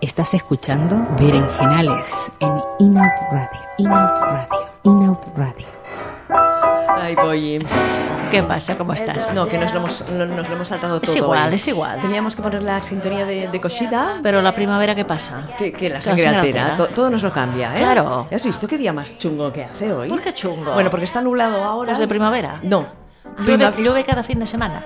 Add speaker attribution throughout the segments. Speaker 1: Estás escuchando Berenjenales en Inout Radio. Inout Radio. Inout Radio.
Speaker 2: Ay, Polly.
Speaker 3: ¿Qué pasa? ¿Cómo estás?
Speaker 2: No, que nos lo hemos, no- nos lo hemos saltado todo.
Speaker 3: Es igual,
Speaker 2: hoy.
Speaker 3: es igual.
Speaker 2: Teníamos que poner la sintonía de, de Coshida,
Speaker 3: Pero la primavera, ¿qué pasa?
Speaker 2: que, que la
Speaker 3: La
Speaker 2: sangre
Speaker 3: sangre
Speaker 2: altera.
Speaker 3: altera.
Speaker 2: to- todo nos lo cambia, ¿eh?
Speaker 3: Claro.
Speaker 2: ¿Has visto qué día más chungo que hace hoy?
Speaker 3: ¿Por qué chungo?
Speaker 2: Bueno, porque está nublado ahora.
Speaker 3: ¿Es de primavera?
Speaker 2: No.
Speaker 3: Llueve,
Speaker 2: Prima-
Speaker 3: llueve cada fin de semana.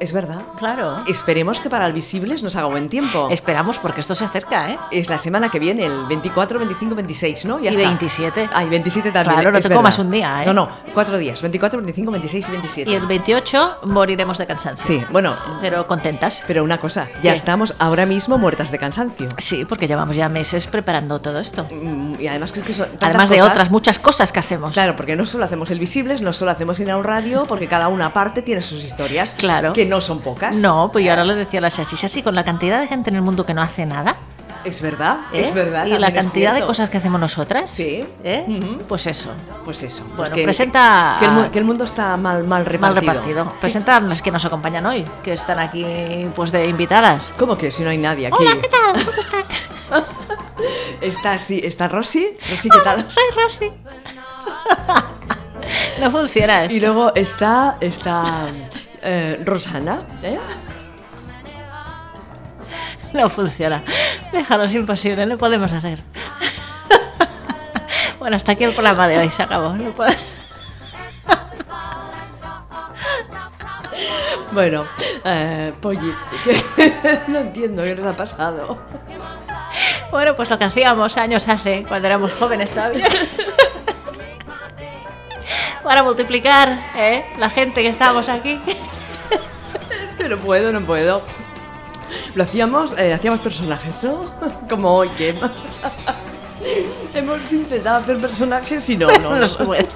Speaker 2: Es verdad.
Speaker 3: Claro.
Speaker 2: Esperemos que para el visibles nos haga buen tiempo. Es,
Speaker 3: Esperamos porque esto se acerca, ¿eh?
Speaker 2: la semana que viene, el 24, 25, 26, ¿no? Ya
Speaker 3: Y
Speaker 2: está.
Speaker 3: 27.
Speaker 2: Ay, 27 también.
Speaker 3: Claro, no
Speaker 2: es
Speaker 3: te
Speaker 2: verdad.
Speaker 3: comas un día, ¿eh?
Speaker 2: No, no, cuatro días. 24, 25, 26 y 27.
Speaker 3: Y el 28 moriremos de cansancio.
Speaker 2: Sí, bueno,
Speaker 3: Pero contentas.
Speaker 2: Pero una cosa, ya
Speaker 3: ¿Qué?
Speaker 2: estamos ahora mismo muertas de cansancio.
Speaker 3: Sí, porque llevamos ya meses preparando todo esto.
Speaker 2: Mm, Y además que es que son tantas
Speaker 3: Además de
Speaker 2: cosas.
Speaker 3: otras muchas cosas que hacemos.
Speaker 2: Claro, porque no solo hacemos el visibles, no solo hacemos ir a un radio, porque cada una parte tiene sus historias,
Speaker 3: Claro.
Speaker 2: que no son pocas.
Speaker 3: No, pues yo ahora le decía a la Sachi, Sachi, con la cantidad de gente en el mundo que no hace nada,
Speaker 2: es verdad,
Speaker 3: ¿eh?
Speaker 2: es verdad.
Speaker 3: Y
Speaker 2: también
Speaker 3: la
Speaker 2: es
Speaker 3: cantidad de
Speaker 2: cierto.
Speaker 3: cosas que hacemos nosotras,
Speaker 2: Sí.
Speaker 3: ¿eh?
Speaker 2: Ujú.
Speaker 3: Pues eso.
Speaker 2: Pues eso. pues
Speaker 3: Bueno, presenta
Speaker 2: que el, mu-
Speaker 3: a-
Speaker 2: que el mundo está mal, mal
Speaker 3: Mal
Speaker 2: repartido. Eh,
Speaker 3: repartido. Presenta a las que nos acompañan hoy, que están aquí pues de invitadas.
Speaker 2: ¿Cómo que si no hay nadie aquí?
Speaker 3: Hola, ¿qué tal? ¿Cómo estás?
Speaker 2: Está sí, está Rosy. Rosy, ¿qué tal?
Speaker 3: Soy Rosy. no funciona.
Speaker 2: Y luego está, está eh, Rosana, ¿eh?
Speaker 3: No funciona. Déjalo, es imposible, no podemos hacer. bueno, hasta aquí el programa de hoy, se acabó. No puedo-
Speaker 2: Bueno, eh, Polly, no entiendo qué nos ha pasado.
Speaker 3: Bueno, pues lo que hacíamos años hace, cuando éramos jóvenes todavía. Para multiplicar ¿eh? la gente que estábamos aquí.
Speaker 2: Es que no puedo, no puedo. Lo hacíamos, eh, hacíamos personajes, ¿no? Como hoy que hemos intentado hacer personajes y no, no,
Speaker 3: No se
Speaker 2: no.
Speaker 3: puede.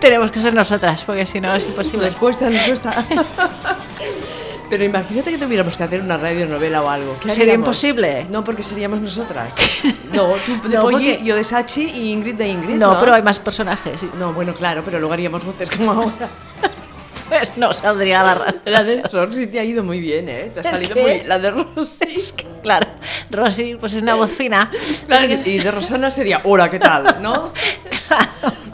Speaker 3: Tenemos que ser nosotras, porque si no es imposible.
Speaker 2: Nos cuesta, nos cuesta. Pero imagínate que tuviéramos que hacer una radionovela o algo. ¿Qué
Speaker 3: Sería
Speaker 2: haríamos?
Speaker 3: imposible.
Speaker 2: No, porque seríamos nosotras. No, tú de
Speaker 3: No,
Speaker 2: Polly,
Speaker 3: porque-
Speaker 2: yo de Sachi y Ingrid de Ingrid.
Speaker 3: No, pero hay más personajes.
Speaker 2: No, bueno, claro, pero luego haríamos voces como ahora.
Speaker 3: Pues no saldría la ra-
Speaker 2: La de Rosy te ha ido muy bien, ¿eh? Te ha
Speaker 3: ¿El
Speaker 2: salido
Speaker 3: qué?
Speaker 2: muy... La de Rosy.
Speaker 3: Pues Es que, claro, Rosy, pues es una bocina.
Speaker 2: Claro que- Y de Rosana sería, hola, ¿qué tal? ¿No?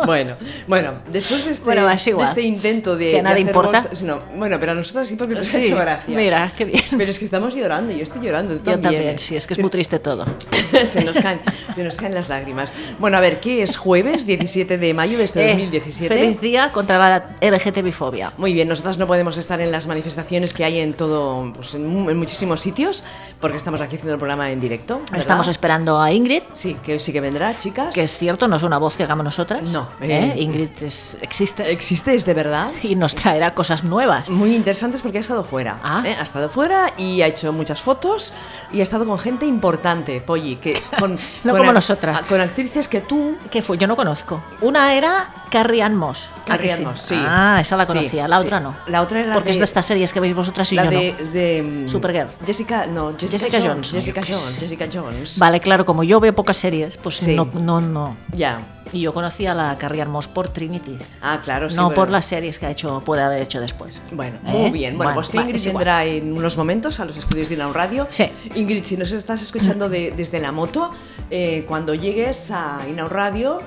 Speaker 2: Bueno, bueno, después de este,
Speaker 3: Bueno, va, es
Speaker 2: de
Speaker 3: igual.
Speaker 2: este intento de...
Speaker 3: Que a
Speaker 2: de
Speaker 3: nadie
Speaker 2: hacer
Speaker 3: importa.
Speaker 2: voz- no, bueno, pero a nosotras sí porque nos ha
Speaker 3: Sí,
Speaker 2: hecho gracia.
Speaker 3: mira, qué bien.
Speaker 2: Pero es que estamos llorando, yo estoy llorando, tú
Speaker 3: Yo
Speaker 2: también.
Speaker 3: también, sí, es que es muy triste todo. Eh,
Speaker 2: se, nos caen, se nos caen las lágrimas. Bueno, a ver, ¿qué es jueves 17 de mayo de este
Speaker 3: Eh,
Speaker 2: 2017?
Speaker 3: Feliz día contra la LGTBifobia.
Speaker 2: Muy bien, nosotras no podemos estar en las manifestaciones que hay en todo, pues en, mu- en muchísimos sitios, porque estamos aquí haciendo el programa en directo. ¿verdad?
Speaker 3: Estamos esperando a Ingrid,
Speaker 2: Sí, que hoy sí que vendrá, chicas.
Speaker 3: que es cierto, no es una voz que hagamos nosotras.
Speaker 2: No,
Speaker 3: ¿eh?
Speaker 2: eh.
Speaker 3: Ingrid es- existe
Speaker 2: existe, es de verdad.
Speaker 3: y nos traerá cosas nuevas.
Speaker 2: Muy interesantes porque ha estado fuera.
Speaker 3: Ah.
Speaker 2: ¿eh? Ha estado fuera y ha hecho muchas fotos y ha estado con gente importante, Polly. Que con,
Speaker 3: No
Speaker 2: con
Speaker 3: como
Speaker 2: ac-
Speaker 3: nosotras.
Speaker 2: a- Con actrices que tú.
Speaker 3: Que fue, yo no conozco. Una era Carrie Ann Moss. ¿a que sí?
Speaker 2: Carrianos, sí.
Speaker 3: Ah, esa la
Speaker 2: Sí,
Speaker 3: conocía, la
Speaker 2: sí.
Speaker 3: otra no.
Speaker 2: La otra era
Speaker 3: Porque es
Speaker 2: de-
Speaker 3: de estas series que veis vosotras y
Speaker 2: la
Speaker 3: yo
Speaker 2: de,
Speaker 3: no.
Speaker 2: de, mm,
Speaker 3: Supergirl.
Speaker 2: Jessica, no, Jessica,
Speaker 3: Jessica
Speaker 2: Jones.
Speaker 3: Jones,
Speaker 2: Jessica
Speaker 3: yo qué
Speaker 2: Jones,
Speaker 3: sé.
Speaker 2: Jessica Jones.
Speaker 3: Vale, claro, como yo veo pocas series, pues
Speaker 2: Sí.
Speaker 3: no, no, no.
Speaker 2: Ya.
Speaker 3: Y yo conocí a la Carrie Ann Moss por Trinity.
Speaker 2: Ah, claro, sí.
Speaker 3: no
Speaker 2: bueno.
Speaker 3: por las series que ha hecho, puede haber hecho después.
Speaker 2: Bueno,
Speaker 3: ¿Eh?
Speaker 2: muy bien. Bueno, pues que
Speaker 3: va,
Speaker 2: Ingrid
Speaker 3: es igual.
Speaker 2: vendrá en unos momentos a los estudios de Inaun Radio.
Speaker 3: Sí.
Speaker 2: Ingrid, si nos estás escuchando de- desde la moto, eh, cuando llegues a Inaun Radio,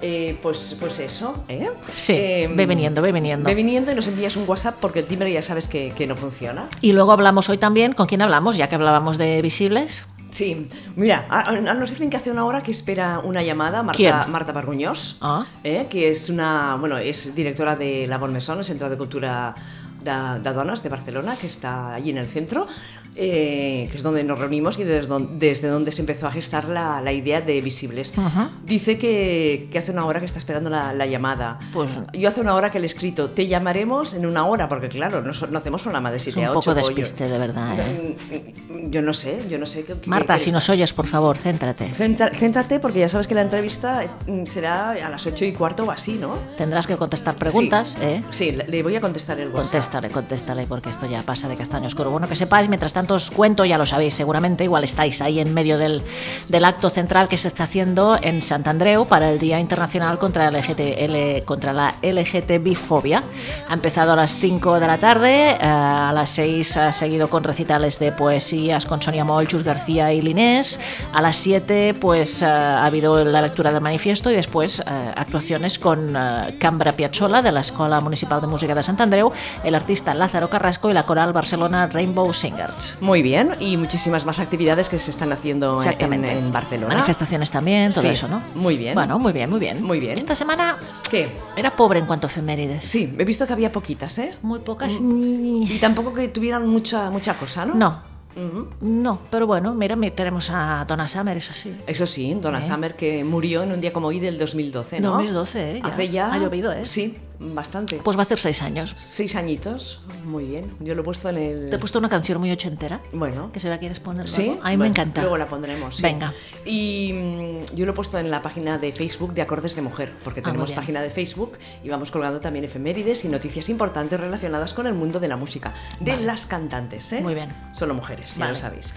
Speaker 2: eh, pues, pues eso, ¿eh?
Speaker 3: Sí,
Speaker 2: Eh,
Speaker 3: ve viniendo, ve viniendo.
Speaker 2: Ve viniendo y nos envías un WhatsApp porque el timbre ya sabes que, que no funciona.
Speaker 3: Y luego hablamos hoy también, ¿con quién hablamos? Ya que hablábamos de visibles.
Speaker 2: Sí, mira, a- a- nos dicen que hace una hora que espera una llamada Marta,
Speaker 3: ¿Quién?
Speaker 2: Marta Parguñós,
Speaker 3: Ah.
Speaker 2: eh, que es una, bueno, és directora de la Bon Maison, el Centre de Cultura de, de Dones de Barcelona, que está allí en el centro, eh, que es donde nos reunimos y desde don- desde donde se empezó a gestar la, la idea de Visibles.
Speaker 3: Ajá.
Speaker 2: Dice que, que hace una hora que está esperando la, la llamada.
Speaker 3: Pues-
Speaker 2: Yo hace una hora que le he escrito, te llamaremos en una hora, porque claro, no, so- no hacemos una de 7
Speaker 3: un
Speaker 2: a 8.
Speaker 3: poco despiste, de verdad. ¿eh?
Speaker 2: Yo no sé, yo no sé qué. qué-
Speaker 3: Marta,
Speaker 2: qué-
Speaker 3: si nos oyes, por favor, céntrate.
Speaker 2: Centra- Céntrate porque ya sabes que la entrevista mm, será a las 8 y cuarto o así, ¿no?
Speaker 3: Tendrás que contestar preguntas,
Speaker 2: Sí.
Speaker 3: ¿eh?
Speaker 2: Sí, le- le voy a contestar el WhatsApp.
Speaker 3: contéstale, contéstale, porque esto ya pasa de castaño oscuro. Bueno, que sepáis, mientras tanto os cuento, ya lo sabéis seguramente, igual estáis ahí en medio del, del acto central que se está haciendo en Santandreu para el Día Internacional contra, el LGTL contra la LGTB-fobia. Ha empezado a las 5 de la tarde, eh, a las 6 ha seguido con recitales de poesías con Sonia Moll, Chus García y Linés. A las 7 pues, eh, ha habido la lectura del manifiesto y después eh, actuaciones con eh, Cambra Piazzolla de la Escola Municipal de Música de Sant Andreu, el artista Lázaro Carrasco y la coral Barcelona Rainbow Singers.
Speaker 2: Muy bien, y muchísimas más actividades que se están haciendo en-
Speaker 3: Exactamente.
Speaker 2: en, en Barcelona.
Speaker 3: Manifestaciones también, todo
Speaker 2: Sí,
Speaker 3: eso, ¿no?
Speaker 2: muy bien.
Speaker 3: Bueno, muy bien, muy bien.
Speaker 2: Muy bien.
Speaker 3: Esta semana
Speaker 2: ¿Qué?
Speaker 3: era pobre en cuanto a efemérides.
Speaker 2: Sí, he visto que había poquitas, ¿eh?
Speaker 3: Muy pocas.
Speaker 2: Y tampoco que tuvieran mucha, mucha cosa, ¿no?
Speaker 3: No.
Speaker 2: Ujú.
Speaker 3: No, pero bueno, mira, mi- tenemos a Donna Summer, eso sí.
Speaker 2: Eso sí, Donna Summer que murió en un día como hoy del 2012, ¿no?
Speaker 3: 2012, ¿eh? Ya.
Speaker 2: Hace ya...
Speaker 3: Ha llovido, ¿eh?
Speaker 2: Sí, bastante.
Speaker 3: Pues va a hacer seis años.
Speaker 2: Seis añitos, muy bien. Yo lo he puesto en el...
Speaker 3: Te he puesto una canción muy ochentera.
Speaker 2: Bueno.
Speaker 3: ¿Que se la quieres poner?
Speaker 2: Sí,
Speaker 3: luego? A mí me
Speaker 2: bueno,
Speaker 3: encanta.
Speaker 2: Luego la pondremos. sí.
Speaker 3: Venga.
Speaker 2: Y mm, yo lo he puesto en la página de Facebook de Acordes de Mujer, porque
Speaker 3: Ah, muy
Speaker 2: tenemos
Speaker 3: bien.
Speaker 2: página de Facebook y vamos colgando también efemérides y noticias importantes relacionadas con el mundo de la música, de las cantantes, ¿eh?
Speaker 3: Muy bien.
Speaker 2: Solo mujeres, ya
Speaker 3: Vale.
Speaker 2: lo sabéis.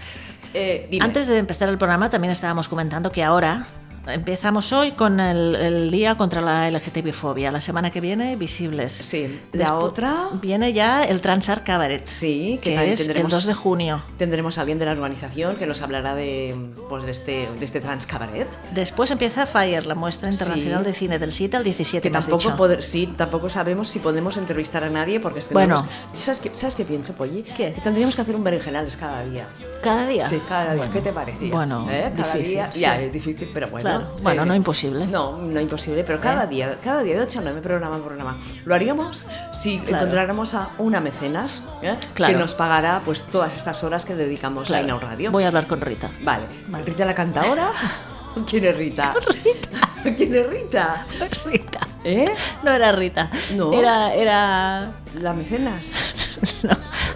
Speaker 2: Eh, dime.
Speaker 3: Antes de empezar el programa también estábamos comentando que ahora empezamos hoy con el, el día contra la LGTB-fobia. La semana que viene, visibles.
Speaker 2: Sí, la otra-
Speaker 3: Viene ya el Transar Cabaret.
Speaker 2: Sí, que
Speaker 3: que,
Speaker 2: también
Speaker 3: es el
Speaker 2: tendremos-
Speaker 3: 2 de junio.
Speaker 2: Tendremos a alguien de la organización que nos hablará de, pues, de, este, de este trans cabaret.
Speaker 3: Después empieza Fire, la muestra internacional
Speaker 2: Sí.
Speaker 3: de cine del 7 al 17.
Speaker 2: Que
Speaker 3: me has
Speaker 2: tampoco,
Speaker 3: dicho.
Speaker 2: poder- sí, tampoco sabemos si podemos entrevistar a nadie porque es que
Speaker 3: Bueno.
Speaker 2: tenemos- ¿sabes, qué, ¿Sabes qué pienso, Polly?
Speaker 3: ¿Qué?
Speaker 2: Que tendríamos que hacer un berenjenales cada día.
Speaker 3: Cada día.
Speaker 2: Sí, cada día.
Speaker 3: Bueno,
Speaker 2: ¿Qué te parecía?
Speaker 3: Bueno,
Speaker 2: ¿Eh? Cada
Speaker 3: difícil,
Speaker 2: día.
Speaker 3: sí.
Speaker 2: Ya, es difícil, pero bueno. Eh,
Speaker 3: Claro. Bueno, no imposible.
Speaker 2: No, no imposible, pero cada
Speaker 3: ¿Eh?
Speaker 2: día, cada día de 8 a 9, programa por programa. Lo haríamos si encontráramos a una mecenas ¿eh?
Speaker 3: Claro.
Speaker 2: que nos pagara pues todas estas horas que dedicamos a
Speaker 3: Claro.
Speaker 2: Inau Radio.
Speaker 3: Voy a hablar con Rita.
Speaker 2: Vale.
Speaker 3: Vale.
Speaker 2: ¿Rita la canta ahora? ¿Quién es Rita? ¿Quién es Rita?
Speaker 3: Rita.
Speaker 2: ¿Eh?
Speaker 3: No era Rita.
Speaker 2: No.
Speaker 3: Era. era...
Speaker 2: ¿La mecenas?
Speaker 3: No,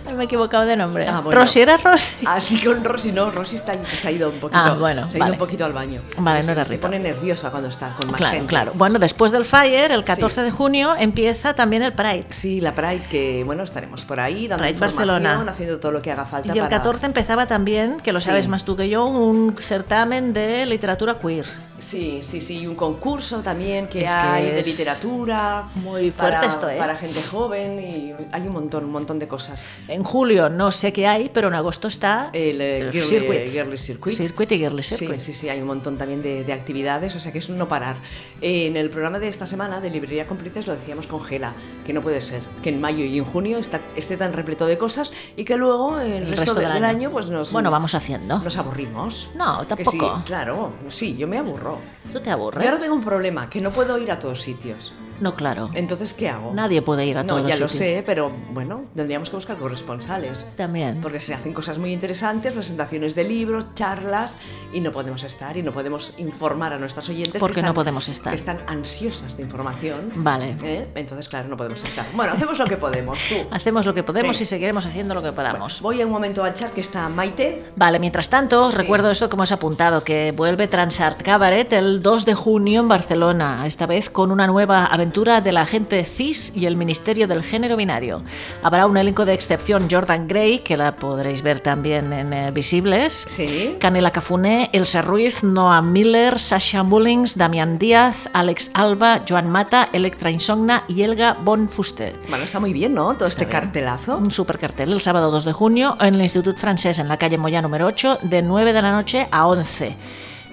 Speaker 3: ay, me he equivocado de nombre.
Speaker 2: Ah, bueno.
Speaker 3: Rosy era Rosy.
Speaker 2: Así con Rosy, no, Rosy está, se ha ido un poquito.
Speaker 3: Ah, bueno,
Speaker 2: se ha ido
Speaker 3: vale.
Speaker 2: un poquito al baño.
Speaker 3: Vale, no
Speaker 2: Se-
Speaker 3: era
Speaker 2: Se
Speaker 3: Rita.
Speaker 2: pone nerviosa cuando está con más
Speaker 3: Claro,
Speaker 2: gente.
Speaker 3: claro. Bueno, después del Fire, el 14
Speaker 2: Sí.
Speaker 3: de junio, empieza también el Pride.
Speaker 2: Sí, la Pride, que bueno, estaremos por ahí dando
Speaker 3: Pride
Speaker 2: información,
Speaker 3: Barcelona.
Speaker 2: haciendo todo lo que haga falta.
Speaker 3: Y el
Speaker 2: para-
Speaker 3: 14 empezaba también, que lo
Speaker 2: Sí.
Speaker 3: sabes más tú que yo, un certamen de literatura queer.
Speaker 2: Sí, sí, sí, y un concurso también que
Speaker 3: Es que
Speaker 2: hay de
Speaker 3: es
Speaker 2: literatura.
Speaker 3: muy fuerte
Speaker 2: para-
Speaker 3: esto, ¿eh?
Speaker 2: Para gente joven y hay un montón, un montón de cosas.
Speaker 3: En julio no sé qué hay, pero en agosto está
Speaker 2: El, eh, Girly-
Speaker 3: circuit.
Speaker 2: Girly Circuit.
Speaker 3: y Girly
Speaker 2: Sí,
Speaker 3: Circuit.
Speaker 2: sí, sí, hay un montón también de, de actividades, o sea que es un no parar. Eh, en el programa de esta semana de Librería Cómplices lo decíamos con Gela, que no puede ser que en mayo y en junio está- esté tan repleto de cosas y que luego el,
Speaker 3: El
Speaker 2: resto, de- del año pues nos...
Speaker 3: Bueno, vamos haciendo.
Speaker 2: Nos aburrimos.
Speaker 3: No,
Speaker 2: Que sí,
Speaker 3: tampoco.
Speaker 2: claro, sí, yo me aburro.
Speaker 3: ¿Tú te
Speaker 2: Yo
Speaker 3: aburres?
Speaker 2: ahora tengo un problema, que no puedo ir a todos sitios.
Speaker 3: No, claro.
Speaker 2: Entonces, ¿qué hago?
Speaker 3: Nadie puede ir a
Speaker 2: No,
Speaker 3: todos
Speaker 2: ya lo
Speaker 3: sitios.
Speaker 2: sé, pero bueno, tendríamos que buscar corresponsales.
Speaker 3: También.
Speaker 2: Porque se hacen cosas muy interesantes, presentaciones de libros, charlas, y no podemos estar y no podemos informar a nuestras oyentes. que
Speaker 3: Porque no
Speaker 2: están-
Speaker 3: podemos estar.
Speaker 2: que están ansiosas de información.
Speaker 3: Vale.
Speaker 2: ¿eh? Entonces, claro, no podemos estar. Bueno, hacemos lo que podemos. Tú.
Speaker 3: Hacemos lo que podemos
Speaker 2: Venga.
Speaker 3: y seguiremos haciendo lo que podamos.
Speaker 2: Voy un momento al chat que está Maite.
Speaker 3: Vale, mientras tanto, os
Speaker 2: Sí.
Speaker 3: recuerdo eso como os he apuntado, que vuelve Transart Cabaret el 2 de junio en Barcelona, esta vez con una nueva aventura de la gente CIS y el Ministerio del Género Binario. Habrá un elenco de excepción Jordan Gray, que la podréis ver también en eh, Visibles,
Speaker 2: Sí.
Speaker 3: Canela Cafuné, Elsa Ruiz, Noah Miller, Sasha Mullings, Damián Díaz, Alex Alba, Joan Mata, Electra Insomna y Elga Bonfuste.
Speaker 2: Bueno, está muy bien, ¿no? Todo este
Speaker 3: bien.
Speaker 2: cartelazo.
Speaker 3: Un super cartel el sábado 2 de junio en el Institut Francés, en la calle Moya número 8, de 9 de la noche a 11.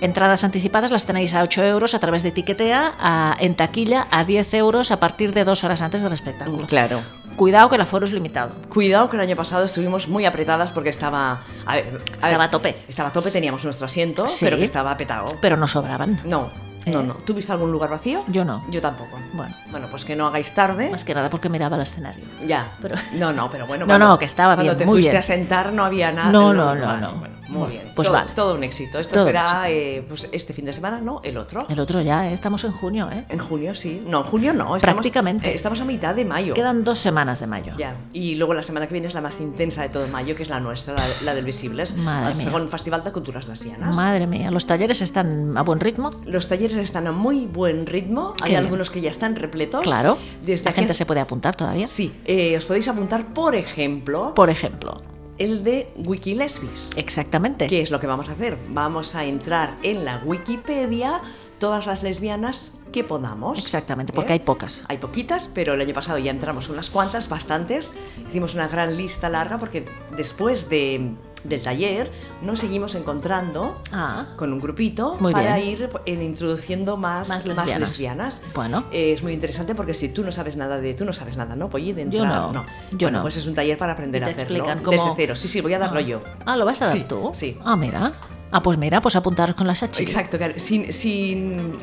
Speaker 3: Entradas anticipadas las tenéis a 8 euros a través de Tiquetea, a- en taquilla a 10 euros a partir de dos horas antes del espectáculo.
Speaker 2: Claro.
Speaker 3: Cuidado que el aforo es limitado.
Speaker 2: Cuidado que el año pasado estuvimos muy apretadas porque estaba. a ver,
Speaker 3: Estaba a tope.
Speaker 2: Estaba a tope, teníamos nuestro asiento,
Speaker 3: Sí. Eh.
Speaker 2: pero que estaba petado.
Speaker 3: Pero no sobraban.
Speaker 2: No, no, no. ¿Tú viste algún lugar vacío?
Speaker 3: Yo no.
Speaker 2: Yo tampoco.
Speaker 3: Bueno.
Speaker 2: Bueno, pues que no hagáis tarde.
Speaker 3: Más que nada porque miraba el escenario.
Speaker 2: Ya.
Speaker 3: Pero-
Speaker 2: No, no, pero bueno.
Speaker 3: No, no, que estaba
Speaker 2: Cuando
Speaker 3: bien,
Speaker 2: te
Speaker 3: muy
Speaker 2: fuiste
Speaker 3: bien.
Speaker 2: a sentar no había nada.
Speaker 3: No, no, no,
Speaker 2: vale,
Speaker 3: no.
Speaker 2: bueno. muy
Speaker 3: Bueno,
Speaker 2: bien.
Speaker 3: pues
Speaker 2: todo,
Speaker 3: vale.
Speaker 2: Todo un éxito. Esto
Speaker 3: Todo un
Speaker 2: será
Speaker 3: éxito.
Speaker 2: eh, pues este fin de semana, ¿no? El otro.
Speaker 3: El otro ya, ¿eh? estamos en junio, ¿eh?
Speaker 2: En junio, sí. No, en junio no. estamos-
Speaker 3: Prácticamente.
Speaker 2: eh, estamos a mitad de mayo.
Speaker 3: Quedan dos semanas de mayo.
Speaker 2: Ya. Y luego la semana que viene es la más intensa de todo mayo, que es la nuestra, la, la del Visibles,
Speaker 3: Madre
Speaker 2: al
Speaker 3: mía.
Speaker 2: Segón Festival de Culturas Lesbianas.
Speaker 3: Madre mía, los talleres están a buen ritmo.
Speaker 2: Los talleres están a muy buen ritmo, hay
Speaker 3: Qué bien.
Speaker 2: algunos que ya están repletos.
Speaker 3: Claro.
Speaker 2: Desde
Speaker 3: la
Speaker 2: hace-
Speaker 3: gente se puede apuntar todavía.
Speaker 2: Sí, eh, os podéis apuntar, por ejemplo,
Speaker 3: Por ejemplo,
Speaker 2: el de Wikilesbis.
Speaker 3: Eh. exactamente.
Speaker 2: ¿Qué es lo que vamos a hacer? Vamos a entrar en la Wikipedia todas las lesbianas que podamos.
Speaker 3: Exactamente,
Speaker 2: ¿Eh?
Speaker 3: porque hay pocas.
Speaker 2: Hay poquitas, pero el año pasado ya entramos unas cuantas, bastantes. Hicimos una gran lista larga porque después de- del taller nos seguimos encontrando
Speaker 3: Ah,
Speaker 2: con un grupito
Speaker 3: Muy
Speaker 2: para
Speaker 3: bien.
Speaker 2: ir eh, introduciendo más, más
Speaker 3: Más lesbianas.
Speaker 2: lesbianas.
Speaker 3: Bueno.
Speaker 2: Eh, es muy interesante porque si tú no sabes nada de tú no sabes nada, ¿no? Polly, de
Speaker 3: Yo
Speaker 2: entrada,
Speaker 3: no, yo
Speaker 2: Bueno,
Speaker 3: no.
Speaker 2: pues es un taller para aprender
Speaker 3: Y
Speaker 2: a
Speaker 3: te
Speaker 2: hacerlo
Speaker 3: explican cómo-
Speaker 2: desde cero. Sí, sí, voy a darlo yo.
Speaker 3: ah, ¿lo vas a dar
Speaker 2: Sí,
Speaker 3: tú?
Speaker 2: Sí.
Speaker 3: Ah, mira. Ah, pues mira, pues apuntaros con la Sachi.
Speaker 2: Exacto, claro. Sin, sin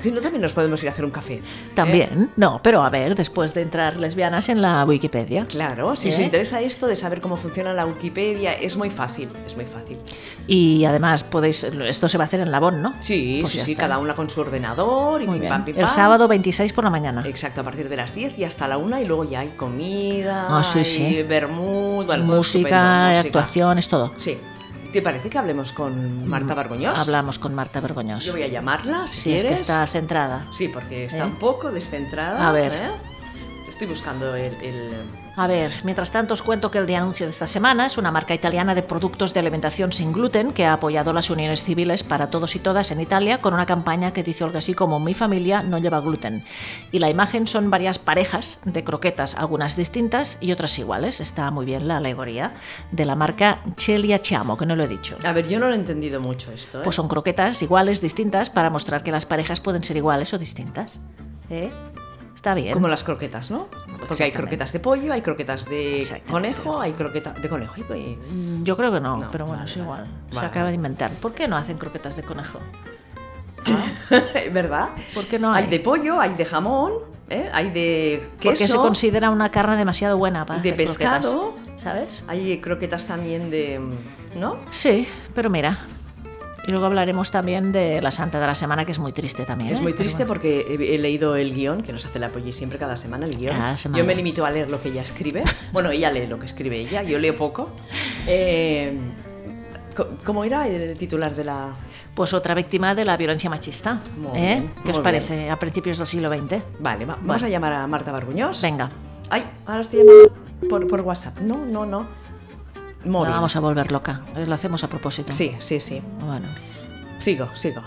Speaker 2: si no también nos podemos ir a hacer un café. ¿eh?
Speaker 3: También, no, pero a ver, después de entrar lesbianas en la Wikipedia.
Speaker 2: Claro, si
Speaker 3: ¿Eh?
Speaker 2: os interesa esto de saber cómo funciona la Wikipedia, es muy fácil, es muy fácil.
Speaker 3: Y además podéis, esto se va a hacer en Labón, ¿no?
Speaker 2: Sí,
Speaker 3: Pues
Speaker 2: sí,
Speaker 3: ya
Speaker 2: sí,
Speaker 3: está.
Speaker 2: cada una con su ordenador y
Speaker 3: Muy
Speaker 2: pim
Speaker 3: bien.
Speaker 2: pam, pim
Speaker 3: El
Speaker 2: pam.
Speaker 3: sábado 26 por la mañana.
Speaker 2: Exacto, a partir de las 10 y hasta la 1 y luego ya hay comida,
Speaker 3: Ah, sí, sí.
Speaker 2: hay vermut, bueno, todo estupendo,
Speaker 3: música,
Speaker 2: música.
Speaker 3: actuaciones, todo.
Speaker 2: Sí. ¿Te parece que hablemos con Marta Bargoñós?
Speaker 3: Mm, Hablamos con Marta Vergoños.
Speaker 2: Yo voy a llamarla, si
Speaker 3: Sí, es que
Speaker 2: quieres.
Speaker 3: está centrada.
Speaker 2: Sí, porque está
Speaker 3: ¿Eh?
Speaker 2: un poco descentrada.
Speaker 3: A ver.
Speaker 2: ¿eh? Estoy buscando el... el-
Speaker 3: A ver, mientras tanto os cuento que el de anuncio de esta semana es una marca italiana de productos de alimentación sin gluten que ha apoyado las uniones civiles para todos y todas en Italia con una campaña que dice algo así como Mi familia no lleva gluten. Y la imagen son varias parejas de croquetas, algunas distintas y otras iguales. Está muy bien la alegoría de la marca Celia Chiamo, que no lo he dicho.
Speaker 2: A ver, yo no lo he entendido mucho esto. ¿eh?
Speaker 3: Pues son croquetas iguales, distintas, para mostrar que las parejas pueden ser iguales o distintas. ¿Eh? Está bien.
Speaker 2: Como las croquetas, ¿no? Porque hay
Speaker 3: Exactamente.
Speaker 2: croquetas de pollo, hay croquetas de
Speaker 3: Exactamente.
Speaker 2: conejo, hay croquetas de conejo. hay-
Speaker 3: Mm, Yo creo que no,
Speaker 2: No,
Speaker 3: pero bueno,
Speaker 2: vale,
Speaker 3: es
Speaker 2: vale.
Speaker 3: igual. Se
Speaker 2: Vale.
Speaker 3: acaba de inventar. ¿Por qué no hacen croquetas de conejo?
Speaker 2: ¿Verdad?
Speaker 3: ¿Por qué no hay?
Speaker 2: Hay de pollo, hay de jamón, ¿eh? hay de queso.
Speaker 3: Porque se considera una carne demasiado buena para
Speaker 2: de
Speaker 3: hacer croquetas,
Speaker 2: pescado.
Speaker 3: ¿sabes?
Speaker 2: Hay croquetas también de. mm, ¿No?
Speaker 3: Sí, pero mira. Y luego hablaremos también de la Santa de la Semana, que es muy triste también.
Speaker 2: Es
Speaker 3: ¿eh?
Speaker 2: muy
Speaker 3: Pero
Speaker 2: triste
Speaker 3: bueno.
Speaker 2: porque he, he leído el guión, que nos hace la Polly siempre cada semana el guión.
Speaker 3: Cada semana.
Speaker 2: Yo me limito a leer lo que ella escribe. Bueno, ella lee lo que escribe ella, yo leo poco. Eh, co- ¿Cómo era el titular de la...?
Speaker 3: Pues otra víctima de la violencia machista.
Speaker 2: Muy
Speaker 3: ¿eh?
Speaker 2: bien,
Speaker 3: ¿Qué os
Speaker 2: muy
Speaker 3: parece? A principios del siglo XX.
Speaker 2: Vale, va- vamos
Speaker 3: Bueno.
Speaker 2: a llamar a Marta Barbuños.
Speaker 3: Venga,
Speaker 2: Ay, ahora estoy llamando por, por WhatsApp. No, no, no.
Speaker 3: no
Speaker 2: Móvil.
Speaker 3: vamos a volver loca. Eh, Lo hacemos a propósito.
Speaker 2: Sí, sí, sí.
Speaker 3: Bueno,
Speaker 2: Sigo, sigo.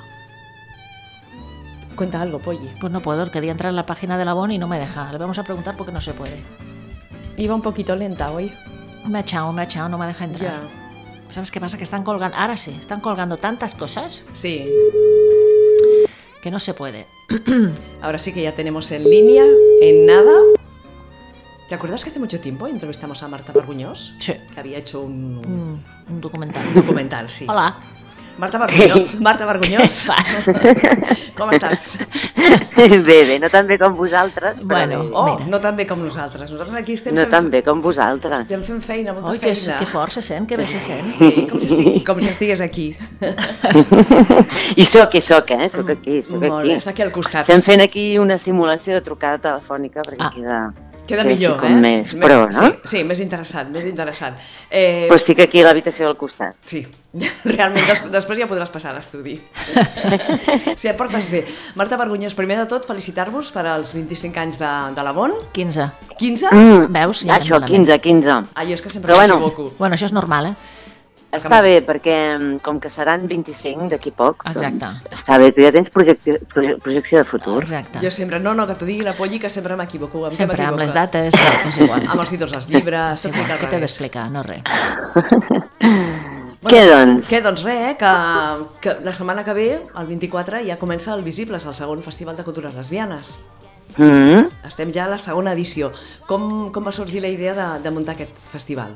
Speaker 2: Cuenta algo, Polly.
Speaker 3: pues no puedo. Quería entrar en la página de la BON y no me deja. Le vamos a preguntar por qué no se puede.
Speaker 2: Iba un poquito lenta hoy.
Speaker 3: Me ha echado, me ha echado, no me deja entrar.
Speaker 2: Ya.
Speaker 3: ¿Sabes qué pasa? Que están colgando, ahora sí, están colgando tantas cosas
Speaker 2: Sí.
Speaker 3: que no se puede.
Speaker 2: Ahora sí que ya tenemos en línea, en nada. ¿Te acuerdas que hace mucho tiempo entrevistamos a Marta Barbuños?
Speaker 3: Sí.
Speaker 2: Que había hecho un
Speaker 3: Mm, Un documental.
Speaker 2: documental, sí.
Speaker 3: Hola.
Speaker 2: Marta Barbuños. Marta Barbuños.
Speaker 3: Fas.
Speaker 2: ¿Cómo estàs?
Speaker 4: Bé, bé, no tan bé com vosaltres, però
Speaker 3: Bueno,
Speaker 4: bé.
Speaker 2: Oh,
Speaker 3: Mira.
Speaker 2: no tan bé com nosaltres. Nosaltres aquí estem,
Speaker 4: no
Speaker 2: fent,
Speaker 4: tan bé com vosaltres.
Speaker 2: estem fent feina, molta
Speaker 3: Oi, que,
Speaker 2: feina.
Speaker 3: que fort se sent, que bé se sent.
Speaker 2: Sí, com si, estigui, com si estigués aquí.
Speaker 4: I sóc, i sóc, eh? Sóc aquí, sóc
Speaker 2: Mm, Molt
Speaker 4: aquí.
Speaker 2: bé, està aquí al costat.
Speaker 4: Estem fent aquí una simulació de trucada telefònica perquè
Speaker 3: Ah,
Speaker 4: queda...
Speaker 2: Queda
Speaker 4: així
Speaker 2: millor,
Speaker 4: com
Speaker 2: eh?
Speaker 4: Més,
Speaker 2: Me-
Speaker 4: però, no? Pues
Speaker 2: Sí, sí, més interessant, més interessant. Eh,
Speaker 4: Però estic aquí a l'habitació del costat.
Speaker 2: Sí, realment des després ja podràs passar a l'estudi. si et portes bé. Marta Vergonyós, primer de tot, felicitar-vos per als 25 anys de, de la Bon.
Speaker 3: 15.
Speaker 2: 15?
Speaker 4: Mm,
Speaker 3: Veus? Ja anem
Speaker 4: Això,
Speaker 3: malament.
Speaker 4: 15, 15.
Speaker 2: Ah, jo és que sempre
Speaker 4: Però bueno.
Speaker 2: m'equivoco.
Speaker 3: Bueno, això és normal, eh?
Speaker 4: Està bé, perquè mm, com que seran 25 d'aquí poc,
Speaker 3: Exacte.
Speaker 4: doncs està bé, tu ja tens projecte, proje- projecció de futur.
Speaker 3: Exacte.
Speaker 2: Jo sempre, no, no, que t'ho digui la Polly, que sempre m'equivoco. em
Speaker 3: Sempre amb
Speaker 2: m'equivoca.
Speaker 3: les dates, tot és igual.
Speaker 2: Amb els títols dels llibres,
Speaker 3: És
Speaker 2: tot
Speaker 3: igual,
Speaker 2: fica al
Speaker 3: què t'he
Speaker 2: revés.
Speaker 3: d'explicar? No res.
Speaker 4: Què, doncs?
Speaker 2: Què, doncs res, eh? que, que la setmana que ve, el 24, ja comença el Visibles, el segon Festival de Cultures Lesbianes.
Speaker 4: Mm -hmm.
Speaker 2: Estem ja a la segona edició. Com, com va sorgir la idea de, de muntar aquest festival?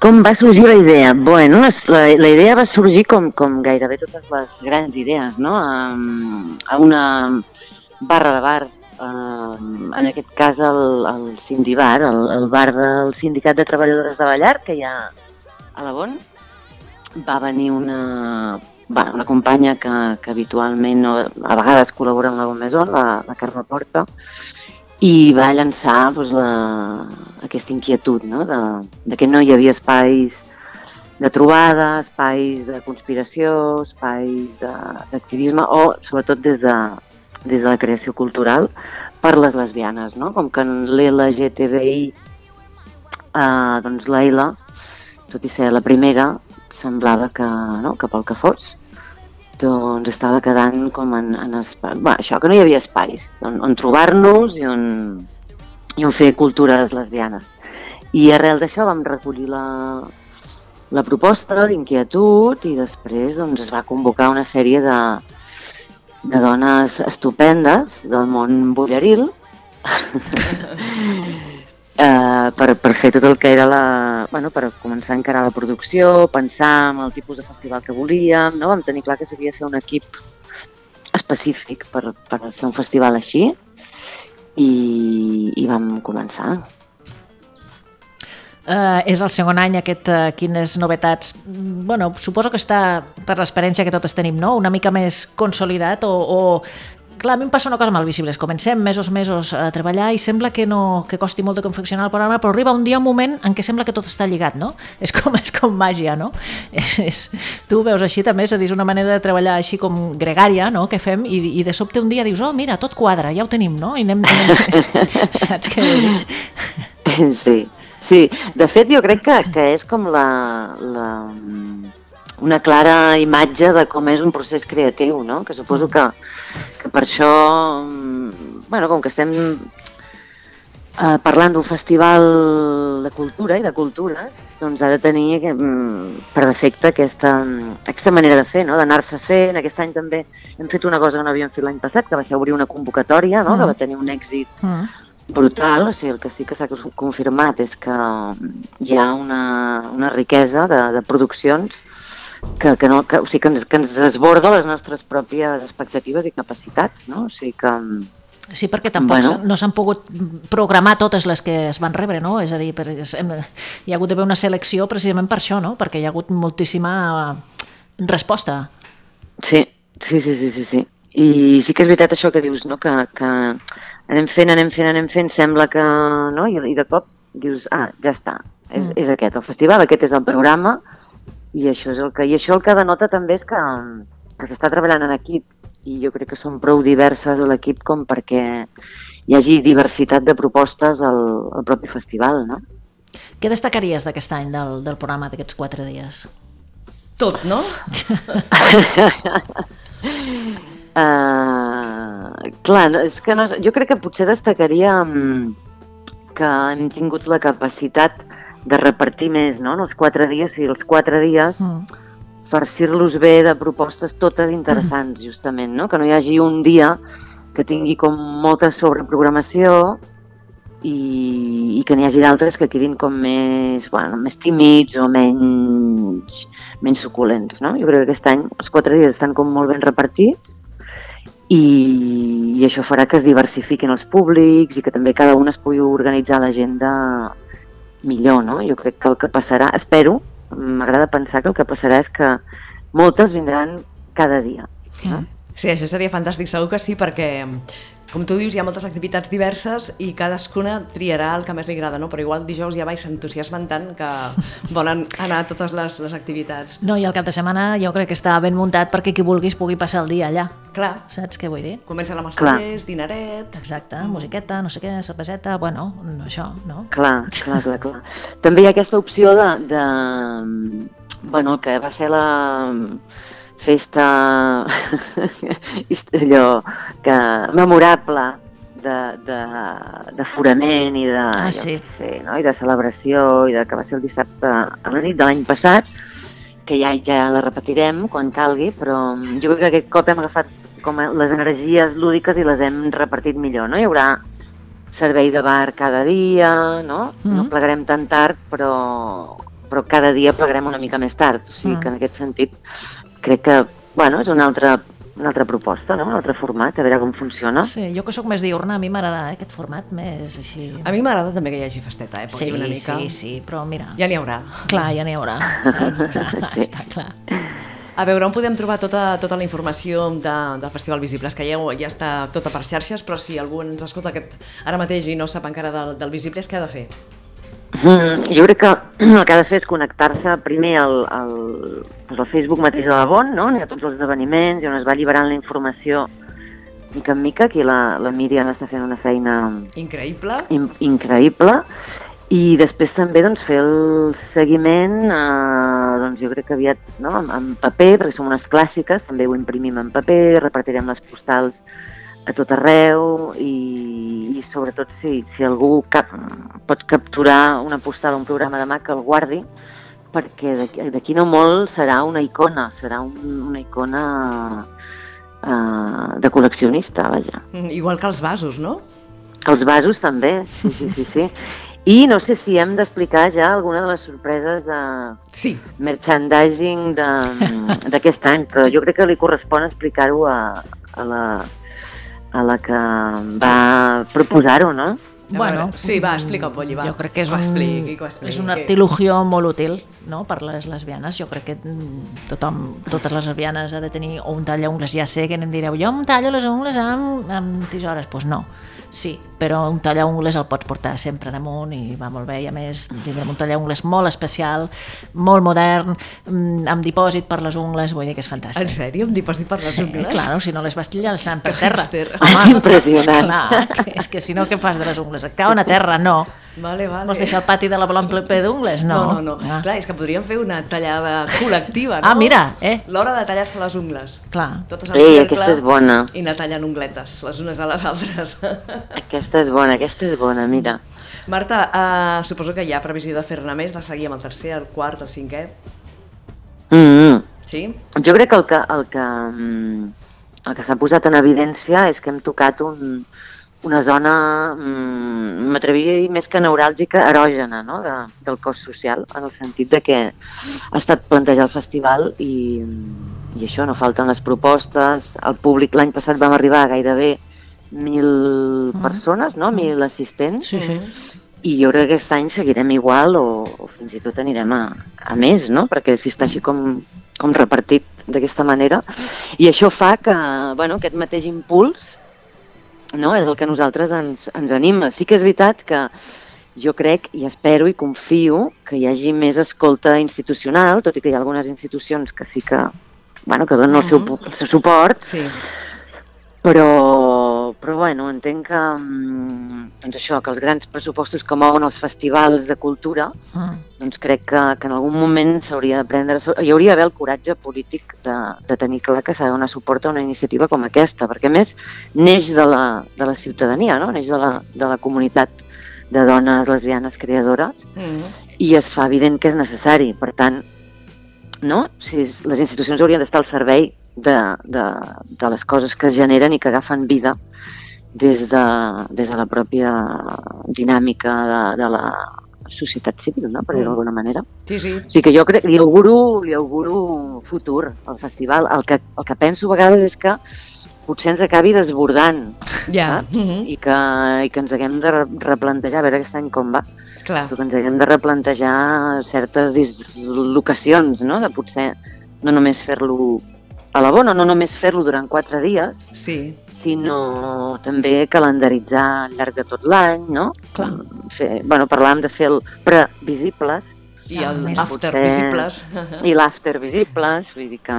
Speaker 4: Com va sorgir la idea? Bueno, les- la, la idea va sorgir com, com gairebé totes les grans idees, no? Um, A una barra de bar, um, en aquest cas el, el Sindibar, el, el bar del Sindicat de Treballadores de la Llar, que ja a la Bon va venir una, va, una companya que, que habitualment, no, a vegades col·labora amb la Bon Maison, la, la Carme Porta, i va llançar doncs, la, aquesta inquietud no? de, de que no hi havia espais de trobada, espais de conspiració, espais de- d'activisme o sobretot des de, des de la creació cultural per les lesbianes, no? com que en l'LGTBI eh, doncs la L, tot i ser la primera, semblava que, no? que pel que fos, doncs estava quedant com en, en espai... Bé, això, que no hi havia espais on, on trobar-nos i on, i on fer cultures lesbianes. I arrel d'això vam recollir la, la proposta d'inquietud i després doncs, es va convocar una sèrie de, de dones estupendes del món bulleril eh, per, per fer tot el que era la... Bueno, per començar a encarar la producció, pensar en el tipus de festival que volíem, no? vam tenir clar que s'havia de fer un equip específic per, per fer un festival així i, i vam començar.
Speaker 3: Eh, és el segon any aquest, eh, quines novetats... Mm, Bueno, suposo que està, per l'experiència que totes tenim, no? una mica més consolidat o... o Clar, a mi em passa una cosa amb el Visibles. Comencem mesos, mesos a treballar i sembla que no que costi molt de confeccionar el programa, però arriba un dia, un moment, en què sembla que tot està lligat, no? És com, és com màgia, no? És, és, tu ho veus així també, és a dir, és una manera de treballar així com gregària, no?, que fem, i, i de sobte un dia dius, oh, mira, tot quadra, ja ho tenim, no? I anem... anem... Saps què vull dir?
Speaker 4: Sí, sí. De fet, jo crec que, que és com la, la, una clara imatge de com és un procés creatiu, no? Que suposo que, que per això, mm, bueno, com que estem eh, parlant d'un festival de cultura i de cultures, doncs ha de tenir mm, per defecte aquesta, aquesta manera de fer, no? d'anar-se fent. Aquest any també hem fet una cosa que no havíem fet l'any passat, que va ser obrir una convocatòria, no? que va tenir un èxit
Speaker 3: Mm.
Speaker 4: brutal, o sigui, el que sí que s'ha confirmat és que hi ha una, una riquesa de, de produccions que, que, no, que, o sigui, que, ens, que ens desborda les nostres pròpies expectatives i capacitats, no? O sigui que...
Speaker 3: Sí, perquè tampoc
Speaker 4: Bueno.
Speaker 3: bueno. no s'han pogut programar totes les que es van rebre, no? És a dir, per, és, hem, hi ha hagut d'haver una selecció precisament per això, no? Perquè hi ha hagut moltíssima resposta.
Speaker 4: Sí, sí, sí, sí, sí, sí. I sí que és veritat això que dius, no? Que, que anem fent, anem fent, anem fent, sembla que... No? I, I de cop dius, ah, ja està, és, és aquest el festival, aquest és el programa, I això és el que, i això el que denota també és que, que s'està treballant en equip i jo crec que són prou diverses a l'equip com perquè hi hagi diversitat de propostes al, al propi festival, no?
Speaker 3: Què destacaries d'aquest any del, del programa d'aquests quatre dies?
Speaker 2: Tot, no?
Speaker 4: Uh, clar, no, és que no, jo crec que potser destacaria mm, que hem tingut la capacitat de repartir més, no?, en els quatre dies, i els quatre dies
Speaker 3: Mm.
Speaker 4: farcir-los bé de propostes totes interessants, justament, no? Que no hi hagi un dia que tingui com molta sobreprogramació i, i que n'hi hagi d'altres que quedin com més, bueno, més tímids o menys, menys suculents, no? Jo crec que aquest any els quatre dies estan com molt ben repartits i, i això farà que es diversifiquin els públics i que també cada un es pugui organitzar l'agenda millor, no? Jo crec que el que passarà, espero, m'agrada pensar que el que passarà és que moltes vindran cada dia. No?
Speaker 2: Sí, això seria fantàstic, segur que sí, perquè com tu dius, hi ha moltes activitats diverses i cadascuna triarà el que més li agrada, no? però igual dijous ja vaig s'entusiasmen tant que volen anar a totes les, les activitats.
Speaker 3: No, i el cap de setmana jo crec que està ben muntat perquè qui vulguis pugui passar el dia allà.
Speaker 2: Clar,
Speaker 3: Saps què vull dir?
Speaker 2: comencen amb els
Speaker 4: Clar.
Speaker 2: tallers, dinaret...
Speaker 3: Exacte,
Speaker 2: Mm.
Speaker 3: musiqueta, no sé què, cerveseta, bueno, no, això, no?
Speaker 4: Clar, clar, clar, clar. També hi ha aquesta opció de, de bueno, el que va ser la festa allò que memorable de, de, de forament i de,
Speaker 3: Ah,
Speaker 4: jo
Speaker 3: sí.
Speaker 4: què sé, no? i de celebració i de que va ser el dissabte a la nit de l'any passat que ja, ja la repetirem quan calgui, però mm, jo crec que aquest cop hem agafat com les energies lúdiques i les hem repartit millor, no? Hi haurà servei de bar cada dia, no? No
Speaker 3: Mhm.
Speaker 4: plegarem tan tard, però, però cada dia plegarem una mica més tard. O sigui
Speaker 3: Mm.
Speaker 4: que en aquest sentit crec que, bueno, és una altra una altra proposta, no? un altre format, a veure com funciona.
Speaker 2: Ah.
Speaker 3: Sí, jo que sóc més diurna, a mi m'agrada eh, aquest format més així...
Speaker 2: A mi m'agrada també que hi hagi festeta, eh? Perquè
Speaker 3: sí,
Speaker 2: una mica...
Speaker 3: sí, sí, però mira...
Speaker 2: Ja n'hi haurà.
Speaker 3: Clar, ja n'hi haurà, saps? Clar,
Speaker 4: Sí.
Speaker 3: està clar.
Speaker 2: A veure, on podem trobar tota, tota la informació de, del Festival Visibles? Que ja, ho- ja està tota per xarxes, però si algú ens escolta aquest, ara mateix i no sap encara del, del Visibles, què ha de fer?
Speaker 4: Mm, jo crec que el que ha de fer és connectar-se primer al, al, doncs al Facebook mateix de la Bon, no? on hi ha tots els esdeveniments i on es va alliberant la informació mica en mica. Aquí la, la Míriam està fent una feina
Speaker 2: Increïble.
Speaker 4: in, increïble. I després també doncs, fer el seguiment, eh, doncs, jo crec que aviat no? en, en paper, perquè som unes clàssiques, també ho imprimim en paper, repartirem les postals a tot arreu i, i sobretot si, si algú cap, pot capturar una postal o un programa demà que el guardi, perquè d'aquí- d'aquí no molt serà una icona, serà un, una icona eh, de col·leccionista, vaja.
Speaker 2: Mm, Igual que els vasos, no?
Speaker 4: Els vasos també, sí, sí, sí, sí. I no sé si hem d'explicar ja alguna de les sorpreses de
Speaker 2: Sí.
Speaker 4: merchandising de- d'aquest any, però jo crec que li correspon explicar-ho a, a, la, a la que va proposar-ho, no?
Speaker 2: A veure, sí, va, explica, Polly, va.
Speaker 3: Jo crec que és,
Speaker 2: Que ho
Speaker 3: un,
Speaker 2: expliqui, que ho expliqui.
Speaker 3: és un artilugio molt útil no? per les lesbianes. Jo crec que mm, tothom, totes les lesbianes ha de tenir o un tall ungles. Ja sé que en direu, jo em tallo les ungles amb, amb tisores. Doncs pues no, sí, però un tall ungles el pots portar sempre damunt i va molt bé. I a més tindrem un tall ungles molt especial, molt modern, mm, amb dipòsit per les ungles, vull dir que és fantàstic.
Speaker 2: En sèrio? Em dipòsit per les
Speaker 3: Sí,
Speaker 2: ungles?
Speaker 3: claro, si no les vas llançant per
Speaker 2: Que
Speaker 3: terra. Ah,
Speaker 2: hipster.
Speaker 4: És Ah, impressionant.
Speaker 3: Clar, que- és que si no, què fas de les ungles? Et cauen a terra? No.
Speaker 2: Vale, vale.
Speaker 3: Vols deixar el pati de la Blanc ple d'ungles? No,
Speaker 2: No, no, no.
Speaker 3: Ah,
Speaker 2: Clar, és que podríem fer una tallada col·lectiva, no?
Speaker 3: Ah, mira, eh.
Speaker 2: L'hora de tallar-se les ungles.
Speaker 3: Clar.
Speaker 2: Totes
Speaker 4: Ei,
Speaker 2: cercle
Speaker 4: aquesta és bona.
Speaker 2: I anar tallant ungletes les unes a les altres.
Speaker 4: Aquesta és bona, aquesta és bona, mira.
Speaker 2: Marta, eh, suposo que hi ha previsió de fer-ne més, de seguir amb el tercer, el quart, el cinquè,
Speaker 4: Mm -hmm.
Speaker 2: sí?
Speaker 4: Jo crec que el que, el que, mm, el que s'ha posat en evidència és que hem tocat un, una zona, mm, m'atreviria a dir més que neuràlgica, erògena no? de, del cos social, en el sentit de que ha estat plantejar el festival i, i això, no falten les propostes, el públic, l'any passat vam arribar a gairebé mil persones, no? mil assistents,
Speaker 3: Ah. Sí, sí.
Speaker 4: i jo crec que aquest any seguirem igual o, o fins i tot anirem a, a més, no? Perquè si està així com, com repartit d'aquesta manera. I això fa que, bueno, aquest mateix impuls no? és el que a nosaltres ens, ens anima. Sí que és veritat que jo crec i espero i confio que hi hagi més escolta institucional, tot i que hi ha algunes institucions que sí que, bueno, que donen el seu, pu- el seu suport,
Speaker 2: Sí.
Speaker 4: però, però bueno, entenc que, mm, doncs això, que els grans pressupostos que mouen els festivals de cultura,
Speaker 3: Mm.
Speaker 4: doncs crec que, que en algun moment s'hauria de prendre, hi hauria d'haver el coratge polític de, de tenir clar que s'ha de donar suport a una iniciativa com aquesta, perquè a més neix de la, de la ciutadania, no? neix de la, de la comunitat de dones lesbianes creadores,
Speaker 2: Mm.
Speaker 4: i es fa evident que és necessari. Per tant, no? si es- les institucions haurien d'estar al servei de, de, de les coses que es generen i que agafen vida des de, des de la pròpia dinàmica de, de la societat civil, no? per dir-ho d'alguna manera.
Speaker 2: Sí, sí.
Speaker 4: O sigui que jo crec, li auguro, li auguro futur al festival. El que, el que penso a vegades és que potser ens acabi desbordant
Speaker 2: Ja.
Speaker 4: saps?
Speaker 2: Mhm.
Speaker 4: I, que, i que ens haguem de re- replantejar, a veure aquest any com va
Speaker 2: Clar.
Speaker 4: però que ens haguem de replantejar certes dislocacions, no? De potser no només fer-lo a la bona, no només fer-lo durant quatre dies,
Speaker 2: Sí.
Speaker 4: sinó també calendaritzar al llarg de tot l'any, no?
Speaker 3: Clar.
Speaker 4: Fer, bueno, parlàvem de fer el previsibles
Speaker 2: I el
Speaker 3: Ah,
Speaker 2: after
Speaker 4: potser-
Speaker 2: visibles.
Speaker 4: i l'after visibles, vull dir que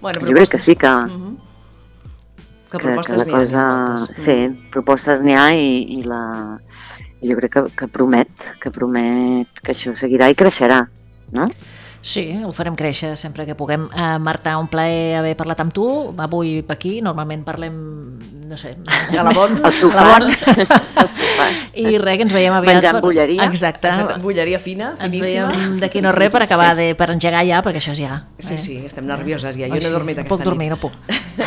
Speaker 2: bueno,
Speaker 4: jo crec que sí que,
Speaker 2: Mhm. Que,
Speaker 4: que, que
Speaker 2: propostes
Speaker 4: la
Speaker 2: n'hi ha, n'hi ha
Speaker 4: cosa...
Speaker 2: moltes.
Speaker 4: Sí, propostes n'hi ha i, i la... Jo crec que, que promet, que promet que això seguirà i creixerà, no?
Speaker 3: Sí, ho farem créixer sempre que puguem. Uh, Marta, un plaer haver parlat amb tu. Avui per aquí, normalment parlem, no sé...
Speaker 2: A la bon.
Speaker 4: El sofà.
Speaker 3: A la bona.
Speaker 4: El sofà.
Speaker 3: I res, que ens veiem aviat.
Speaker 4: Menjant bulleria.
Speaker 3: Exacte.
Speaker 2: Bulleria fina,
Speaker 3: Ens
Speaker 2: finíssima.
Speaker 3: veiem d'aquí no res per acabar de, per engegar ja, perquè això és ja.
Speaker 2: Sí,
Speaker 3: eh?
Speaker 2: sí, estem nervioses ja. Jo
Speaker 3: Ai,
Speaker 2: no he
Speaker 3: sí,
Speaker 2: dormit
Speaker 3: no
Speaker 2: aquesta
Speaker 3: puc dormir,
Speaker 2: nit.
Speaker 3: no puc.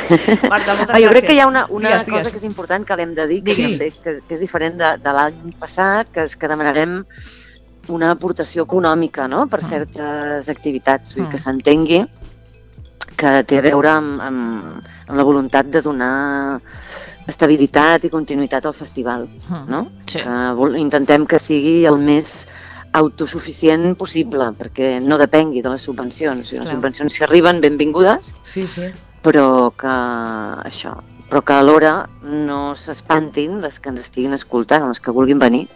Speaker 2: Marta, moltes
Speaker 4: Ah, jo crec
Speaker 2: gràcies.
Speaker 4: que hi ha una, una
Speaker 2: Digues,
Speaker 4: cosa
Speaker 2: digues.
Speaker 4: que és important que l'hem de dir, que,
Speaker 2: Digues.
Speaker 4: també- que, que és diferent de, de l'any passat, que és que demanarem
Speaker 2: Ah.
Speaker 4: una aportació econòmica no? per certes activitats, vull dir,
Speaker 3: Mm.
Speaker 4: que s'entengui que té a veure amb, amb, amb la voluntat de donar estabilitat i continuïtat al festival,
Speaker 2: Ah,
Speaker 3: Mm,
Speaker 4: no?
Speaker 3: sí.
Speaker 4: Que vol- intentem que sigui el més autosuficient possible, perquè no depengui de les subvencions. Si les
Speaker 2: Clar.
Speaker 4: subvencions s'hi arriben, benvingudes,
Speaker 2: Sí, sí.
Speaker 4: però que això, però que alhora no s'espantin les que ens estiguin escoltant, les que vulguin venir,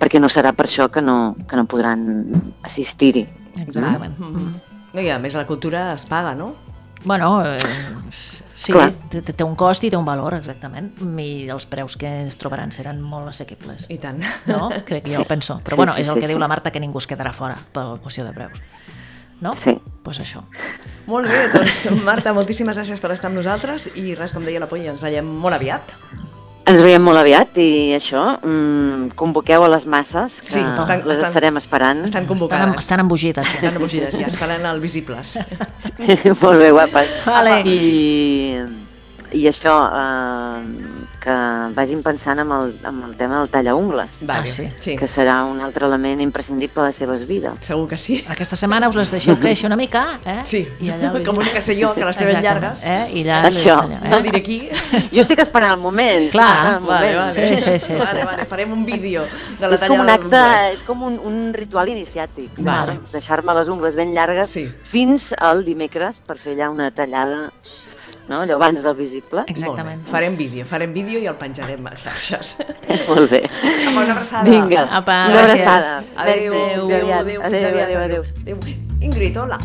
Speaker 4: perquè no serà per això que no, que no podran assistir-hi.
Speaker 3: Exactament.
Speaker 2: Mhm. No, I a més la cultura es paga, no?
Speaker 3: Bueno, eh, sí,
Speaker 4: Clar.
Speaker 3: té, té un cost i té un valor, exactament, i els preus que es trobaran seran molt assequibles.
Speaker 2: I tant.
Speaker 3: No? Crec que jo ho penso. Però
Speaker 4: Sí,
Speaker 3: bueno,
Speaker 4: sí,
Speaker 3: és el
Speaker 4: sí,
Speaker 3: que diu
Speaker 4: sí.
Speaker 3: la Marta, que ningú es quedarà fora per qüestió de preus. No?
Speaker 4: Sí.
Speaker 3: pues això.
Speaker 2: Molt bé, doncs Marta, moltíssimes gràcies per estar amb nosaltres i res, com deia la Polla, ens veiem molt aviat.
Speaker 4: Ens veiem molt aviat i això, mm, convoqueu a les masses, que
Speaker 2: Sí, estan-
Speaker 4: les
Speaker 2: estan-
Speaker 4: estarem esperant.
Speaker 2: Estan
Speaker 3: Estan,
Speaker 2: convocades.
Speaker 3: em- estan embogides.
Speaker 2: Estan embogides ja, esperant el Visibles.
Speaker 3: Ah,
Speaker 4: molt bé, guapes.
Speaker 3: Vale.
Speaker 4: I, I això, eh, que vagin pensant amb el, amb el tema del tallaungles,
Speaker 2: Vale,
Speaker 3: sí.
Speaker 2: sí.
Speaker 4: que serà un altre element imprescindible a les seves vides.
Speaker 2: Segur que sí.
Speaker 3: Aquesta setmana us les deixeu créixer una mica, eh?
Speaker 2: Sí,
Speaker 3: I allà ho diré.
Speaker 2: comunica-se jo, que les teves
Speaker 3: Exactament,
Speaker 2: llargues.
Speaker 3: Eh? I allà les
Speaker 4: Això.
Speaker 3: talleu,
Speaker 2: No
Speaker 3: eh?
Speaker 2: diré aquí.
Speaker 4: Jo estic esperant el moment.
Speaker 3: Clar,
Speaker 4: esperant el
Speaker 2: Vale,
Speaker 4: moment.
Speaker 2: vale.
Speaker 3: Sí, sí, sí, sí.
Speaker 2: Vale, vale, farem un vídeo de la
Speaker 4: És com
Speaker 2: tallada
Speaker 4: un acte,
Speaker 2: d'ungles.
Speaker 4: és com un, un ritual iniciàtic.
Speaker 3: Vale.
Speaker 4: Doncs Deixar-me les ungles ben llargues
Speaker 2: Sí.
Speaker 4: fins al dimecres per fer allà una tallada, no? allò abans del visible.
Speaker 3: Exactament.
Speaker 2: Molt bé, Farem vídeo, farem vídeo i el penjarem a xarxes.
Speaker 4: Molt bé.
Speaker 2: Amb una abraçada.
Speaker 4: Vinga,
Speaker 3: Apa,
Speaker 4: una
Speaker 3: gràcies.
Speaker 4: abraçada.
Speaker 2: Adéu, adéu,
Speaker 4: Merci,
Speaker 2: adéu,
Speaker 4: aviat.
Speaker 2: adéu, fins
Speaker 4: adéu,
Speaker 2: aviat,
Speaker 4: adéu,
Speaker 2: adéu.
Speaker 4: adéu.
Speaker 2: adéu. Ingrid, hola.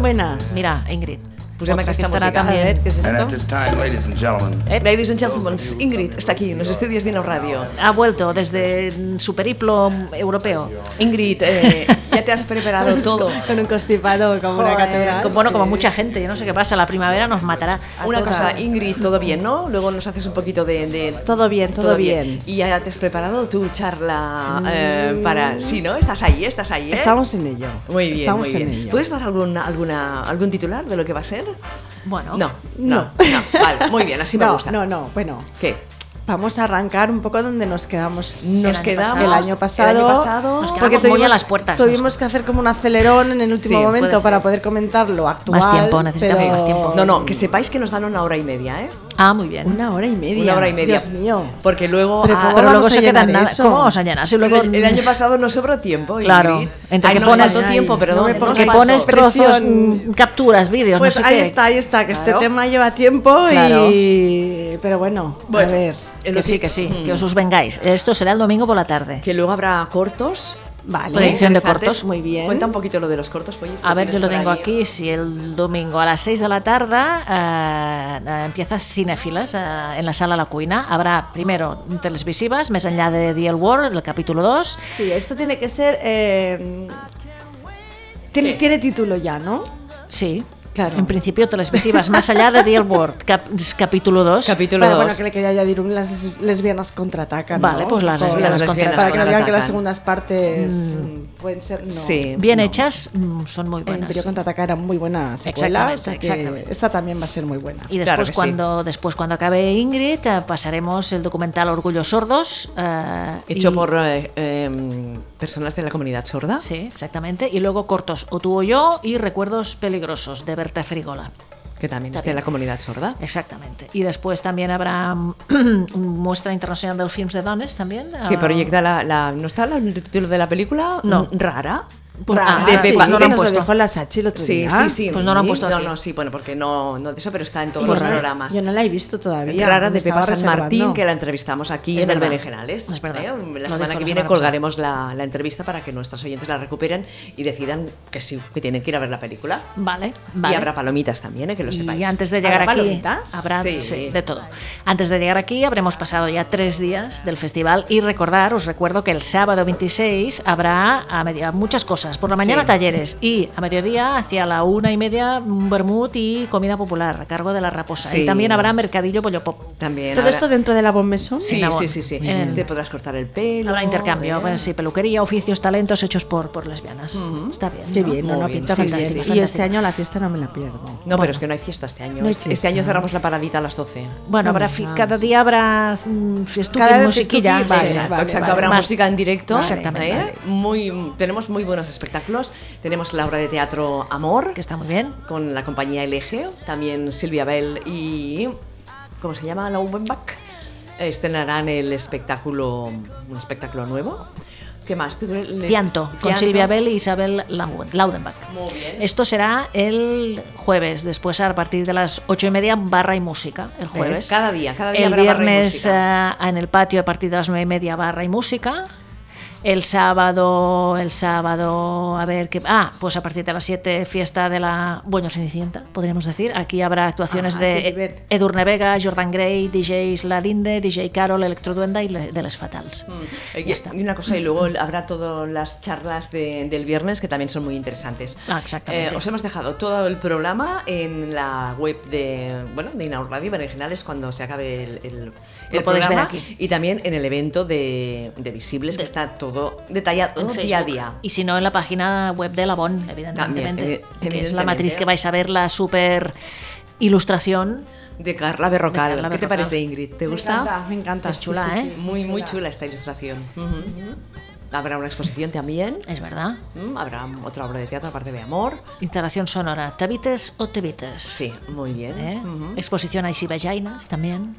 Speaker 5: Buenas.
Speaker 3: Mira, Ingrid.
Speaker 2: Posem
Speaker 3: otra
Speaker 2: aquesta
Speaker 3: que estarà
Speaker 2: música.
Speaker 5: A
Speaker 3: també.
Speaker 5: ver, ¿qué es
Speaker 6: And
Speaker 5: esto?
Speaker 6: at this time, ladies and gentlemen,
Speaker 2: Ladies and gentlemen, Ingrid está aquí en los estudios de Inau Radio.
Speaker 3: Ha vuelto desde su periplo europeo.
Speaker 2: Ingrid, eh, ya te has preparado todo.
Speaker 5: Con un constipado como una
Speaker 3: Joder,
Speaker 5: catedral.
Speaker 3: como- bueno, como mucha gente, yo no sé qué pasa, la primavera nos matará.
Speaker 2: Una
Speaker 5: todas.
Speaker 2: cosa, Ingrid, todo bien, ¿no? Luego nos haces un poquito de... de-
Speaker 5: Todo bien, todo bien.
Speaker 2: Y ya te has preparado tu charla eh, para... Sí, ¿no? Estás ahí, estás ahí, ¿eh?
Speaker 5: Mm. Estamos en ello.
Speaker 2: Muy bien,
Speaker 5: Estamos
Speaker 2: muy
Speaker 5: en
Speaker 2: bien.
Speaker 5: ello.
Speaker 2: ¿Puedes dar algún, alguna, algún titular de lo que va a ser?
Speaker 3: Bueno,
Speaker 2: No, no, no. Vale, muy bien, así me
Speaker 5: no,
Speaker 2: gusta.
Speaker 5: No, no, bueno.
Speaker 2: ¿Qué?
Speaker 5: Vamos a arrancar un poco donde nos quedamos
Speaker 2: Nos
Speaker 3: año
Speaker 2: quedamos...
Speaker 5: el año pasado.
Speaker 2: El año pasado...
Speaker 3: Nos quedamos muy a las puertas, nos-
Speaker 5: Tuvimos que hacer como un acelerón en el último
Speaker 2: Sí,
Speaker 5: momento
Speaker 3: puede
Speaker 5: para
Speaker 3: ser.
Speaker 5: poder comentarlo actual.
Speaker 3: Más tiempo, necesitamos
Speaker 5: pero-
Speaker 3: más tiempo.
Speaker 2: No, no, que sepáis que nos dan una hora y media, ¿eh?
Speaker 3: ah, muy bien.
Speaker 5: Una hora y media.
Speaker 2: Una hora y media.
Speaker 5: Dios mío.
Speaker 2: Porque luego...
Speaker 5: Pero
Speaker 2: ah,
Speaker 5: ¿cómo
Speaker 3: Pero
Speaker 5: vamos
Speaker 3: luego
Speaker 5: a
Speaker 3: se quedan
Speaker 5: llenar
Speaker 3: nada.
Speaker 5: eso?
Speaker 3: ¿Cómo vamos a llenar? Si luego
Speaker 2: el, el año pasado no sobró tiempo.
Speaker 3: Claro,
Speaker 2: Ingrid.
Speaker 3: entre
Speaker 2: Ay,
Speaker 3: que
Speaker 2: nos
Speaker 3: pones-
Speaker 2: faltó tiempo, perdón.
Speaker 5: no me
Speaker 2: nos
Speaker 5: pongas-
Speaker 3: que
Speaker 2: faltó.
Speaker 3: pones trozos,
Speaker 5: Presión.
Speaker 3: mm, capturas, vídeos,
Speaker 5: Pues
Speaker 3: no sé
Speaker 5: ahí
Speaker 3: qué.
Speaker 5: está, ahí está, que
Speaker 2: Claro.
Speaker 5: este tema lleva tiempo
Speaker 3: Claro.
Speaker 5: y... Pero bueno,
Speaker 2: Bueno,
Speaker 5: a ver.
Speaker 2: el
Speaker 3: Que sí,
Speaker 2: último-
Speaker 3: que sí,
Speaker 5: Mm.
Speaker 3: que os os vengáis. Esto será el domingo por la tarde.
Speaker 2: Que luego habrá cortos.
Speaker 5: Vale.
Speaker 2: muy
Speaker 3: Proyección de
Speaker 2: interesantes.
Speaker 3: cortos.
Speaker 5: Muy bien.
Speaker 2: Cuenta un poquito lo de los cortos, pues.
Speaker 3: A ver, yo lo tengo aquí. Si el domingo a las 6 de la tarde eh, eh, empieza Cinefiles eh, en la sala La Cuina, habrá primero televisivas, més enllà de The L World, el capítulo 2.
Speaker 5: Sí, esto tiene que ser... eh, tiene,
Speaker 2: ¿Qué?
Speaker 5: tiene título ya, ¿no?
Speaker 3: Sí,
Speaker 5: Claro.
Speaker 3: En principio televisivas, más allá de The L World, cap- capítulo 2.
Speaker 2: Capítulo 2.
Speaker 5: Bueno, bueno, que le quería añadir un las lesbianas contraatacan. ¿no?
Speaker 3: Vale, pues las
Speaker 5: Por-
Speaker 3: lesbianas
Speaker 2: Las lesbianas
Speaker 5: Para que no digan que
Speaker 2: contraatacan.
Speaker 5: las segundas partes mm, pueden ser. No.
Speaker 2: Sí.
Speaker 3: Bien
Speaker 2: no. Eh,
Speaker 3: hechas, mm, son muy
Speaker 5: El
Speaker 3: buenas.
Speaker 5: Imperio contraataca era muy buena secuela,
Speaker 3: Exactamente,
Speaker 5: o sea que
Speaker 3: exactamente.
Speaker 5: esta también va a ser muy buena.
Speaker 3: Y
Speaker 2: Claro
Speaker 3: después,
Speaker 2: que sí.
Speaker 3: cuando, después cuando acabe Ingrid, eh, pasaremos el documental Orgullo Sordos. eh,
Speaker 2: Hecho
Speaker 3: y-
Speaker 2: por eh, eh, personas de la comunidad sorda.
Speaker 3: Sí, exactamente. Y luego cortos O tú o yo y Recuerdos Peligrosos de Berta Frigola.
Speaker 2: Que también es de
Speaker 3: También.
Speaker 2: la comunidad sorda.
Speaker 3: Eh, Exactamente. Y después también habrá mm, muestra internacional del films de dones también.
Speaker 2: Que
Speaker 3: ah,
Speaker 2: proyecta la, la- ¿No está la- el título de la película? Mm,
Speaker 3: No.
Speaker 2: ¿Rara?
Speaker 3: Pues
Speaker 5: Rara,
Speaker 3: de
Speaker 5: Ah, sí,
Speaker 3: Pepa,
Speaker 5: que
Speaker 3: no lo han
Speaker 5: nos
Speaker 3: puesto.
Speaker 5: lo dijo la Sachi el otro
Speaker 2: Sí,
Speaker 5: día.
Speaker 2: sí, sí.
Speaker 3: Pues no lo han puesto
Speaker 2: No,
Speaker 3: aquí.
Speaker 2: no, sí, bueno, porque no, no de eso, pero está en todos
Speaker 5: Y
Speaker 2: los
Speaker 5: no la-
Speaker 2: programas.
Speaker 5: Yo no la he visto todavía.
Speaker 2: Rara
Speaker 5: me
Speaker 2: de Pepa
Speaker 5: estaba
Speaker 2: San Martín,
Speaker 5: reservando.
Speaker 2: que la entrevistamos aquí
Speaker 3: Es
Speaker 2: en el
Speaker 3: verdad.
Speaker 2: Berenjenales.
Speaker 3: Es verdad.
Speaker 2: ¿eh?
Speaker 3: Lo dijo
Speaker 2: La semana
Speaker 3: la
Speaker 2: que viene
Speaker 3: semana
Speaker 2: colgaremos la, la entrevista para que nuestros oyentes la recuperen y decidan que sí, que tienen que ir a ver la película.
Speaker 3: Vale, vale.
Speaker 2: Y habrá palomitas también, ¿eh? que lo sepáis.
Speaker 3: Y antes de llegar
Speaker 5: ¿Habrá
Speaker 3: aquí
Speaker 5: palomitas?
Speaker 3: habrá
Speaker 2: Sí.
Speaker 3: sí, de todo. Antes de llegar aquí habremos pasado ya tres días del festival y recordar, os recuerdo que el sábado 26 habrá a media- muchas cosas. Por la mañana
Speaker 2: Sí.
Speaker 3: talleres y a mediodía hacia la una y media un vermut y comida popular a cargo de la raposa.
Speaker 2: Sí.
Speaker 3: Y también habrá mercadillo pollo pop.
Speaker 2: También.
Speaker 5: Todo
Speaker 2: habrá-
Speaker 5: esto dentro de la Bombesón.
Speaker 2: Sí,
Speaker 3: en
Speaker 2: sí,
Speaker 3: Avon.
Speaker 2: sí, sí.
Speaker 3: En-
Speaker 2: Te podrás cortar el pelo.
Speaker 3: Habrá intercambio,
Speaker 5: Oh,
Speaker 2: ¿eh?
Speaker 3: pues, sí, peluquería, oficios, talentos hechos por, por lesbianas. Está bien.
Speaker 5: Qué
Speaker 3: ¿no?
Speaker 5: bien, no,
Speaker 2: Muy
Speaker 5: no,
Speaker 2: bien,
Speaker 5: pinta
Speaker 2: sí, sí,
Speaker 5: fantástica.
Speaker 3: sí.
Speaker 5: Y este año la fiesta no me la pierdo.
Speaker 2: No, pero es que no hay fiesta este año.
Speaker 5: No hay
Speaker 2: Este- Este
Speaker 5: fiesta.
Speaker 2: año cerramos la paradita a las 12.
Speaker 3: Bueno, habrá fi- cada día habrá mm, fiestuki,
Speaker 5: Cada vez
Speaker 3: musiquilla.
Speaker 5: fiestuki, vale,
Speaker 3: sí.
Speaker 2: exacto,
Speaker 5: vale,
Speaker 2: exacto.
Speaker 5: vale.
Speaker 2: Habrá
Speaker 3: Más-
Speaker 2: música en directo.
Speaker 3: Exactamente.
Speaker 2: ¿eh? Muy, tenemos muy buenos espectáculos. Tenemos la obra de teatro Amor,
Speaker 3: que está muy bien.
Speaker 2: con la compañía LG, también Silvia Bell y. ¿Cómo se llama? La Ubenbach. Estrenarán el espectáculo, un espectáculo nuevo. ¿Qué más?
Speaker 3: Pianto, con Silvia Bell y Isabel Lauden- Laudenbach.
Speaker 2: Muy bien.
Speaker 3: Esto será el jueves, después a partir de las ocho y media, barra y música, el jueves.
Speaker 2: Cada día, cada día
Speaker 3: El
Speaker 2: habrá barra y
Speaker 3: viernes
Speaker 2: música.
Speaker 3: eh, en el patio a partir de las nueve y media, barra y música. El sábado, el sábado, a ver qué. Ah, pues a partir de las 7, fiesta de la. Bueno, Cenicienta, podríamos decir. Aquí habrá actuaciones
Speaker 5: Ah, qué
Speaker 3: de
Speaker 5: nivel.
Speaker 3: Edurne Vega, Jordan Gray, DJs Ladinde, DJ Carol, Electroduenda y le- de Les Fatals.
Speaker 2: Eh, Y, y una cosa, y luego habrá todas las charlas de- del viernes que también son muy interesantes.
Speaker 3: Ah, exactamente.
Speaker 2: Eh, os hemos dejado todo el programa en la web de, bueno, de Inaud Radio, pero en general es cuando se acabe el, el, el
Speaker 3: podéis ver
Speaker 2: programa.
Speaker 3: aquí.
Speaker 2: Y también en el evento de, de Visibles, que está todo detallado
Speaker 3: en
Speaker 2: todo día a
Speaker 3: Facebook.
Speaker 2: día.
Speaker 3: Y si no, en la página web de Labón, evidentemente.
Speaker 2: También, evi-
Speaker 3: que es la
Speaker 2: evidentemente.
Speaker 3: matriz que vais a ver la super ilustración.
Speaker 2: De Carla Berrocal.
Speaker 3: De Carla
Speaker 2: ¿Qué te
Speaker 3: Berrocal.
Speaker 2: parece, Ingrid? ¿Te
Speaker 5: Me
Speaker 2: gusta?
Speaker 5: encanta, me encanta.
Speaker 3: Es chula, ¿eh?
Speaker 2: Muy, muy chula esta ilustración. Ujú. Habrá una exposición también.
Speaker 3: Es verdad.
Speaker 2: Mm, Habrá otra obra de teatro aparte de amor.
Speaker 3: Instalación sonora, ¿tabites o tebites?
Speaker 2: Sí, muy bien.
Speaker 3: ¿Eh?
Speaker 2: Ujú.
Speaker 3: Exposición a Isi Vagainas también,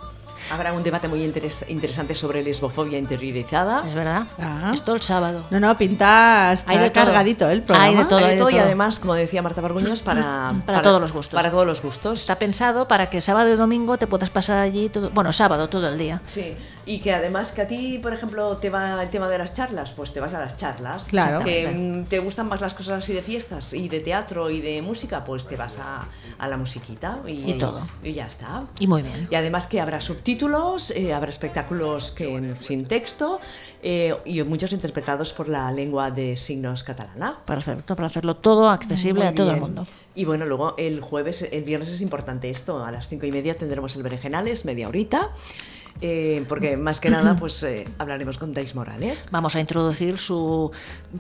Speaker 2: Habrá un debate muy interes- interesante sobre lesbofobia interiorizada.
Speaker 3: es verdad.
Speaker 5: Ah.
Speaker 3: Esto el sábado.
Speaker 5: No, no, pinta está
Speaker 3: Hay de todo.
Speaker 5: cargadito ¿eh? el programa.
Speaker 3: Hay de todo,
Speaker 2: Hay de todo y
Speaker 3: todo.
Speaker 2: además, como decía Marta Barbuños, para,
Speaker 3: Para todos los gustos.
Speaker 2: Para todos los gustos.
Speaker 3: Está pensado para que sábado y domingo te puedas pasar allí, todo, bueno, sábado todo el día.
Speaker 2: Sí, y que además que a ti, por ejemplo, te va el tema de las charlas, pues te vas a las charlas.
Speaker 5: Claro.
Speaker 2: Que
Speaker 3: Exactamente.
Speaker 2: mm, te gustan más las cosas así de fiestas y de teatro y de música, pues te vas a, a la musiquita y,
Speaker 3: Y todo.
Speaker 2: Y ya está.
Speaker 3: Y muy bien.
Speaker 2: Y además que habrá subtítulos, eh, habrá espectáculos que, sin texto eh, y muchos interpretados por la lengua de signos catalana.
Speaker 3: Para, hacer- para hacerlo todo accesible
Speaker 5: Muy
Speaker 3: a todo el
Speaker 5: bien.
Speaker 3: mundo.
Speaker 2: Y bueno, luego el jueves, el viernes es importante esto. A las cinco y media tendremos el berenjenales, media horita. eh, porque más que nada, pues eh, hablaremos con Tais Morales.
Speaker 3: Vamos a introducir su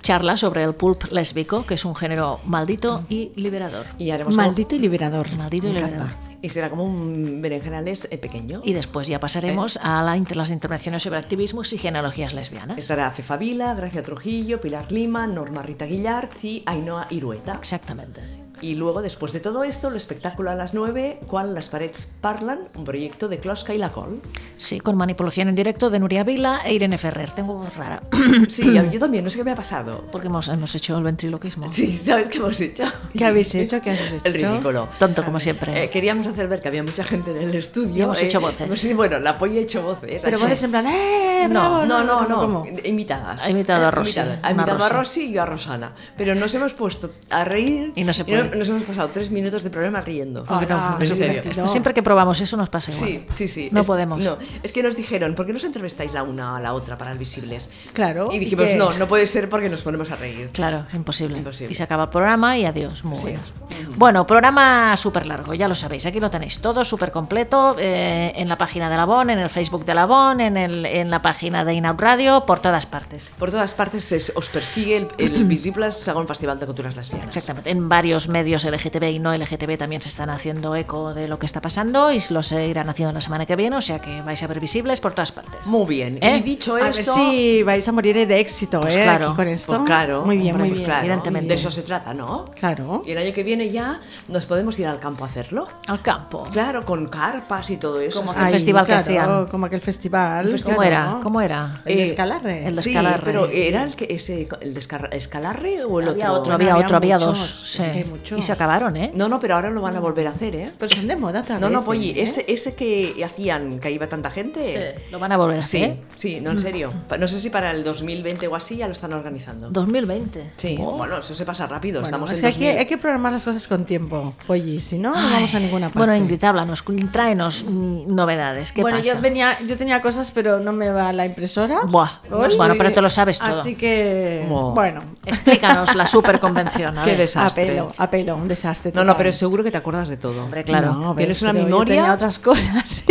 Speaker 3: charla sobre el pulp lésbico, que es un género maldito y liberador.
Speaker 2: Y haremos como-
Speaker 5: Maldito y liberador.
Speaker 3: Maldito y
Speaker 5: Me encanta.
Speaker 3: liberador.
Speaker 2: y será como un berenjenales eh, pequeño.
Speaker 3: Y después ya pasaremos a la inter- las intervenciones sobre activismos y genealogías lesbianas.
Speaker 2: Estará Fefa Vila, Gracia Trujillo, Pilar Lima, Norma Rita Guillart y Ainhoa Irueta.
Speaker 3: Exactamente.
Speaker 2: Y luego, después de todo esto, el espectáculo a las 9, cual las paredes parlan, un proyecto de Closca y la Col.
Speaker 3: Sí, con manipulación en directo de Nuria Vila e Irene Ferrer. Tengo voz rara,
Speaker 2: Sí, a mí- yo también, no sé qué me ha pasado.
Speaker 3: porque hemos, hemos hecho el ventriloquismo.
Speaker 2: Sí, ¿sabes qué hemos hecho?
Speaker 5: ¿Qué habéis hecho? ¿Qué has
Speaker 2: El
Speaker 5: hecho?
Speaker 2: ridículo.
Speaker 3: Tonto como siempre.
Speaker 2: Eh, queríamos hacer ver que había mucha gente en el estudio.
Speaker 3: Y hemos
Speaker 2: eh,
Speaker 3: hecho voces.
Speaker 2: no sé, bueno, la polla ha hecho voces.
Speaker 5: Pero
Speaker 2: así.
Speaker 5: vos en plan, ¡eh! bravo!
Speaker 2: no, no, no,
Speaker 5: ¿cómo?
Speaker 2: Invitadas.
Speaker 3: Ha imitado a
Speaker 2: Eh,
Speaker 3: Rosy,
Speaker 2: invitadas.
Speaker 3: una
Speaker 2: Ha imitado a
Speaker 3: Rosa.
Speaker 2: Rosy y yo a Rosana. Pero nos hemos puesto a reír.
Speaker 3: Y no se
Speaker 2: no-
Speaker 3: puede.
Speaker 2: Nos hemos pasado tres minutos de programa riendo.
Speaker 5: Ah,
Speaker 3: Porque no,
Speaker 5: Ah,
Speaker 3: no
Speaker 5: en
Speaker 3: se puede.
Speaker 5: serio.
Speaker 3: Esto siempre que probamos eso nos pasa igual.
Speaker 2: Sí, sí, sí.
Speaker 3: No
Speaker 2: Es-
Speaker 3: podemos.
Speaker 2: No, es que nos dijeron, ¿por qué no os entrevistáis la una a la otra para el visibles?
Speaker 5: Claro,
Speaker 2: Y
Speaker 5: ¿y
Speaker 2: dijimos,
Speaker 5: qué?
Speaker 2: no, no puede ser porque nos ponemos a reír.
Speaker 3: Claro, imposible.
Speaker 2: Imposible.
Speaker 3: Y se acaba el programa y adiós. Muy buenas. Bueno, programa súper largo, ya lo sabéis. Aquí lo tenéis todo, súper completo, eh, en la página de Labón, en el Facebook de Labón, en, el- en la página de Inaud Radio, por todas partes.
Speaker 2: Por todas partes es- os persigue el, el Visibles Sagón Festival de Culturas Lesbianas.
Speaker 3: Exactamente. En varios medios LGTB y no LGTB también se están haciendo eco de lo que está pasando y lo seguirán haciendo la semana que viene, o sea que vais a ver visibles por todas partes.
Speaker 2: Muy bien.
Speaker 3: ¿Eh?
Speaker 2: Y dicho
Speaker 5: A ver
Speaker 2: esto,
Speaker 5: si vais a morir de éxito,
Speaker 3: Pues
Speaker 5: ¿eh?
Speaker 3: claro,
Speaker 5: Aquí con
Speaker 2: pues
Speaker 5: esto.
Speaker 2: claro,
Speaker 5: Muy bien,
Speaker 2: hombre,
Speaker 5: muy
Speaker 2: pues
Speaker 5: bien.
Speaker 2: claro,
Speaker 3: Evidentemente.
Speaker 2: De eso se trata, ¿no?
Speaker 5: Claro.
Speaker 2: Y el año que viene ya nos podemos ir al campo a hacerlo.
Speaker 3: Al campo.
Speaker 2: Claro, con carpas y todo eso.
Speaker 3: el festival que hacían.
Speaker 5: Como aquel festival.
Speaker 3: ¿Cómo
Speaker 5: claro.
Speaker 3: era? ¿Cómo era?
Speaker 5: El
Speaker 2: Eh,
Speaker 5: escalarre.
Speaker 3: el de
Speaker 2: sí,
Speaker 3: Escalarre.
Speaker 2: pero ¿era el, que, ese, el de Escar- Escalarre o el
Speaker 3: había
Speaker 2: otro?
Speaker 3: otro, había,
Speaker 5: Había
Speaker 3: otro, había
Speaker 5: muchos,
Speaker 3: dos.
Speaker 5: es
Speaker 3: sí.
Speaker 5: que hay muchos.
Speaker 3: Y se acabaron, ¿eh?
Speaker 2: No, no, pero ahora lo van a volver a hacer, ¿eh?
Speaker 5: Pero pues son de moda otra
Speaker 2: No,
Speaker 5: vez,
Speaker 2: no, Polly,
Speaker 5: ¿eh?
Speaker 2: ese, ese que hacían, que iba tanta gente.
Speaker 3: Sí, lo van a volver a
Speaker 2: Sí,
Speaker 3: hacer.
Speaker 2: sí, no, en serio. Pa- No sé si para el 2020 o así ya lo están organizando.
Speaker 3: 2020.
Speaker 2: Sí, bueno, eso se pasa rápido.
Speaker 5: Oh. Bueno,
Speaker 2: Estamos
Speaker 5: es
Speaker 2: en
Speaker 5: que hay, que
Speaker 2: 2000.
Speaker 5: hay que programar las cosas con tiempo, Polly, si no, no vamos a ninguna parte.
Speaker 3: Bueno, Ingrid, háblanos, tráenos mm, novedades. ¿Qué
Speaker 5: Bueno,
Speaker 3: pasa?
Speaker 5: yo, venía, yo tenía cosas, pero no me va la impresora.
Speaker 3: Buah,
Speaker 5: Hoy.
Speaker 3: bueno, pero te lo sabes todo.
Speaker 5: Así que,
Speaker 2: Buah.
Speaker 5: bueno,
Speaker 3: Explícanos la superconvención. a
Speaker 2: Qué
Speaker 3: ver.
Speaker 2: des- Desastre.
Speaker 5: apelo, apelo, un desastre.
Speaker 2: No, no,
Speaker 5: total.
Speaker 2: pero seguro que te acuerdas de todo.
Speaker 3: Hombre, claro.
Speaker 5: No, a ver,
Speaker 2: Tienes una
Speaker 5: pero yo
Speaker 2: memoria.
Speaker 5: tenía otras cosas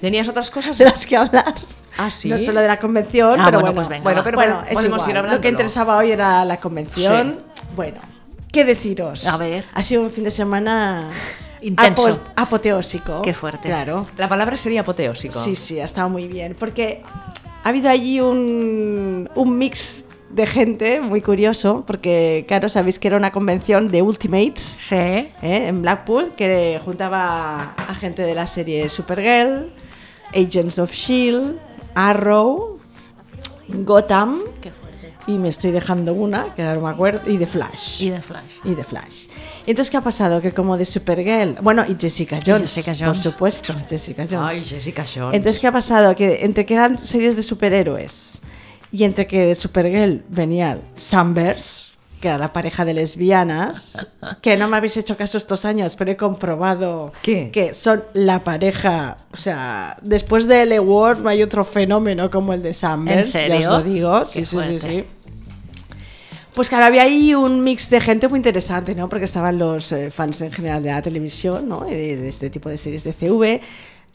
Speaker 2: ¿Tenías otras cosas?
Speaker 5: de las que hablar.
Speaker 2: Ah, sí.
Speaker 5: No solo de la convención,
Speaker 3: Ah,
Speaker 5: pero
Speaker 3: bueno,
Speaker 5: bueno.
Speaker 3: pues venga,
Speaker 2: Bueno,
Speaker 3: Bueno,
Speaker 2: pero
Speaker 5: es
Speaker 2: podemos
Speaker 5: igual.
Speaker 2: ir hablando.
Speaker 5: Lo que interesaba hoy era la convención. Bueno, ¿qué deciros?
Speaker 3: A ver.
Speaker 5: Ha sido un fin de semana
Speaker 3: Intenso.
Speaker 5: apos- apoteósico.
Speaker 3: Qué fuerte.
Speaker 5: Claro.
Speaker 2: La palabra sería apoteósico.
Speaker 5: Sí, sí, ha estado muy bien. Porque ha habido allí un, un mix de gente, muy curioso, porque claro, sabéis que era una convención de Ultimates
Speaker 3: Sí.
Speaker 5: ¿eh? en Blackpool que juntaba a gente de la serie Supergirl, Agents of Shield, E Arrow, Gotham y me estoy dejando una que ahora no me acuerdo y de Flash.
Speaker 3: Y de Flash.
Speaker 5: Y de Flash. Entonces, ¿qué ha pasado? Que como de Supergirl, bueno, y Jessica Jones,
Speaker 3: Jessica
Speaker 5: por
Speaker 3: Jones.
Speaker 5: supuesto, Jessica Jones.
Speaker 2: Ay, Jessica Jones.
Speaker 5: Entonces, ¿qué ha pasado? Que entre que eran series de superhéroes y entre que de Supergirl venía Sunburst, que era la pareja de lesbianas, que no me habéis hecho caso estos años, pero he comprobado
Speaker 2: ¿Qué?
Speaker 5: que son la pareja. O sea, después de L. Ward no hay otro fenómeno como el de Sunburst,
Speaker 3: ¿En
Speaker 5: ya os lo
Speaker 3: serio?
Speaker 5: digo.
Speaker 3: Qué
Speaker 5: Sí, sí, sí,
Speaker 3: fuerte.
Speaker 5: sí. Pues claro, había ahí un mix de gente muy interesante, ¿no? Porque estaban los eh, fans en general de la televisión, ¿no? Y De, de este tipo de series de CV.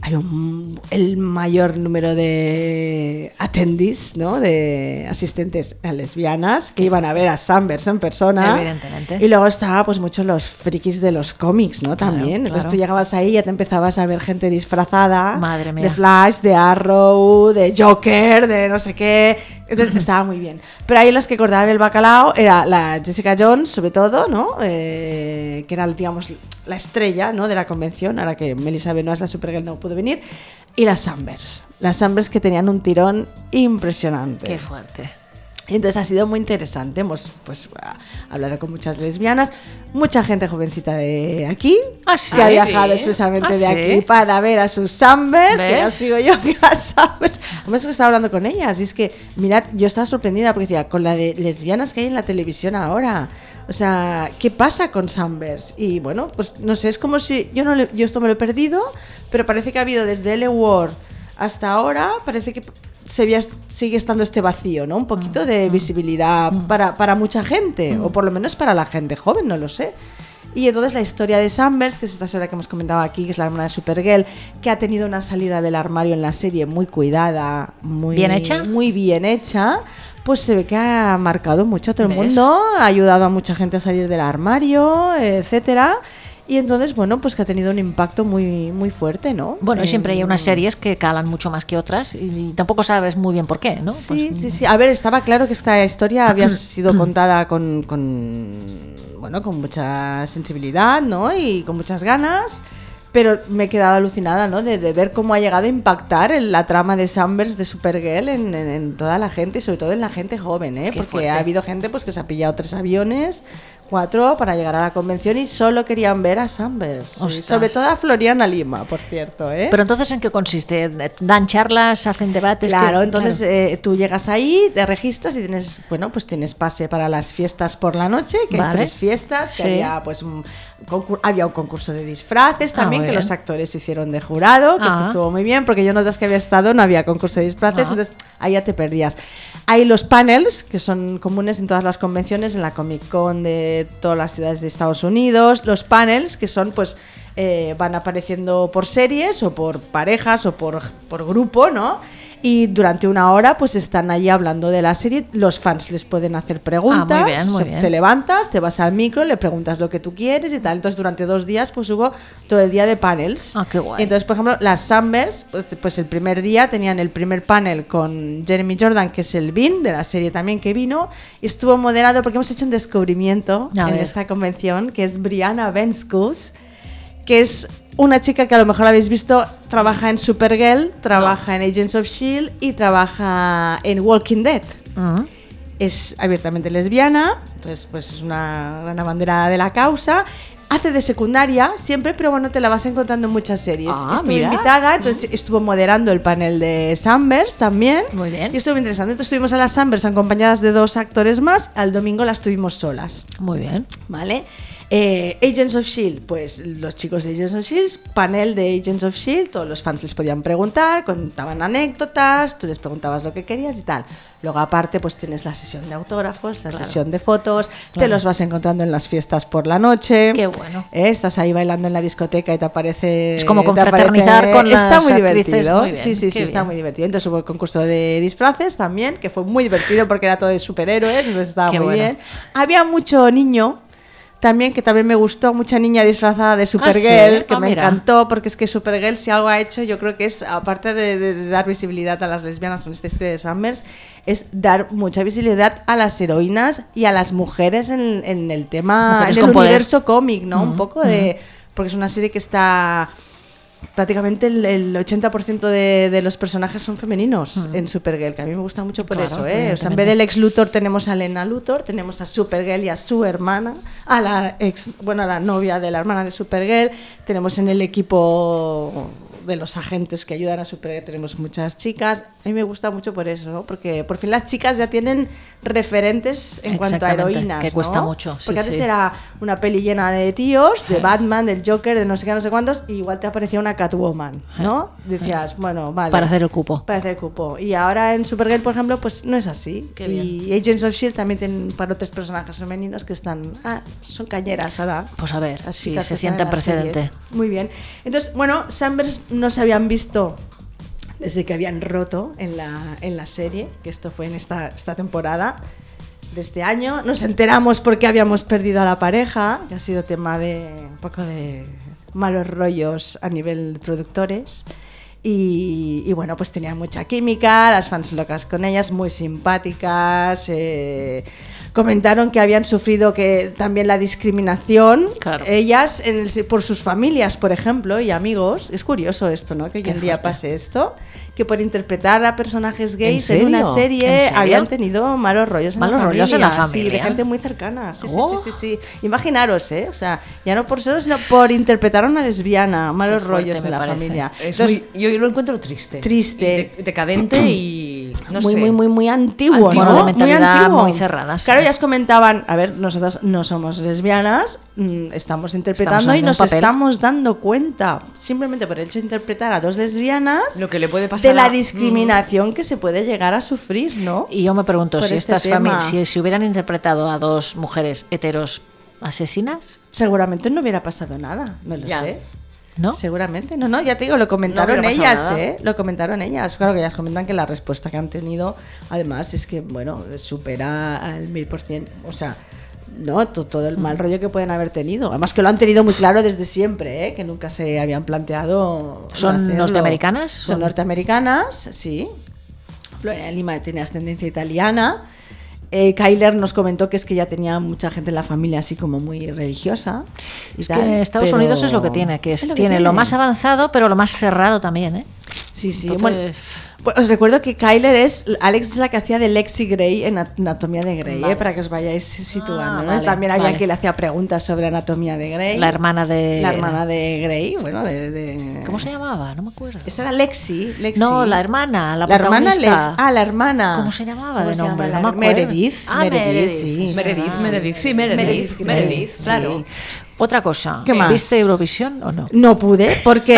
Speaker 5: Hay un- el mayor número de attendees, ¿no? De asistentes a lesbianas que iban a ver a Sambers en persona.
Speaker 3: Evidentemente.
Speaker 5: Y luego estaba, pues, muchos los frikis de los cómics, ¿no?
Speaker 3: Claro,
Speaker 5: También. Entonces
Speaker 3: claro.
Speaker 5: tú llegabas ahí y ya te empezabas a ver gente disfrazada.
Speaker 3: Madre mía.
Speaker 5: De Flash, de Arrow, de Joker, de no sé qué. Entonces estaba muy bien. Pero ahí las que cortaban el bacalao era la Jessica Jones, sobre todo, ¿no? Eh, que era, digamos, la estrella, ¿no? De la convención, ahora que Melissa Benoist, la Supergirl, no pudo venir. Y las Ambers. Las Ambers que tenían un tirón impresionante.
Speaker 3: Qué fuerte.
Speaker 5: Y entonces ha sido muy interesante. Hemos pues, ah, hablado con muchas lesbianas, mucha gente jovencita de aquí,
Speaker 3: Ah, sí.
Speaker 5: que ha
Speaker 3: Ah,
Speaker 5: viajado
Speaker 3: sí.
Speaker 5: expresamente
Speaker 3: Ah,
Speaker 5: de
Speaker 3: sí.
Speaker 5: aquí para ver a sus Sambers, que
Speaker 3: ¿Ves?
Speaker 5: ya os digo yo que las Sambers. Además, es que estaba hablando con ellas, y es que, mirad, yo estaba sorprendida porque decía, con la de lesbianas que hay en la televisión ahora. O sea, ¿qué pasa con Sambers? Y bueno, pues no sé, es como si. Yo, no le- yo esto me lo he perdido, pero parece que ha habido desde L. Ward hasta ahora, parece que se vía- sigue estando este vacío, ¿no? Un poquito de visibilidad para, para mucha gente, o por lo menos para la gente joven, no lo sé. Y entonces la historia de Sambers, que es esta serie que hemos comentado aquí, que es la hermana de Supergirl, que ha tenido una salida del armario en la serie muy cuidada, muy
Speaker 3: ¿Bien hecha?
Speaker 5: muy bien hecha, pues se ve que ha marcado mucho a todo el
Speaker 3: ¿Ves?
Speaker 5: mundo, ha ayudado a mucha gente a salir del armario, etcétera. Y entonces, bueno, pues que ha tenido un impacto muy, muy fuerte, ¿no?
Speaker 3: Bueno,
Speaker 5: En-
Speaker 3: siempre hay
Speaker 5: Mm.
Speaker 3: unas series que calan mucho más que otras y, y tampoco sabes muy bien por qué, ¿no?
Speaker 5: Sí, sí, sí. A ver, estaba claro que esta historia había sido contada con, con, bueno, con mucha sensibilidad, ¿no? Y con muchas ganas. Pero me he quedado alucinada, ¿no? De, de ver cómo ha llegado a impactar en la trama de Sambers de Supergirl en, en- en toda la gente, y sobre todo en la gente joven, ¿eh?
Speaker 3: Qué
Speaker 5: Porque
Speaker 3: fuerte.
Speaker 5: ha habido gente pues, que se ha pillado tres aviones, cuatro, para llegar a la convención y solo querían ver a Sambers. Y
Speaker 3: Ostras.
Speaker 5: Sobre todo a Floriana Lima, por cierto, ¿eh?
Speaker 3: Pero entonces, ¿en qué consiste? ¿Dan charlas? ¿Hacen debates?
Speaker 5: Claro,
Speaker 3: ¿Qué-
Speaker 5: entonces
Speaker 3: claro.
Speaker 5: eh, tú llegas ahí, te registras y tienes, bueno, pues tienes pase para las fiestas por la noche, que hay
Speaker 3: Vale.
Speaker 5: tres fiestas, que
Speaker 3: Sí.
Speaker 5: había pues un concur- había un concurso de disfraces
Speaker 3: Ah, muy
Speaker 5: también, que
Speaker 3: bien.
Speaker 5: los actores hicieron de jurado, que
Speaker 3: Ah.
Speaker 5: esto estuvo muy bien, porque yo en otras que había estado no había concurso de disfraces,
Speaker 3: Ah.
Speaker 5: entonces ahí ya te perdías. Hay los panels, que son comunes en todas las convenciones, en la Comic Con de todas las ciudades de Estados Unidos, los panels, que son pues... eh, van apareciendo por series o por parejas o por, por grupo, ¿no? Y durante una hora pues están ahí hablando de la serie, los fans les pueden hacer preguntas,
Speaker 3: Ah, muy bien, muy bien.
Speaker 5: te levantas, te vas al micro, le preguntas lo que tú quieres y tal. Entonces durante dos días pues hubo todo el día de panels.
Speaker 3: Ah, qué guay.
Speaker 5: Entonces, por ejemplo, las Summers, pues, pues el primer día tenían el primer panel con Jeremy Jordan, que es el Bean, de la serie también que vino, y estuvo moderado porque hemos hecho un descubrimiento
Speaker 3: A
Speaker 5: en
Speaker 3: ver.
Speaker 5: esta convención, que es Brianna Venskus, que es una chica que a lo mejor habéis visto, trabaja en Supergirl, trabaja en Agents of Shield E y trabaja en Walking Dead eh,
Speaker 3: Ah,
Speaker 5: es abiertamente lesbiana, entonces pues es una gran abanderada de la causa. Hace de secundaria siempre, pero bueno, te la vas encontrando en muchas series.
Speaker 2: Ah,
Speaker 5: estuvo
Speaker 2: mira.
Speaker 5: invitada, entonces estuvo moderando el panel de Sambers también.
Speaker 3: Muy bien.
Speaker 5: Y estuvo muy interesante. Entonces estuvimos a las Sambers acompañadas de dos actores más. Al domingo las tuvimos solas.
Speaker 3: muy bien.
Speaker 5: ¿Vale? Eh, Agents of Shield, pues los chicos de Agents of Shield, E panel de Agents of Shield, E todos los fans les podían preguntar, contaban anécdotas, tú les preguntabas lo que querías y tal. Luego aparte pues tienes la sesión de autógrafos, la sesión de fotos, te los vas encontrando en las fiestas por la noche.
Speaker 3: Qué bueno.
Speaker 5: Eh, estás ahí bailando en la discoteca y te aparece...
Speaker 3: Es como
Speaker 5: te aparece-
Speaker 3: confraternizar con
Speaker 5: Está
Speaker 3: las
Speaker 5: muy
Speaker 3: actrices,
Speaker 5: divertido.
Speaker 3: muy bien,
Speaker 5: sí, sí,
Speaker 3: qué
Speaker 5: sí, está
Speaker 3: bien.
Speaker 5: muy divertido. Entonces hubo el concurso de disfraces también, que fue muy divertido porque era todo de superhéroes, entonces estaba
Speaker 3: Qué
Speaker 5: muy
Speaker 3: bueno.
Speaker 5: bien. Había mucho niño también, que también me gustó, mucha niña disfrazada de Supergirl,
Speaker 3: sí?
Speaker 5: que
Speaker 3: Ah,
Speaker 5: me
Speaker 3: mira.
Speaker 5: encantó, porque es que Supergirl si algo ha hecho, yo creo que es, aparte de, de- de dar visibilidad a las lesbianas con esta historia de Summers, es dar mucha visibilidad a las heroínas y a las mujeres en, en el tema,
Speaker 3: Mujeres
Speaker 5: en
Speaker 3: con
Speaker 5: el
Speaker 3: poder. Mm,
Speaker 5: universo cómic, ¿no? Un poco de... Porque es una serie que está prácticamente el, el 80% de, de los personajes son femeninos en Supergirl, que a mí me gusta mucho por
Speaker 3: Mm. Claro,
Speaker 5: eso. ¿eh? O sea, en
Speaker 3: evidentemente.
Speaker 5: vez del ex Luthor tenemos a Lena Luthor, tenemos a Supergirl y a su hermana, a la ex, bueno, a la novia de la hermana de Supergirl, tenemos en el equipo de los agentes que ayudan a Supergirl, tenemos muchas chicas. A mí me gusta mucho por eso, ¿no? Porque por fin las chicas ya tienen referentes en cuanto a
Speaker 3: Exactamente,
Speaker 5: heroínas.
Speaker 3: que
Speaker 5: ¿no?
Speaker 3: cuesta mucho, sí,
Speaker 5: Porque antes
Speaker 3: sí.
Speaker 5: era era una peli llena de tíos, de Batman, del Joker, de no sé qué, no sé cuántos, y igual te aparecía una Catwoman, ¿no? Decías, bueno, vale. Pues,
Speaker 3: Para hacer el cupo.
Speaker 5: Para hacer cupo. Y ahora en Supergirl, por ejemplo, pues no es así.
Speaker 3: Qué
Speaker 5: y Agents of Shield E también tienen para otros personajes femeninos que están. Ah, son cañeras ahora.
Speaker 3: Pues a ver,
Speaker 5: Las
Speaker 3: si
Speaker 5: chicas
Speaker 3: se
Speaker 5: que están
Speaker 3: sienten
Speaker 5: en las series.
Speaker 3: precedente.
Speaker 5: Muy bien. Entonces, bueno, Sambers no se habían visto desde que habían roto en la, en la serie, que esto fue en esta, esta temporada de este año. Nos enteramos porque habíamos perdido a la pareja, que ha sido tema de un poco de malos rollos a nivel productores. Y, y bueno, pues tenía mucha química, las fans locas con ellas, muy simpáticas. eh, comentaron que habían sufrido que también la discriminación
Speaker 3: Claro.
Speaker 5: ellas en el- por sus familias, por ejemplo, y amigos. Es curioso esto, ¿no? Que hoy
Speaker 3: Qué
Speaker 5: en día
Speaker 3: fuerte.
Speaker 5: pase esto, que por interpretar a personajes gays
Speaker 3: ¿En
Speaker 5: en, una
Speaker 3: serio?
Speaker 5: serie
Speaker 3: ¿En serio?
Speaker 5: habían tenido malos rollos en
Speaker 3: Malos
Speaker 5: la familia.
Speaker 3: rollos en la
Speaker 5: Sí, de
Speaker 3: familia.
Speaker 5: gente muy cercana. Sí, sí,
Speaker 3: Oh.
Speaker 5: sí, sí, sí. Imaginaros, ¿eh? O sea, ya no por serlo, sino por interpretar a una lesbiana, malos
Speaker 3: Qué fuerte,
Speaker 5: rollos
Speaker 3: me
Speaker 5: en la
Speaker 3: parece.
Speaker 5: familia.
Speaker 2: Es
Speaker 5: Los-
Speaker 2: muy- yo, yo lo encuentro triste.
Speaker 5: Triste.
Speaker 2: Y de- decadente y. No
Speaker 5: muy,
Speaker 2: sé.
Speaker 5: muy, muy, muy antiguo,
Speaker 2: Antiguo.
Speaker 5: ¿no?
Speaker 2: Bueno, de
Speaker 3: mentalidad
Speaker 5: antiguo.
Speaker 3: muy cerrada, sí.
Speaker 5: Claro, ellas comentaban, a ver, nosotras no somos lesbianas, mm, estamos interpretando
Speaker 3: haciendo
Speaker 5: y
Speaker 3: un
Speaker 5: nos
Speaker 3: papel.
Speaker 5: estamos dando cuenta, simplemente por el hecho de interpretar a dos lesbianas,
Speaker 2: Lo que le puede pasar
Speaker 5: de la
Speaker 2: a-
Speaker 5: discriminación que se puede llegar a sufrir, ¿no?
Speaker 3: Y yo me pregunto
Speaker 5: Por
Speaker 3: si
Speaker 5: este
Speaker 3: estas
Speaker 5: tema.
Speaker 3: familias, si, si hubieran interpretado a dos mujeres heteros asesinas,
Speaker 5: Seguramente no hubiera pasado nada, no lo
Speaker 2: Ya.
Speaker 5: sé.
Speaker 3: ¿no?
Speaker 5: Seguramente, no, no, ya te digo, lo comentaron
Speaker 2: No hubiera pasado
Speaker 5: ellas,
Speaker 2: nada.
Speaker 5: ¿eh? Lo comentaron ellas. Claro que ellas comentan que la respuesta que han tenido, además, es que, bueno, supera al mil por cien, o sea, no, To- todo el mal rollo que pueden haber tenido. Además que lo han tenido muy claro desde siempre, ¿eh? Que nunca se habían planteado. no
Speaker 3: ¿Son
Speaker 5: hacerlo.
Speaker 3: norteamericanas?
Speaker 5: Son
Speaker 3: Son-
Speaker 5: norteamericanas, sí. Florencia Lima tiene ascendencia italiana. Eh, Kyler nos comentó que es que ya tenía mucha gente en la familia así como muy religiosa. y
Speaker 3: Es
Speaker 5: tal,
Speaker 3: que Estados
Speaker 5: pero-
Speaker 3: Unidos es lo que tiene, que, es-
Speaker 5: Es lo
Speaker 3: tiene lo
Speaker 5: tiene.
Speaker 3: más avanzado, pero lo más cerrado también, ¿eh?
Speaker 5: Sí, sí.
Speaker 3: Entonces-
Speaker 5: bueno, pues os recuerdo que Kyler es. Alex es la que hacía de Lexi Grey en At- Anatomía de Grey, ¿eh?
Speaker 3: Vale.
Speaker 5: para que os vayáis situando.
Speaker 3: Ah,
Speaker 5: ¿no?
Speaker 3: vale,
Speaker 5: También había
Speaker 3: vale.
Speaker 5: que le hacía preguntas sobre Anatomía de Grey.
Speaker 3: La hermana de.
Speaker 5: La hermana de Grey, bueno, de. de-
Speaker 3: ¿Cómo se llamaba? No me acuerdo.
Speaker 5: Esa era Lexi. Lexi.
Speaker 3: No, la hermana, la
Speaker 5: hermana
Speaker 3: protagonista.
Speaker 5: Lex. Ah, la hermana.
Speaker 3: ¿Cómo se llamaba
Speaker 5: ¿Cómo
Speaker 3: de
Speaker 5: se
Speaker 3: nombre?
Speaker 5: llama
Speaker 3: No
Speaker 5: la-
Speaker 3: me acuerdo.
Speaker 5: Meredith.
Speaker 3: Ah,
Speaker 5: Meredith,
Speaker 3: Meredith.
Speaker 5: sí.
Speaker 2: Meredith, Meredith, sí, Meredith.
Speaker 5: Meredith,
Speaker 2: Meredith,
Speaker 5: sí.
Speaker 2: claro.
Speaker 3: Otra cosa.
Speaker 5: ¿Qué más?
Speaker 3: ¿Viste Eurovisión o no?
Speaker 5: No pude, porque.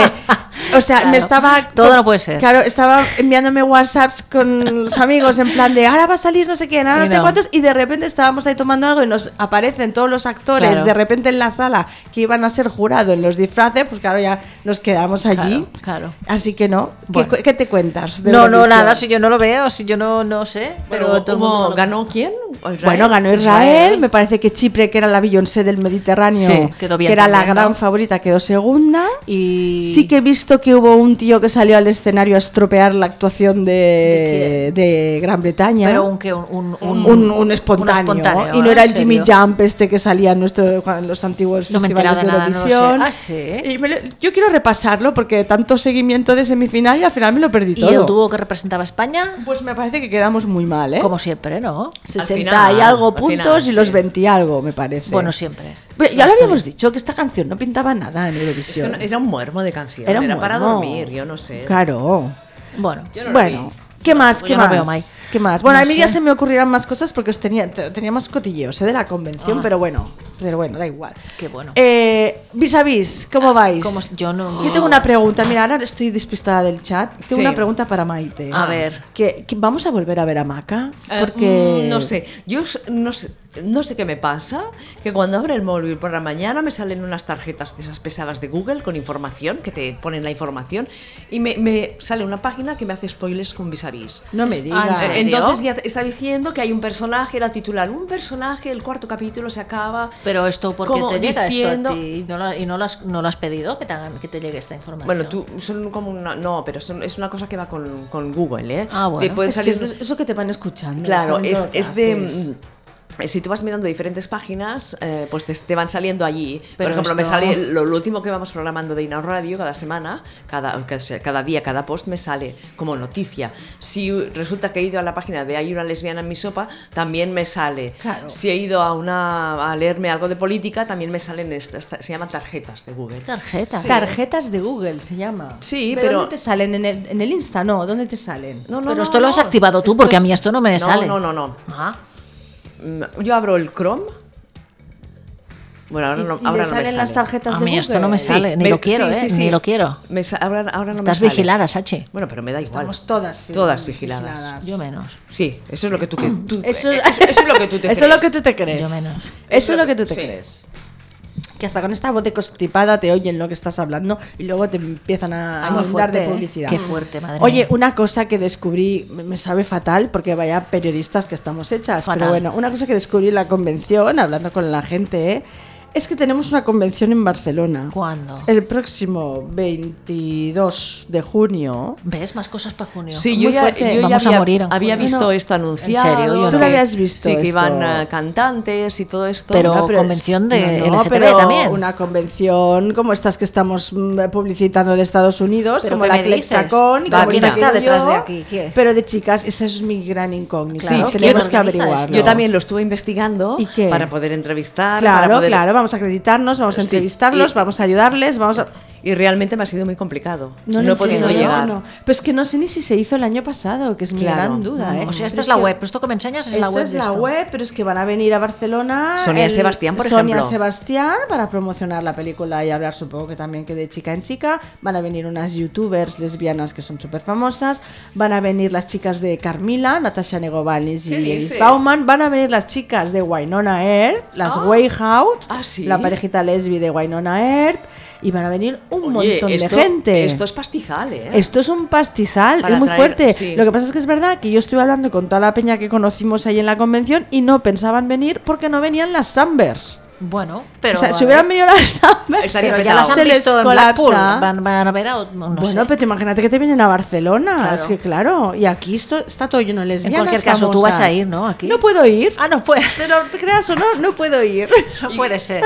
Speaker 5: O sea,
Speaker 3: Claro.
Speaker 5: me estaba.
Speaker 3: Todo no puede ser.
Speaker 5: Claro, estaba enviándome WhatsApps con los amigos en plan de ahora va a salir no sé quién, ahora
Speaker 3: Y
Speaker 5: no, sé
Speaker 3: no.
Speaker 5: cuántos, y de repente estábamos ahí tomando algo y nos aparecen todos los actores
Speaker 3: Claro.
Speaker 5: de repente en la sala que iban a ser jurados en los disfraces, pues claro, ya nos quedamos allí.
Speaker 3: Claro, claro.
Speaker 5: Así que no. ¿Qué
Speaker 3: Bueno.
Speaker 5: cu- ¿Qué, te cuentas? de
Speaker 3: No, no,
Speaker 5: Eurovisión?
Speaker 3: nada, si yo no lo veo, si yo no, no sé. Pero
Speaker 2: Pero
Speaker 3: todo el
Speaker 2: hubo-
Speaker 3: mundo lo-
Speaker 2: ¿ganó quién? Israel.
Speaker 5: Bueno, ganó Israel, me parece que Chipre, que era la Beyoncé del Mediterráneo,
Speaker 3: Sí, quedó bien
Speaker 5: que era la
Speaker 3: también,
Speaker 5: gran
Speaker 3: ¿no?
Speaker 5: favorita, quedó segunda.
Speaker 3: Y
Speaker 5: Sí que he visto que hubo un tío que salió al escenario a estropear la actuación de, de Gran Bretaña.
Speaker 3: Pero un, que un, un,
Speaker 5: un,
Speaker 3: un-
Speaker 5: un espontáneo.
Speaker 3: un espontáneo,
Speaker 5: y no
Speaker 3: ¿eh?
Speaker 5: era el
Speaker 3: ¿En
Speaker 5: Jimmy
Speaker 3: serio?
Speaker 5: Jump este que salía en, nuestro, en los antiguos
Speaker 3: No me he
Speaker 5: festivales de
Speaker 3: enterado de nada, no lo sé.
Speaker 5: Eurovisión.
Speaker 3: Ah, ¿sí?
Speaker 5: Y me lo- yo quiero repasarlo porque tanto seguimiento de semifinal y al final me lo perdí
Speaker 3: ¿Y
Speaker 5: todo.
Speaker 3: el dúo que representaba a España?
Speaker 5: Pues me parece que quedamos muy mal, ¿eh?
Speaker 3: Como siempre, ¿no?
Speaker 5: 60
Speaker 2: final,
Speaker 5: y algo
Speaker 2: al
Speaker 5: puntos
Speaker 2: final,
Speaker 5: y los
Speaker 2: sí.
Speaker 5: 20 y algo, me parece.
Speaker 3: Bueno, siempre.
Speaker 5: Pero ya lo habíamos dicho que esta canción no pintaba nada en Eurovisión.
Speaker 2: Era- Era un muermo de canción.
Speaker 5: Era
Speaker 2: Era,
Speaker 5: un
Speaker 2: para
Speaker 5: muermo.
Speaker 2: dormir, yo no sé.
Speaker 5: Claro.
Speaker 3: Bueno,
Speaker 2: Yo no lo
Speaker 5: Bueno,
Speaker 2: vi.
Speaker 5: ¿qué más?
Speaker 3: yo
Speaker 5: ¿Qué
Speaker 3: no
Speaker 5: más?
Speaker 3: veo, Mike.
Speaker 5: ¿Qué más? Bueno,
Speaker 3: No
Speaker 5: a mí ya
Speaker 3: sé.
Speaker 5: se me ocurrirán más cosas porque os tenía, te- tenía más cotilleos ¿eh? de la convención, pero bueno, pero bueno, da igual.
Speaker 3: Qué bueno.
Speaker 5: Eh, vis a vis, ¿cómo vais?
Speaker 3: ¿cómo es? Yo no-
Speaker 5: tengo una pregunta. Mira, ahora estoy despistada del chat. Tengo
Speaker 2: Sí.
Speaker 5: una pregunta para Maite.
Speaker 3: A ver.
Speaker 5: ¿Que, que vamos a volver a ver a Maca?
Speaker 2: Eh,
Speaker 5: Porque
Speaker 2: mm, no sé, yo s- no sé, no sé qué me pasa, que cuando abro el móvil por la mañana me salen unas tarjetas de esas pesadas de Google con información, que te ponen la información, y me, me sale una página que me hace spoilers con vis a vis.
Speaker 5: No me digas.
Speaker 2: Eh,
Speaker 3: serio?
Speaker 2: Entonces ya te está diciendo que hay un personaje, era titular, un personaje, el cuarto capítulo se acaba.
Speaker 3: pero esto porque
Speaker 2: Como
Speaker 3: te llega
Speaker 2: diciendo-
Speaker 3: esto a ti y no lo, y no lo has, no lo has pedido que te, hagan- que te llegue esta información.
Speaker 2: Bueno, tú, son como una. No, pero son- es una cosa que va con, con Google, ¿eh?
Speaker 3: Ah, bueno.
Speaker 2: Te pueden
Speaker 5: Es que
Speaker 2: salir.
Speaker 5: eso- eso que te van escuchando.
Speaker 2: Claro,
Speaker 5: son
Speaker 2: es,
Speaker 5: todo
Speaker 2: es
Speaker 5: lo que
Speaker 2: de...
Speaker 5: haces.
Speaker 3: pues.
Speaker 2: mm, Si tú vas mirando diferentes páginas, eh, pues te, te van saliendo allí.
Speaker 5: Pero
Speaker 2: Por ejemplo, me
Speaker 5: esto-
Speaker 2: sale lo, lo último que vamos programando de Inau Radio cada semana, cada, cada día, cada post me sale como noticia. Si resulta que he ido a la página de Hay una lesbiana en mi sopa, también me sale.
Speaker 5: Claro.
Speaker 2: Si he ido a, una, a leerme algo de política, también me salen estas. esta- Se llaman tarjetas de Google.
Speaker 3: Tarjeta.
Speaker 2: Sí.
Speaker 5: Tarjetas de Google se llama.
Speaker 2: Sí,
Speaker 3: pero-
Speaker 5: ¿Dónde te salen? ¿En el, en el Insta? No, ¿dónde te salen?
Speaker 2: No, no,
Speaker 3: pero
Speaker 2: no,
Speaker 3: esto lo has
Speaker 2: no.
Speaker 3: activado tú
Speaker 2: Esto
Speaker 3: porque a
Speaker 2: es-
Speaker 3: mí esto no me sale.
Speaker 2: No, no, no.
Speaker 3: Ah,
Speaker 2: Mm, Yo abro el Chrome. Bueno, ahora
Speaker 5: Y-
Speaker 2: no,
Speaker 5: y
Speaker 2: ahora
Speaker 5: le
Speaker 2: no
Speaker 5: salen
Speaker 2: me sale.
Speaker 5: las tarjetas
Speaker 3: a
Speaker 5: de
Speaker 3: mí
Speaker 5: Google.
Speaker 3: esto no me sale, ni
Speaker 2: me-
Speaker 3: lo quiero,
Speaker 2: sí, sí,
Speaker 3: ¿eh?
Speaker 2: sí.
Speaker 3: Ni lo quiero.
Speaker 2: Me sa- ahora, ahora no me
Speaker 3: Estás
Speaker 2: sale.
Speaker 3: vigilada, Sachi.
Speaker 2: Bueno, pero me da igual.
Speaker 5: Estamos todas
Speaker 2: Todas vigiladas.
Speaker 3: Yo menos.
Speaker 2: Sí, eso es lo que tú, que, tú-
Speaker 5: Eso,
Speaker 2: eh, eso- eso es lo que tú te
Speaker 5: Eso es lo que
Speaker 2: crees.
Speaker 5: tú te crees.
Speaker 3: Yo menos.
Speaker 5: Eso es lo que tú te
Speaker 2: Sí.
Speaker 5: crees. Que hasta con esta voz de constipada te oyen lo que estás hablando y luego te empiezan a
Speaker 3: Ay, muy
Speaker 5: inundar de
Speaker 3: fuerte, ¿eh?
Speaker 5: publicidad.
Speaker 3: Qué fuerte, madre
Speaker 5: Oye,
Speaker 3: mía.
Speaker 5: una cosa que descubrí, me me sabe fatal porque vaya periodistas que estamos hechas,
Speaker 3: Fatal.
Speaker 5: pero bueno, una cosa que descubrí en la convención, hablando con la gente, ¿eh? es que tenemos una convención en Barcelona.
Speaker 3: ¿Cuándo?
Speaker 5: El próximo 22 de junio.
Speaker 3: ¿Ves? Más cosas para junio.
Speaker 2: Sí,
Speaker 5: Muy
Speaker 2: yo ya,
Speaker 5: fuerte.
Speaker 2: yo ya
Speaker 3: Vamos a
Speaker 2: había,
Speaker 3: morir en
Speaker 2: había
Speaker 3: junio.
Speaker 2: visto
Speaker 5: No, no.
Speaker 2: esto anunciado.
Speaker 3: serio? Yo no.
Speaker 5: Tú lo
Speaker 2: que-
Speaker 5: habías visto
Speaker 2: Sí, que iban
Speaker 5: esto.
Speaker 2: eh, cantantes y todo esto.
Speaker 3: Pero-
Speaker 5: No, es-
Speaker 3: convención de
Speaker 5: no, no,
Speaker 3: LGTB
Speaker 5: pero
Speaker 3: también.
Speaker 5: Una convención como estas que estamos mm, publicitando de Estados Unidos,
Speaker 3: ¿Pero
Speaker 5: como
Speaker 3: qué
Speaker 5: la
Speaker 3: me dices?
Speaker 5: Clexacon. y
Speaker 2: Va,
Speaker 5: como
Speaker 2: ¿quién
Speaker 5: esta
Speaker 2: está
Speaker 5: que
Speaker 3: detrás
Speaker 5: yo,
Speaker 3: de aquí? ¿Quién?
Speaker 5: Pero de chicas, esa es mi gran incógnita.
Speaker 2: Sí, ¿quién
Speaker 5: tenemos que
Speaker 3: organiza
Speaker 5: averiguarlo.
Speaker 3: esto?
Speaker 2: Yo también lo estuve investigando
Speaker 5: ¿Y qué?
Speaker 2: para poder entrevistar. para
Speaker 5: Claro,
Speaker 2: poder-
Speaker 5: claro, vamos a acreditarnos, vamos a
Speaker 2: Sí,
Speaker 5: entrevistarlos,
Speaker 2: y-
Speaker 5: vamos a ayudarles, vamos a...
Speaker 2: Y realmente me ha sido muy complicado. No,
Speaker 5: lo
Speaker 2: he podido
Speaker 5: sé, no,
Speaker 2: llegar.
Speaker 5: no. Pero es que no sé ni si se hizo el año pasado, que es mi
Speaker 2: Claro.
Speaker 5: gran duda. ¿eh?
Speaker 3: O sea, esta
Speaker 5: Pero
Speaker 3: es la
Speaker 5: que-
Speaker 3: web. Esto que me enseñas es la
Speaker 5: Esta
Speaker 3: web.
Speaker 5: es
Speaker 3: de
Speaker 5: la
Speaker 3: esto.
Speaker 5: web, pero es que van a venir a Barcelona.
Speaker 2: Sonia Sebastián, por
Speaker 5: Sonia
Speaker 2: ejemplo.
Speaker 5: Sebastián, para promocionar la película y hablar, supongo que también que de chica en chica. Van a venir unas youtubers lesbianas que son súper famosas. Van a venir las chicas de Carmila, Natasha Negovalnis y
Speaker 2: ¿Qué
Speaker 5: Edith
Speaker 2: dices?
Speaker 5: Bauman. Van a venir las chicas de Wynonna Earp, las Way Out,
Speaker 2: Ah, ¿sí?
Speaker 5: la parejita lesbi de Wynonna Earp. Y van a venir un
Speaker 2: Oye,
Speaker 5: montón
Speaker 2: esto,
Speaker 5: de gente.
Speaker 2: Esto es pastizal, ¿eh?
Speaker 5: Esto es un pastizal,
Speaker 2: Para
Speaker 5: es muy
Speaker 2: atraer-
Speaker 5: fuerte.
Speaker 2: sí.
Speaker 5: Lo que pasa es que es verdad que yo estuve hablando con toda la peña que conocimos ahí en la convención y no pensaban venir porque no venían las Sambers.
Speaker 3: Bueno, pero.
Speaker 5: o sea, si
Speaker 3: a
Speaker 5: hubieran
Speaker 3: ver,
Speaker 5: venido las Sambers,
Speaker 2: Estaría
Speaker 3: pero ya
Speaker 2: petado.
Speaker 3: las han
Speaker 5: se les
Speaker 3: visto en
Speaker 5: colapsa.
Speaker 3: Blackpool. Van, van a ver a. No, no
Speaker 5: bueno,
Speaker 3: sé.
Speaker 5: pero te imagínate que te vienen a Barcelona.
Speaker 3: Claro.
Speaker 5: Es que claro, y aquí esto- está todo lleno de lesbianas.
Speaker 3: cualquier caso, tú
Speaker 5: famosas.
Speaker 3: vas a ir, ¿no? Aquí.
Speaker 5: No puedo ir.
Speaker 3: Ah, no puede.
Speaker 5: Pero te creas o no, no puedo ir.
Speaker 3: No puede ser.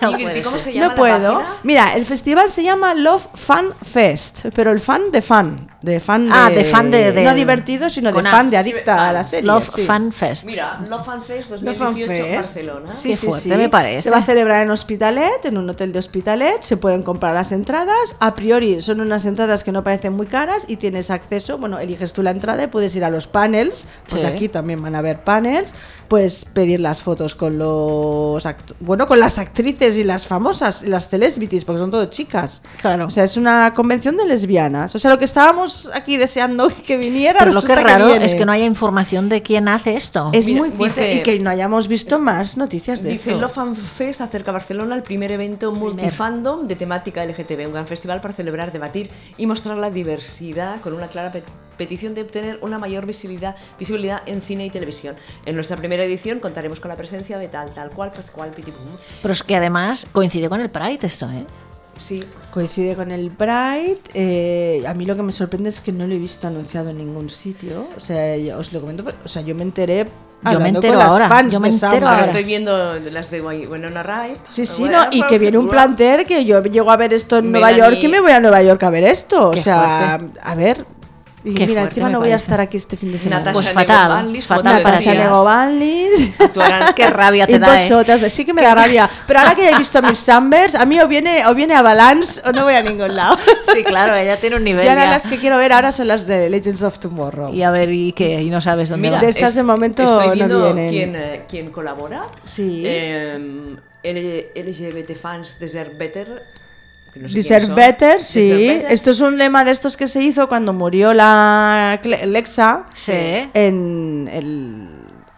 Speaker 3: No
Speaker 2: ¿Y
Speaker 3: puede
Speaker 2: cómo se
Speaker 3: ser.
Speaker 2: llama
Speaker 5: No
Speaker 2: la
Speaker 5: puedo.
Speaker 2: página?
Speaker 5: Mira, el festival se llama Love Fan Fest, pero el fan de fan. De fan de,
Speaker 3: Ah, de fan de- de-
Speaker 5: no divertido, sino de
Speaker 3: con A.
Speaker 5: fan de adicta a la
Speaker 2: Sí,
Speaker 5: serie.
Speaker 3: Love
Speaker 5: sí.
Speaker 3: Fan Fest.
Speaker 2: Mira, Love Fan Fest
Speaker 5: Love Fan
Speaker 2: 2018
Speaker 5: Fest.
Speaker 2: Barcelona.
Speaker 5: Sí,
Speaker 3: Qué
Speaker 5: sí,
Speaker 3: fuerte,
Speaker 5: sí.
Speaker 3: me parece.
Speaker 5: Se va a celebrar en Hospitalet, en un hotel de Hospitalet. Se pueden comprar las entradas. A priori son unas entradas que no parecen muy caras y tienes acceso. Bueno, eliges tú la entrada y puedes ir a los panels, porque
Speaker 3: Sí.
Speaker 5: aquí también van a haber panels. Puedes pedir las fotos con los. act- Bueno, con las actrices y las famosas, y las celebrities, porque son todo chicas.
Speaker 3: Claro.
Speaker 5: O sea, es una convención de lesbianas. O sea, lo que estábamos aquí deseando que viniera.
Speaker 3: Pero lo que
Speaker 5: resulta
Speaker 3: es raro
Speaker 5: viene.
Speaker 3: es que no haya información de quién hace esto.
Speaker 5: Es
Speaker 2: Mira,
Speaker 5: muy fuerte
Speaker 2: dice-
Speaker 5: y que no hayamos visto más noticias de
Speaker 2: Dice
Speaker 5: esto.
Speaker 2: Love Fan Fest acerca a Barcelona el primer evento multifandom de temática LGTB, un gran festival para celebrar, debatir y mostrar la diversidad con una clara pe- petición de obtener una mayor visibilidad, visibilidad en cine y televisión. En nuestra primera edición contaremos con la presencia de tal, tal cual, pues cual, pitipum.
Speaker 3: Pero es que además coincide con el Pride esto, ¿eh?
Speaker 2: Sí,
Speaker 5: Coincide con el Pride. eh, a mí lo que me sorprende es que no lo he visto anunciado en ningún sitio. O sea, ya os lo comento. pero- O sea, yo me enteré.
Speaker 3: me
Speaker 5: hablando
Speaker 3: entero
Speaker 5: con las
Speaker 3: ahora,
Speaker 5: fans
Speaker 3: yo me
Speaker 5: de
Speaker 3: entero
Speaker 5: Sambor.
Speaker 3: ahora.
Speaker 2: ahora estoy viendo las de Winona Ryder.
Speaker 5: Sí, sí, no. Y que viene un planter que yo llego a ver esto en Nueva
Speaker 2: Melanie-
Speaker 5: York y me voy a Nueva York a ver esto. O
Speaker 3: Qué
Speaker 5: sea, a ver. Y
Speaker 3: Qué
Speaker 5: mira,
Speaker 3: fuerte
Speaker 5: encima
Speaker 3: me
Speaker 5: no voy a
Speaker 3: parece.
Speaker 5: estar aquí este fin de semana.
Speaker 2: Natasha
Speaker 3: Pues fatal,
Speaker 2: Negovallis,
Speaker 3: fatal
Speaker 2: como tú
Speaker 3: para
Speaker 5: Natasha
Speaker 2: decías,
Speaker 3: Santiago.
Speaker 5: Negovallis.
Speaker 2: actuarán-
Speaker 3: Qué rabia te
Speaker 5: Y
Speaker 3: da, ¿eh?
Speaker 5: vosotras, sí que me da rabia. Pero ahora que he visto mis Sambers, a mí o viene, o viene a Balance o no voy a ningún lado.
Speaker 3: Sí, claro, ella tiene un nivel.
Speaker 5: Y ahora
Speaker 3: ya.
Speaker 5: las que quiero ver ahora son las de Legends of Tomorrow.
Speaker 3: Y a ver, ¿y qué? Y no sabes dónde
Speaker 5: Mira,
Speaker 3: va.
Speaker 5: de estas de momento no
Speaker 2: estoy viendo
Speaker 5: vienen.
Speaker 2: Quién, eh, quién colabora.
Speaker 5: Sí.
Speaker 2: Eh, L- LGBT fans deserve better. que no sé
Speaker 5: Deserve
Speaker 2: quiénes son.
Speaker 5: Better, sí.
Speaker 2: Deserve Better.
Speaker 5: Esto es un lema de estos que se hizo cuando murió la Cle- Lexa
Speaker 3: Sí.
Speaker 5: en, el-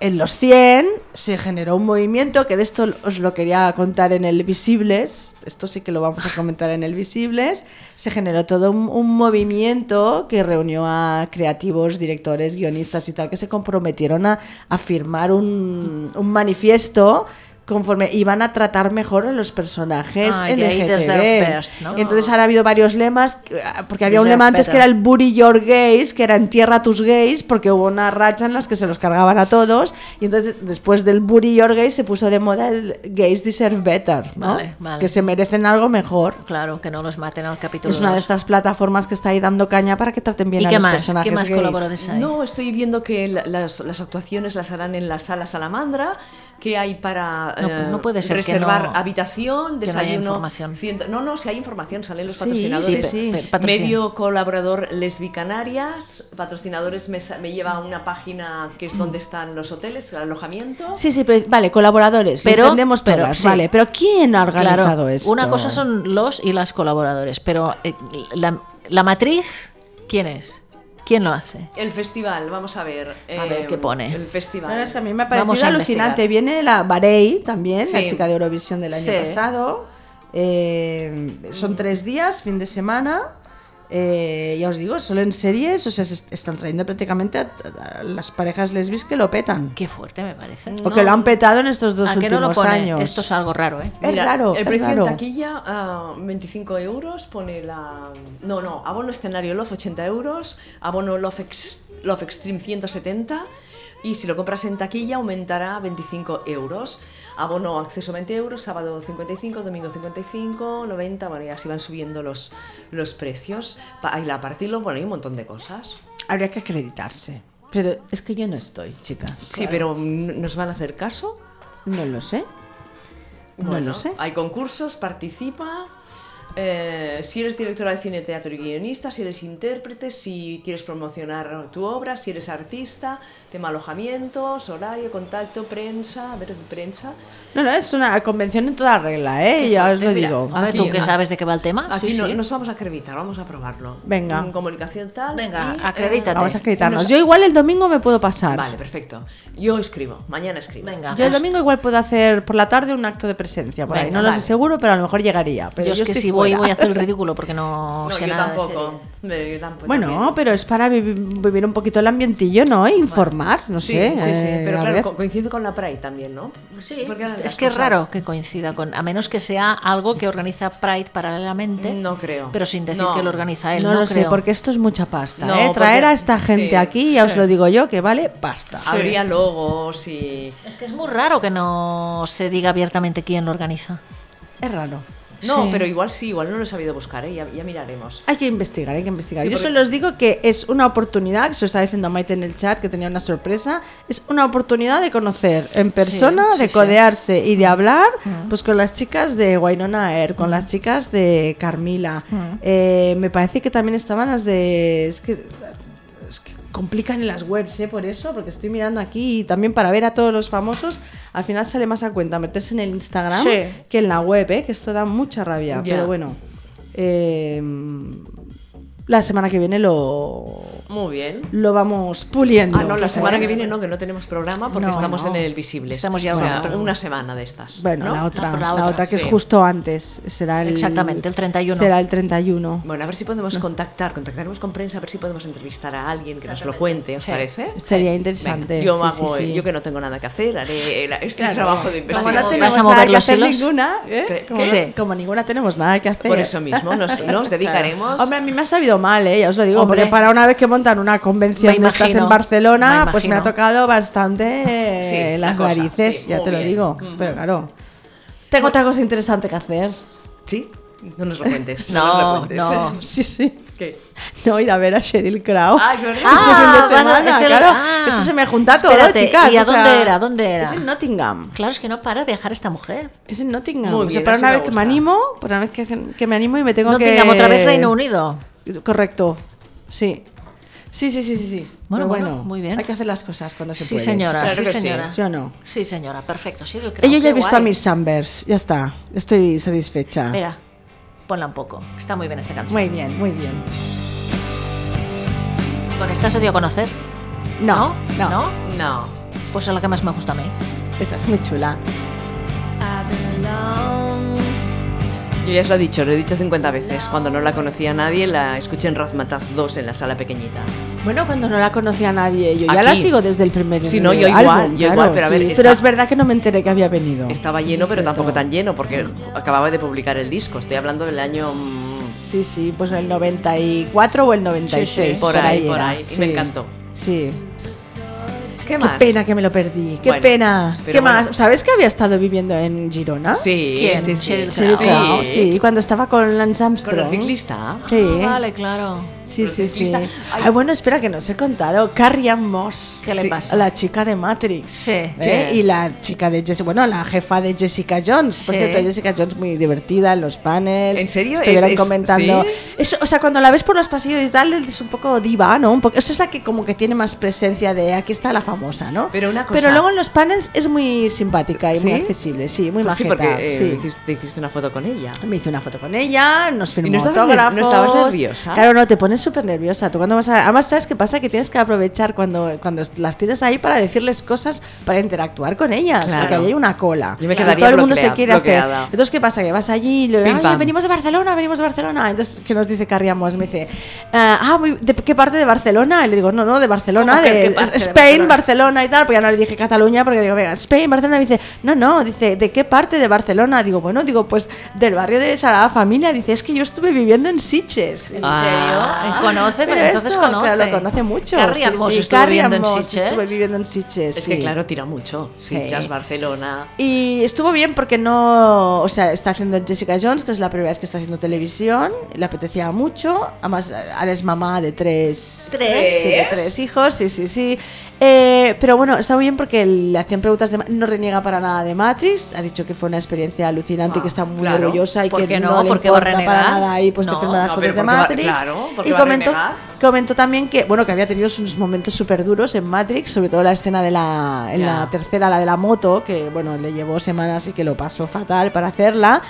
Speaker 5: en los 100. Se generó un movimiento que de esto os lo quería contar en el Visibles. Esto sí que lo vamos a comentar en el Visibles. Se generó todo un, un movimiento que reunió a creativos, directores, guionistas y tal, que se comprometieron a, a firmar un, un manifiesto conforme y van a tratar mejor a los personajes
Speaker 3: Ah,
Speaker 5: en
Speaker 3: de ahí deserve best, ¿no?
Speaker 5: Entonces ahora ha habido varios lemas, que- ah, porque había un
Speaker 3: Deserve
Speaker 5: lema antes
Speaker 3: better.
Speaker 5: que era el bury your gays, que era entierra a tus gays, porque hubo una racha en las que se los cargaban a todos, y entonces después del bury your gays se puso de moda el gays deserve better, ¿no?
Speaker 3: Vale, vale.
Speaker 5: que se merecen algo mejor.
Speaker 3: Claro, que no los maten al capítulo
Speaker 5: Es una de
Speaker 3: dos.
Speaker 5: estas plataformas que está ahí dando caña para que traten bien
Speaker 3: ¿Y
Speaker 5: a
Speaker 3: qué
Speaker 5: los
Speaker 3: más?
Speaker 5: personajes
Speaker 3: ¿Qué más
Speaker 5: gays.
Speaker 3: colaboradores hay?
Speaker 2: No, estoy viendo que la- las, las actuaciones las harán en la sala Salamandra, que hay para
Speaker 3: No, pues
Speaker 2: eh,
Speaker 3: no puede ser que
Speaker 2: reservar
Speaker 3: no-
Speaker 2: habitación,
Speaker 3: que no haya
Speaker 2: desayuno.
Speaker 3: información.
Speaker 2: ciento- no, no, si hay información, salen los
Speaker 5: Sí,
Speaker 2: patrocinadores.
Speaker 5: sí,
Speaker 3: sí. Patrocin-
Speaker 2: Medio colaborador Lesbicanarias, patrocinadores me, sa- me lleva a una página que es donde están los hoteles, el alojamiento.
Speaker 5: Sí, sí, pero, vale, colaboradores,
Speaker 3: Pero-
Speaker 5: lo entendemos
Speaker 3: pero,
Speaker 5: todas,
Speaker 3: sí.
Speaker 5: vale, pero ¿quién ha organizado
Speaker 3: Claro,
Speaker 5: esto?
Speaker 3: Una cosa son los y las colaboradores, pero eh, la, la matriz, ¿quién es? ¿Quién lo hace?
Speaker 2: El festival, vamos a ver. em,
Speaker 3: A ver qué pone.
Speaker 2: El festival.
Speaker 5: Bueno, es que a mí me ha
Speaker 3: Vamos
Speaker 5: parecido
Speaker 3: a
Speaker 5: alucinante.
Speaker 3: investigar.
Speaker 5: Viene la Barei también, la
Speaker 2: Sí.
Speaker 5: chica de Eurovisión del año
Speaker 3: Sí.
Speaker 5: pasado. Eh, son tres días, fin de semana. Eh, ya os digo, solo en series, o sea, se est- están trayendo prácticamente a, a- a las parejas lesbis que lo petan.
Speaker 3: Qué fuerte me parece.
Speaker 5: O que lo han petado en estos dos
Speaker 3: ¿A qué no
Speaker 5: últimos
Speaker 3: lo pone?
Speaker 5: años.
Speaker 3: Esto es algo raro, ¿eh?
Speaker 5: Es raro,
Speaker 2: El
Speaker 5: es
Speaker 2: precio
Speaker 5: raro.
Speaker 2: en taquilla, ah, 25 euros, pone la. No, no, abono escenario Love 80 euros, abono Love, Ex- Love Extreme 170. Y si lo compras en taquilla aumentará a 25 euros. Abono acceso 20 euros, sábado 55, domingo 55, 90, bueno, y así van subiendo los, los precios. Pa- Hay la partilo, bueno, hay un montón de cosas.
Speaker 5: Habría que acreditarse. Pero es que yo no estoy, chicas.
Speaker 2: Sí, pero mm, ¿nos van a hacer caso?
Speaker 5: No lo sé. No
Speaker 2: Bueno,
Speaker 5: lo sé.
Speaker 2: Hay concursos, participa. eh, si eres directora de cine, teatro y guionista, si eres intérprete, si quieres promocionar tu obra, si eres artista, tema alojamientos, horario, contacto, prensa, a ver, prensa.
Speaker 5: No, no, es una convención en toda regla, ¿eh? Ya os lo
Speaker 2: Mira,
Speaker 5: digo.
Speaker 3: A ver,
Speaker 2: Aquí-
Speaker 3: tú que sabes de qué va el tema.
Speaker 2: Aquí
Speaker 3: Ah, Sí,
Speaker 2: no-
Speaker 3: sí.
Speaker 2: nos vamos a acreditar, vamos a probarlo.
Speaker 5: Venga.
Speaker 2: Mm, Comunicación tal.
Speaker 3: Venga,
Speaker 2: y, eh,
Speaker 3: acredítate.
Speaker 5: Vamos a acreditarnos.
Speaker 2: Nos-
Speaker 5: Yo igual el domingo me puedo pasar.
Speaker 2: Vale, perfecto. Yo escribo, mañana escribo.
Speaker 3: Venga,
Speaker 5: Yo el
Speaker 3: pues,
Speaker 5: domingo igual puedo hacer por la tarde un acto de presencia por ahí.
Speaker 3: Venga,
Speaker 5: No lo sé
Speaker 3: vale.
Speaker 5: seguro, pero a lo mejor llegaría. Pero
Speaker 3: yo es que
Speaker 5: estoy
Speaker 3: si voy,
Speaker 5: fuera.
Speaker 3: voy a hacer el ridículo porque no,
Speaker 2: No,
Speaker 3: sé
Speaker 2: yo
Speaker 3: nada de
Speaker 2: tampoco.
Speaker 3: series.
Speaker 2: Pero yo tampoco.
Speaker 5: Bueno,
Speaker 2: también.
Speaker 5: pero es para vivi- vivir un poquito el ambientillo, ¿no? E informar, no
Speaker 2: Sí,
Speaker 5: sé.
Speaker 2: sí, sí,
Speaker 5: eh,
Speaker 2: pero
Speaker 5: a
Speaker 2: claro,
Speaker 5: ver.
Speaker 2: co- coincide con la Pride también, ¿no?
Speaker 3: Sí,
Speaker 2: Porque
Speaker 3: es,
Speaker 2: ahora
Speaker 3: es
Speaker 2: las
Speaker 3: que es
Speaker 2: cosas-
Speaker 3: raro que coincida con, a menos que sea algo que organiza Pride paralelamente,
Speaker 2: No creo.
Speaker 3: pero sin decir
Speaker 2: No.
Speaker 3: que lo organiza él,
Speaker 5: no,
Speaker 3: no,
Speaker 5: lo
Speaker 3: creo.
Speaker 5: sé, porque esto es mucha pasta.
Speaker 2: No,
Speaker 5: ¿eh? Traer a
Speaker 2: porque-
Speaker 5: esta gente
Speaker 2: sí,
Speaker 5: aquí, ya os
Speaker 2: sí.
Speaker 5: lo digo yo, que vale pasta.
Speaker 3: Ah.
Speaker 2: Habría logos y...
Speaker 3: Es que es muy raro que no se diga abiertamente quién lo organiza.
Speaker 5: Es raro.
Speaker 2: No,
Speaker 3: Sí.
Speaker 2: pero igual sí, igual no lo he sabido buscar, ¿eh? ya, ya miraremos.
Speaker 5: Hay que investigar, hay que investigar.
Speaker 2: Sí,
Speaker 5: Yo
Speaker 2: porque-
Speaker 5: solo os digo que es una oportunidad, que se lo está diciendo Maite en el chat, que tenía una sorpresa, es una oportunidad de conocer en persona,
Speaker 3: sí,
Speaker 5: de
Speaker 3: sí. Mm.
Speaker 5: codearse y de hablar pues con las chicas de Wainona Air, con las chicas de Carmila.
Speaker 3: Mm.
Speaker 5: Eh, me parece que también estaban las de... Es que, es que complican en las webs, ¿eh? Por eso, porque estoy mirando aquí y también para ver a todos los famosos, al final sale más a cuenta meterse en el Instagram
Speaker 3: Sí.
Speaker 5: que en la web, ¿eh? Que esto da mucha rabia.
Speaker 2: Ya.
Speaker 5: Pero bueno. eh, la semana que viene lo,
Speaker 2: Muy bien.
Speaker 5: lo vamos puliendo.
Speaker 2: Ah, no, la semana que viene no, que no tenemos programa porque
Speaker 3: No,
Speaker 2: estamos
Speaker 3: no.
Speaker 2: en el Visibles.
Speaker 3: Estamos ya
Speaker 2: o sea,
Speaker 3: con- pero-
Speaker 2: una semana de estas.
Speaker 5: Bueno,
Speaker 2: ¿no? Ah,
Speaker 5: la, otra,
Speaker 3: No, pero
Speaker 5: la
Speaker 3: la
Speaker 5: otra,
Speaker 3: otra,
Speaker 5: que es
Speaker 2: sí.
Speaker 5: justo antes. Será el,
Speaker 3: Exactamente, el 31.
Speaker 5: Será el 31.
Speaker 2: Bueno, a ver si podemos contactar, contactaremos con prensa, a ver si podemos entrevistar a alguien que nos lo cuente, ¿os
Speaker 3: Sí.
Speaker 2: parece?
Speaker 5: Estaría
Speaker 2: Venga,
Speaker 5: interesante.
Speaker 2: yo,
Speaker 5: sí,
Speaker 2: hago- eh,
Speaker 5: sí, sí.
Speaker 2: yo que no tengo nada que hacer, haré el- este trabajo de
Speaker 5: Como no
Speaker 2: investigación.
Speaker 5: tenemos
Speaker 3: mover
Speaker 5: nada que
Speaker 3: los
Speaker 5: hacer
Speaker 3: hilos?
Speaker 5: ninguna, ¿eh?
Speaker 2: ¿Qué-
Speaker 5: como, no-
Speaker 3: qué?
Speaker 5: como ninguna tenemos nada que hacer.
Speaker 2: Por eso mismo nos, nos dedicaremos...
Speaker 5: Hombre, a mí me ha sabido mal, ¿eh? ya os lo digo,
Speaker 3: Hombre.
Speaker 5: porque para una vez que montan una convención
Speaker 3: Me
Speaker 5: de estas
Speaker 3: imagino,
Speaker 5: en Barcelona,
Speaker 3: me
Speaker 5: pues me ha
Speaker 3: imagino.
Speaker 5: tocado bastante
Speaker 2: Sí,
Speaker 5: eh,
Speaker 2: la
Speaker 5: las
Speaker 2: cosa,
Speaker 5: narices,
Speaker 2: sí,
Speaker 5: ya
Speaker 2: muy
Speaker 5: te lo
Speaker 2: bien.
Speaker 5: digo. Pero claro, tengo otra cosa interesante que hacer.
Speaker 2: Sí, no nos lo cuentes.
Speaker 3: No,
Speaker 2: nos lo cuentes.
Speaker 3: no.
Speaker 5: Sí, sí.
Speaker 2: ¿Qué?
Speaker 5: No, ir a ver a Sheryl Crow.
Speaker 2: Ah, es verdad.
Speaker 5: Ese Este fin de
Speaker 3: Ah, vas a-
Speaker 5: semana,
Speaker 3: es el-
Speaker 5: claro.
Speaker 3: ah.
Speaker 5: Eso se me junta todo,
Speaker 3: Espérate,
Speaker 5: chicas.
Speaker 3: ¿y a
Speaker 5: o sea,
Speaker 3: dónde era? ¿Dónde era?
Speaker 5: Es en Nottingham.
Speaker 3: Claro, es que no para de viajar esta mujer.
Speaker 5: Es en Nottingham.
Speaker 2: Muy
Speaker 5: O sea,
Speaker 2: bien,
Speaker 5: para
Speaker 2: eso
Speaker 5: una
Speaker 2: me
Speaker 5: vez que me
Speaker 2: gusta.
Speaker 5: animo, para una vez que, que me animo y me tengo
Speaker 3: no
Speaker 5: que...
Speaker 3: tengamos otra vez Reino Unido.
Speaker 5: Correcto, sí. Sí, sí, sí, sí. sí.
Speaker 3: Bueno,
Speaker 5: Pero
Speaker 3: bueno, muy bien.
Speaker 5: Hay que hacer las cosas cuando se
Speaker 3: Sí,
Speaker 5: puede.
Speaker 3: señora,
Speaker 2: Claro
Speaker 3: sí,
Speaker 2: que sí.
Speaker 3: señora.
Speaker 5: ¿Sí o no?
Speaker 3: Sí, señora, perfecto. Sí, yo creo.
Speaker 5: Eh, Yo ya
Speaker 3: qué
Speaker 5: he visto
Speaker 3: guay.
Speaker 5: a mis Sambers, ya está. Estoy satisfecha.
Speaker 3: Mira, ponla un poco. Está muy bien esta canción.
Speaker 5: Muy bien, muy bien.
Speaker 3: Con esta se dio a conocer.
Speaker 5: No,
Speaker 3: ¿No?
Speaker 5: no,
Speaker 2: No.
Speaker 3: Pues es la que más me gusta a mí.
Speaker 5: Esta es muy chula.
Speaker 2: Yo ya os lo he dicho, lo he dicho 50 veces. Cuando no la conocía nadie, la escuché en Razmataz 2 en la sala pequeñita.
Speaker 5: Bueno, cuando no la conocía nadie, yo ya
Speaker 2: Aquí.
Speaker 5: la sigo desde el primer
Speaker 2: Sí, no, yo
Speaker 5: álbum,
Speaker 2: igual, yo igual, pero a ver,
Speaker 5: sí.
Speaker 2: está-
Speaker 5: Pero es verdad que no me enteré que había venido.
Speaker 2: Estaba
Speaker 5: Eso
Speaker 2: lleno,
Speaker 5: es
Speaker 2: pero
Speaker 5: cierto.
Speaker 2: tampoco tan lleno, porque acababa de publicar el disco. Estoy hablando del año. mm,
Speaker 5: Sí, sí, pues el 94 o el 96.
Speaker 3: Sí, sí,
Speaker 2: por ahí, por
Speaker 5: era,
Speaker 2: ahí. Y me encantó.
Speaker 5: Sí.
Speaker 2: ¿Qué
Speaker 5: Qué
Speaker 2: más?
Speaker 5: pena que me lo perdí, qué
Speaker 2: Bueno,
Speaker 5: pena.
Speaker 2: pero
Speaker 5: ¿Qué
Speaker 2: bueno.
Speaker 5: más? ¿Sabes que había estado viviendo en Girona?
Speaker 2: Sí,
Speaker 3: ¿Quién?
Speaker 2: sí, sí.
Speaker 3: Cheryl
Speaker 5: Sí,
Speaker 3: Crow.
Speaker 5: claro,
Speaker 2: Sí.
Speaker 5: sí, cuando estaba con Lance Armstrong.
Speaker 2: Con el ciclista.
Speaker 5: Sí,
Speaker 3: Ah, Vale, claro.
Speaker 5: sí,
Speaker 2: con el
Speaker 5: sí, sí.
Speaker 2: ciclista. Ay.
Speaker 5: Ah, bueno, espera que nos he contado. Carrie Ann Moss.
Speaker 3: ¿Qué le
Speaker 5: Sí.
Speaker 3: pasa?
Speaker 5: La chica de Matrix.
Speaker 3: Sí.
Speaker 5: ¿eh?
Speaker 3: ¿Qué?
Speaker 5: Y la chica de Jessica, bueno, la jefa de Jessica Jones. Por
Speaker 3: Sí.
Speaker 5: cierto, Jessica Jones muy divertida en los paneles.
Speaker 2: ¿En serio?
Speaker 5: Estuvieron
Speaker 2: Es- es-
Speaker 5: comentando.
Speaker 2: ¿sí?
Speaker 5: Es- o sea, cuando la ves por los pasillos y tal, es un poco diva, ¿no? Un poco, es esa que como que tiene más presencia de aquí está la famosa, ¿no?
Speaker 2: Pero una cosa-
Speaker 5: Pero luego en los paneles es muy simpática y
Speaker 2: ¿Sí?
Speaker 5: muy accesible, sí, muy
Speaker 2: Pues sí,
Speaker 5: majeta.
Speaker 2: porque eh,
Speaker 5: sí.
Speaker 2: hiciste- Te hiciste una foto con ella.
Speaker 5: Me hice una foto con ella, nos firmó
Speaker 2: ¿Y no estabas ner-
Speaker 5: autógrafos.
Speaker 2: no estabas nerviosa?
Speaker 5: Claro, no, te pones súper nerviosa. Tú cuando vas a- Además, ¿sabes qué pasa? Que tienes que aprovechar cuando, cuando est- las tienes ahí para decirles cosas, para interactuar con ellas.
Speaker 2: Claro.
Speaker 5: Porque ahí hay una cola.
Speaker 2: Yo me
Speaker 5: Claro.
Speaker 2: quedaría
Speaker 5: Todo el mundo se
Speaker 2: bloquea-
Speaker 5: quiere
Speaker 2: bloqueada.
Speaker 5: hacer. Entonces, ¿qué pasa? Que vas allí y le
Speaker 2: Pim,
Speaker 5: "Ay,
Speaker 2: pam.
Speaker 5: venimos de Barcelona, venimos de Barcelona. Entonces, ¿qué nos dice Carriamos? Me dice, "Ah, ah, muy- ¿de qué parte de Barcelona? Y le digo, no, no, de Barcelona,
Speaker 3: ¿Cómo que
Speaker 5: de
Speaker 3: qué parte de
Speaker 5: Spain,
Speaker 3: Barcelona?
Speaker 5: Barcelona. Barcelona y tal, porque ya no le dije Cataluña, porque digo, venga, Spain, Barcelona, y me dice, no, no, dice, ¿de qué parte de Barcelona? Digo, bueno, digo, pues del barrio de Sagrada Familia, dice, es que yo estuve viviendo en Sitges.
Speaker 3: ¿En
Speaker 2: Ah.
Speaker 3: serio? Eh, Conoce, pero,
Speaker 5: Pero
Speaker 3: entonces
Speaker 5: esto,
Speaker 3: conoce.
Speaker 5: claro, lo conoce mucho.
Speaker 3: Carrie
Speaker 5: sí,
Speaker 3: Ann Moss
Speaker 5: sí,
Speaker 3: estuvo
Speaker 5: Carrie
Speaker 3: viviendo
Speaker 5: Ann Moss
Speaker 3: en Sitges.
Speaker 5: estuve viviendo en Sitges,
Speaker 2: Es
Speaker 5: sí.
Speaker 2: que, claro, tira mucho. Sitges,
Speaker 5: Sí.
Speaker 2: Barcelona.
Speaker 5: Y estuvo bien porque no. O sea, está haciendo Jessica Jones, que es la primera vez que está haciendo televisión. Le apetecía mucho. Además, ahora es mamá de tres.
Speaker 3: ¿Tres?
Speaker 5: Sí, de tres hijos, sí, sí, sí. Eh, pero bueno, está muy bien porque le hacían preguntas. De, Ma- no reniega para nada de Matrix. Ha dicho que fue una experiencia alucinante y que está muy
Speaker 2: claro.
Speaker 5: orgullosa y
Speaker 3: ¿Por
Speaker 5: que
Speaker 3: qué
Speaker 5: no,
Speaker 3: no?
Speaker 5: le
Speaker 3: ¿Por qué va a
Speaker 5: importa para
Speaker 3: renegar?
Speaker 5: nada ahí pues te
Speaker 3: No,
Speaker 5: firman las
Speaker 2: no,
Speaker 5: fotos
Speaker 2: pero
Speaker 5: de
Speaker 2: porque va-
Speaker 5: Matrix.
Speaker 2: claro, porque
Speaker 5: y
Speaker 2: va a
Speaker 5: comentó,
Speaker 2: renegar.
Speaker 5: comentó también que, bueno, que había tenido unos momentos súper duros en Matrix, sobre todo la escena de la, en
Speaker 2: Ya.
Speaker 5: la tercera, la de la moto, que bueno, le llevó semanas y que lo pasó fatal para hacerla.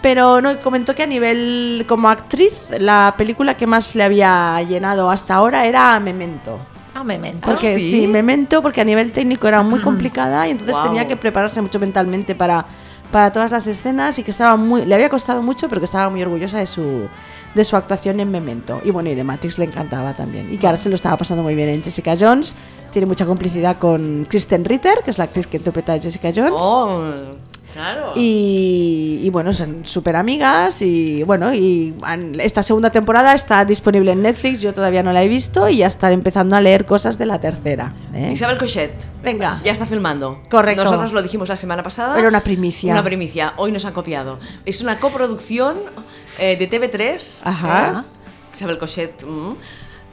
Speaker 5: Pero no, y comentó que a nivel como actriz, la película que más le había llenado hasta ahora era Memento.
Speaker 3: Ah, Memento.
Speaker 5: Porque
Speaker 2: sí?
Speaker 5: sí? Memento, porque a nivel técnico era muy complicada y entonces
Speaker 2: Guau.
Speaker 5: tenía que prepararse mucho mentalmente para, para todas las escenas y que estaba muy, le había costado mucho, pero que estaba muy orgullosa de su, de su actuación en Memento. Y bueno, y de Matrix le encantaba también. Y que ahora se lo estaba pasando muy bien en Jessica Jones. Tiene mucha complicidad con Kristen Ritter, que es la actriz que interpreta a Jessica Jones.
Speaker 2: Oh, claro.
Speaker 5: Y, y bueno, son súper amigas y bueno, y han- esta segunda temporada está disponible en Netflix, yo todavía no la he visto y ya están empezando a leer cosas de la tercera. ¿eh?
Speaker 2: Isabel Cochet.
Speaker 5: Venga.
Speaker 2: Ya está filmando.
Speaker 5: Correcto.
Speaker 2: Nosotros lo dijimos la semana pasada.
Speaker 5: Era una primicia.
Speaker 2: Una primicia. Hoy nos han copiado. Es una coproducción eh, de TV3.
Speaker 5: Ajá.
Speaker 2: Isabel Cochet. mm,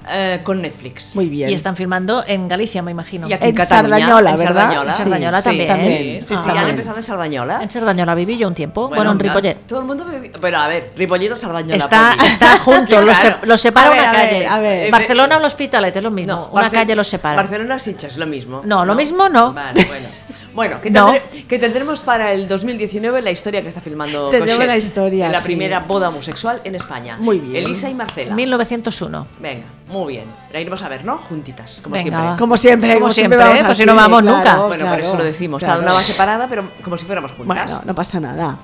Speaker 2: eh, con Netflix.
Speaker 5: Muy bien.
Speaker 3: Y están filmando en Galicia, me imagino.
Speaker 2: Y aquí en,
Speaker 5: En
Speaker 2: Cataluña,
Speaker 5: Sardañola,
Speaker 2: en
Speaker 5: ¿verdad?
Speaker 2: Sardañola.
Speaker 5: En
Speaker 3: Sardañola
Speaker 2: Sí,
Speaker 3: también.
Speaker 2: Sí, sí,
Speaker 5: Ah,
Speaker 2: sí,
Speaker 5: también.
Speaker 2: han empezado en Sardañola.
Speaker 3: En Cerdañola viví yo un tiempo. Bueno, en
Speaker 2: na-
Speaker 3: Ripollet.
Speaker 2: Todo el mundo vive- Pero a ver, Ripollet o Sardañola.
Speaker 3: Está,
Speaker 2: Poli.
Speaker 3: está junto, los,
Speaker 2: Claro.
Speaker 3: se- los separa
Speaker 5: A ver,
Speaker 3: una
Speaker 5: a ver,
Speaker 3: calle.
Speaker 5: a ver.
Speaker 3: Barcelona o el Hospitalet es lo mismo. una
Speaker 2: Barce-
Speaker 3: calle los separa.
Speaker 2: Barcelona Sitges, lo mismo.
Speaker 3: No, lo mismo no.
Speaker 2: Vale, bueno. Bueno, que,
Speaker 3: No.
Speaker 2: tendré- que tendremos para el 2019 la historia que está filmando
Speaker 5: Tendremos
Speaker 2: Cochet.
Speaker 5: la historia,
Speaker 2: La
Speaker 5: sí.
Speaker 2: primera boda homosexual en España.
Speaker 5: Muy bien.
Speaker 2: Elisa y Marcela.
Speaker 3: 1901.
Speaker 2: Venga, muy bien. La iremos a ver, ¿no? Juntitas, como
Speaker 3: Venga,
Speaker 2: siempre.
Speaker 3: va.
Speaker 5: Como siempre,
Speaker 3: Como
Speaker 5: como siempre,
Speaker 3: siempre,
Speaker 5: vamos
Speaker 3: pues
Speaker 5: así,
Speaker 3: si no vamos
Speaker 5: claro,
Speaker 3: nunca.
Speaker 2: Bueno,
Speaker 5: claro,
Speaker 2: por eso lo decimos.
Speaker 5: claro.
Speaker 2: Cada una va separada, pero como si fuéramos juntas.
Speaker 5: Bueno, no pasa nada.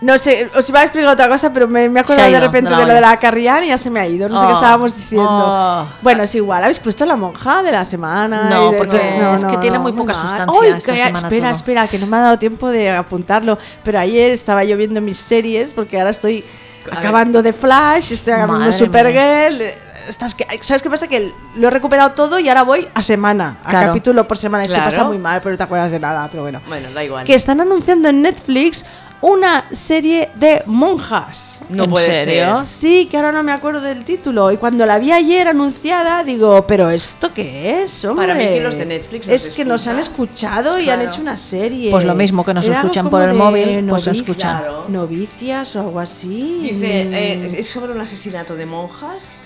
Speaker 5: No sé, os iba a explicar otra cosa, pero me, me he
Speaker 3: Se
Speaker 5: acordado
Speaker 3: ha ido
Speaker 5: de repente
Speaker 3: de la
Speaker 5: de lo
Speaker 3: olla.
Speaker 5: de la Carrián y ya se me ha ido. No sé qué
Speaker 3: Oh,
Speaker 5: estábamos diciendo.
Speaker 3: oh.
Speaker 5: Bueno, es igual. ¿Habéis puesto la monja de la semana?
Speaker 3: No,
Speaker 5: y de-
Speaker 3: porque es que tiene muy poca
Speaker 5: mal.
Speaker 3: sustancia
Speaker 5: Ay,
Speaker 3: esta
Speaker 5: que-
Speaker 3: semana
Speaker 5: espera,
Speaker 3: todo.
Speaker 5: espera, que no me ha dado tiempo de apuntarlo. Pero ayer estaba yo viendo mis series porque ahora estoy
Speaker 2: ver.
Speaker 5: acabando de Flash, estoy acabando
Speaker 3: Madre
Speaker 5: Supergirl. eh, Estas que, ¿Sabes qué pasa? Que lo he recuperado todo y ahora voy a semana, a
Speaker 3: Claro.
Speaker 5: capítulo por semana. Y
Speaker 2: Claro.
Speaker 5: se pasa muy mal, pero no te acuerdas de nada. Pero bueno.
Speaker 2: Bueno, da igual.
Speaker 5: Que están anunciando en Netflix una serie de monjas.
Speaker 2: No
Speaker 3: ¿En
Speaker 2: puede
Speaker 3: serio?
Speaker 2: ser.
Speaker 5: Sí, que ahora no me acuerdo del título. Y cuando la vi ayer anunciada, digo, ¿pero esto qué es? Hombre?
Speaker 2: Para mí que los de Netflix nos
Speaker 5: Es que nos han escuchado y han
Speaker 2: Claro.
Speaker 5: hecho una serie.
Speaker 3: Pues lo mismo que nos
Speaker 5: Era algo
Speaker 3: escuchan
Speaker 5: como
Speaker 3: por el
Speaker 5: de
Speaker 3: móvil, pues lo
Speaker 5: novicia-
Speaker 3: escuchan.
Speaker 2: Claro.
Speaker 5: Novicias o algo así. Mm.
Speaker 2: Dice,
Speaker 3: Mm.
Speaker 2: eh,
Speaker 3: Ah,
Speaker 2: ¿es sobre un asesinato de monjas?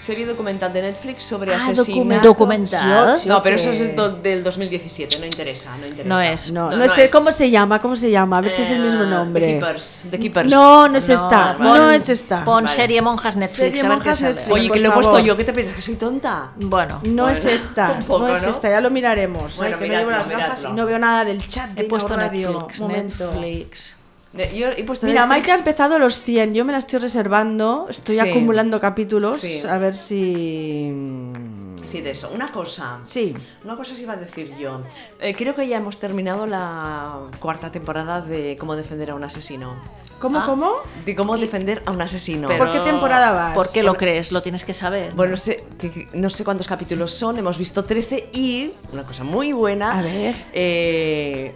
Speaker 2: Serie documental de Netflix sobre
Speaker 5: Ah,
Speaker 2: asesinatos.
Speaker 3: documental.
Speaker 5: Sí, sí,
Speaker 2: No, pero
Speaker 5: que-
Speaker 2: eso es do- del 2017, no interesa, no interesa.
Speaker 3: No es.
Speaker 5: No, no, sé cómo se llama, cómo se llama, a ver si es el mismo
Speaker 2: Eh, The
Speaker 5: nombre.
Speaker 2: Keepers, The Keepers.
Speaker 5: No, no es esta,
Speaker 2: vale.
Speaker 5: no es esta.
Speaker 3: Pon
Speaker 2: Vale.
Speaker 3: serie Monjas Netflix.
Speaker 5: Serie
Speaker 3: a ver
Speaker 5: Monjas
Speaker 3: qué sale.
Speaker 5: Netflix.
Speaker 2: Oye,
Speaker 5: por
Speaker 2: que lo he puesto
Speaker 5: favor.
Speaker 2: yo, ¿qué te piensas que soy tonta?
Speaker 3: Bueno,
Speaker 5: No
Speaker 2: Bueno,
Speaker 5: es esta,
Speaker 2: un poco,
Speaker 5: no es
Speaker 2: ¿no?
Speaker 5: esta, ya lo miraremos.
Speaker 2: Bueno,
Speaker 5: Ay, que me
Speaker 2: miradlo,
Speaker 5: llevo las gafas
Speaker 2: miradlo.
Speaker 5: y no veo nada del chat de
Speaker 3: he puesto
Speaker 5: Innova Radio.
Speaker 3: Netflix.
Speaker 5: Momento.
Speaker 3: Netflix.
Speaker 2: De- Yo he puesto
Speaker 5: Mira,
Speaker 2: Netflix.
Speaker 5: Maite ha empezado los 100, yo me la estoy reservando, estoy
Speaker 2: Sí.
Speaker 5: acumulando capítulos,
Speaker 2: Sí.
Speaker 5: a ver si...
Speaker 2: Sí, de eso. Una cosa.
Speaker 5: Sí,
Speaker 2: Una cosa os iba a decir yo. Eh, creo que ya hemos terminado la cuarta temporada de Cómo defender a un asesino. Ah.
Speaker 5: ¿cómo, cómo?
Speaker 2: De cómo defender a un asesino.
Speaker 5: Pero- ¿Por qué temporada vas?
Speaker 3: ¿Por qué lo crees? Lo tienes que saber.
Speaker 2: Bueno, no sé, que- que- no sé cuántos capítulos son, hemos visto 13 y una cosa muy buena.
Speaker 5: A ver.
Speaker 2: eh,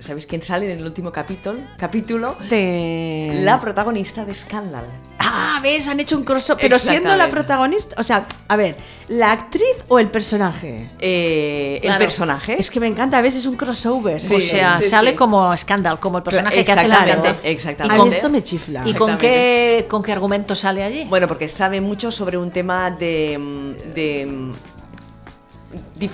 Speaker 2: ¿Sabéis quién sale en el último capítulo? Capítulo.
Speaker 5: De...
Speaker 2: La protagonista de Scandal.
Speaker 5: Ah, ves, han hecho un crossover, pero siendo la
Speaker 2: Exactamente.
Speaker 5: protagonista, o sea, a ver, ¿la actriz o el personaje?
Speaker 2: Eh,
Speaker 3: Claro.
Speaker 2: El personaje.
Speaker 5: Es que me encanta, a veces es un crossover. Pues,
Speaker 2: Sí,
Speaker 3: o sea,
Speaker 2: sí,
Speaker 3: sale
Speaker 2: sí.
Speaker 3: como escándalo, como el personaje que hace la
Speaker 2: Exactamente,
Speaker 3: gente.
Speaker 2: exactamente.
Speaker 5: A
Speaker 3: ¿Y
Speaker 5: mí
Speaker 3: con,
Speaker 5: esto me chifla.
Speaker 3: y con qué, con qué argumento sale allí?
Speaker 2: Bueno, porque sabe mucho sobre un tema de. mm, de mm,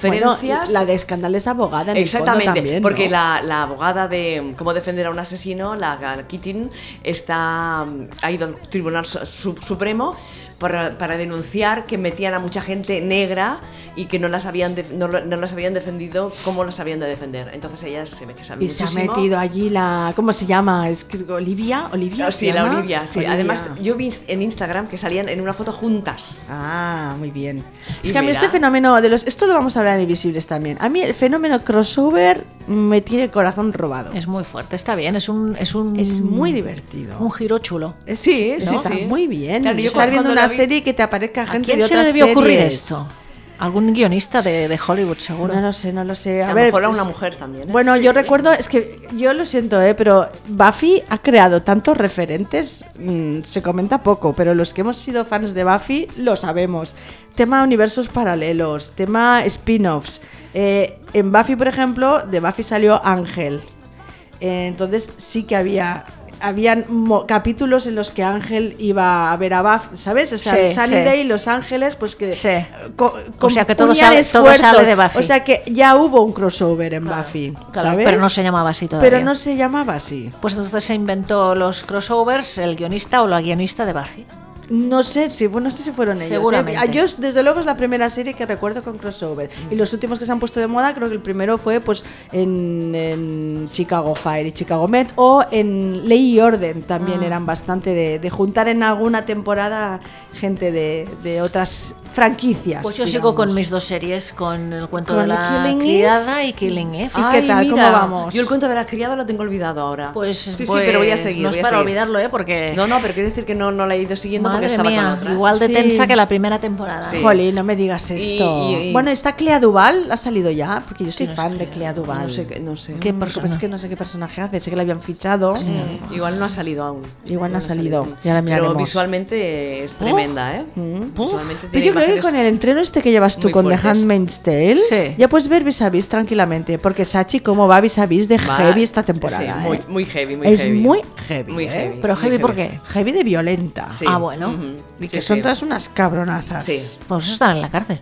Speaker 5: Bueno,
Speaker 2: diferencias.
Speaker 5: la de escándalo es abogada en el fondo
Speaker 2: Exactamente,
Speaker 5: también, ¿no?
Speaker 2: porque la, la abogada de mm, cómo defender a un asesino, la Gal Keating, está, mm, ha ido al Tribunal Su- Su- Supremo para, para denunciar que metían a mucha gente negra y que no las habían, def- no, lo- no las habían defendido como las habían de defender. Entonces ella se ve que sabe
Speaker 5: Y se ha
Speaker 2: muchísimo.
Speaker 5: metido allí la... ¿Cómo se llama? ¿Es que Olivia? ¿Olivia?
Speaker 2: Ah,
Speaker 5: se
Speaker 2: sí, la
Speaker 5: llama?
Speaker 2: Olivia, sí. Además, yo vi inst- en Instagram que salían en una foto juntas.
Speaker 5: Ah, muy bien.
Speaker 2: Y
Speaker 5: Es que a mí
Speaker 2: mira.
Speaker 5: este fenómeno de los... Esto lo vamos a hablar en Invisibles también. A mí el fenómeno crossover me tiene el corazón robado. Es,
Speaker 3: Es muy fuerte, está bien, es un, es un,
Speaker 5: muy divertido.
Speaker 3: un giro chulo.
Speaker 2: Sí,
Speaker 5: Eso
Speaker 2: sí,
Speaker 5: está
Speaker 2: sí.
Speaker 5: muy bien.
Speaker 2: Claro, yo
Speaker 5: Estar
Speaker 2: cuando
Speaker 5: viendo
Speaker 2: la
Speaker 5: una
Speaker 2: vi-
Speaker 5: serie y que te aparezca
Speaker 3: ¿A
Speaker 5: gente
Speaker 3: quién
Speaker 5: de
Speaker 3: se le
Speaker 5: otras
Speaker 3: debió ocurrir
Speaker 5: series.
Speaker 3: esto? ¿Algún guionista de, de Hollywood, seguro?
Speaker 5: No lo sé, no lo sé.
Speaker 2: A,
Speaker 5: A,
Speaker 2: lo
Speaker 5: ver,
Speaker 2: mejor a una
Speaker 5: es-
Speaker 2: mujer también. ¿eh?
Speaker 5: Bueno, yo recuerdo, es que yo lo siento, ¿eh? pero Buffy ha creado tantos referentes, mm, se comenta poco, pero los que hemos sido fans de Buffy lo sabemos. Tema universos paralelos, tema spin-offs. Eh, en Buffy, por ejemplo, de Buffy salió Ángel. Eh, entonces sí que había... Habían mo- capítulos en los que Ángel iba a ver a Buffy, ¿sabes? O sea,
Speaker 3: Sí,
Speaker 5: en
Speaker 3: sí.
Speaker 5: Sunnydale, Los Ángeles, pues que...
Speaker 3: Sí.
Speaker 5: co-
Speaker 3: O sea, que todo
Speaker 5: compuñan
Speaker 3: sale- todo
Speaker 5: esfuerzos.
Speaker 3: sale de Buffy.
Speaker 5: O sea, que ya hubo un crossover en Buffy,
Speaker 3: Claro,
Speaker 5: ¿sabes?
Speaker 3: pero no se llamaba así todavía.
Speaker 5: Pero no se llamaba así.
Speaker 3: Pues entonces se inventó los crossovers, el guionista o la guionista de Buffy.
Speaker 5: No sé si, bueno, no sé si fueron ellos. ¿eh?
Speaker 3: Seguramente.
Speaker 5: Ah, Yo, desde luego, es la primera serie que recuerdo con crossover. Y los últimos que se han puesto de moda, creo que el primero fue pues en, en Chicago Fire y Chicago Med o en Ley y Orden también eran bastante de, de juntar en alguna temporada gente de, de otras franquicias.
Speaker 3: Pues yo sigo con
Speaker 5: digamos.
Speaker 3: mis dos series, con el cuento
Speaker 5: Con
Speaker 3: de la
Speaker 5: Killing Eve.
Speaker 3: criada y Killing Eve.
Speaker 5: ¿Y qué tal? ¿Cómo vamos?
Speaker 2: Yo el cuento de la criada lo tengo olvidado ahora.
Speaker 3: Pues,
Speaker 2: sí,
Speaker 3: pues,
Speaker 2: sí, pero voy a seguir.
Speaker 3: No es
Speaker 2: voy a
Speaker 3: para
Speaker 2: seguir.
Speaker 3: olvidarlo, ¿eh? Porque
Speaker 2: No, no, pero quiero decir que no, no la he ido siguiendo
Speaker 3: madre
Speaker 2: porque estaba con
Speaker 3: mía,
Speaker 2: otras.
Speaker 3: igual de
Speaker 5: Sí.
Speaker 3: tensa que la primera temporada.
Speaker 2: Sí.
Speaker 5: Jolín, no me digas esto.
Speaker 2: Y- y-
Speaker 5: Bueno, está Clea Duval, ha salido ya, porque yo soy
Speaker 3: no es
Speaker 5: fan de Clea Duval.
Speaker 2: No sé, qué- no sé.
Speaker 3: ¿Qué
Speaker 5: Mm,
Speaker 3: persona?
Speaker 5: pues es que no sé qué personaje hace, sé que la habían fichado.
Speaker 2: Igual no ha salido aún.
Speaker 5: Igual no ha salido. Ya la
Speaker 2: pero
Speaker 5: miraremos. ¿Oh? Mm.
Speaker 2: visualmente es tremenda, ¿eh? Visualmente
Speaker 5: Pero yo creo que con el entreno este que llevas tú
Speaker 2: muy
Speaker 5: con The
Speaker 2: fuertes.
Speaker 5: Handmaid's Tale,
Speaker 3: Sí.
Speaker 5: ya puedes ver vis a vis tranquilamente. Porque Sachi, cómo va vis a vis de
Speaker 2: Va-
Speaker 5: heavy esta
Speaker 2: sí,
Speaker 5: temporada.
Speaker 2: muy,
Speaker 5: ¿eh?
Speaker 2: muy heavy, muy
Speaker 5: es
Speaker 2: heavy.
Speaker 5: muy heavy.
Speaker 2: Muy
Speaker 5: ¿eh?
Speaker 2: heavy.
Speaker 3: Pero
Speaker 2: muy
Speaker 3: heavy, ¿por qué?
Speaker 5: Heavy de violenta.
Speaker 2: Sí.
Speaker 3: Ah, bueno.
Speaker 2: Ujú.
Speaker 5: Y
Speaker 2: Sí,
Speaker 5: que son
Speaker 2: sí.
Speaker 5: todas unas cabronazas.
Speaker 2: Sí.
Speaker 3: Pues eso están en la cárcel.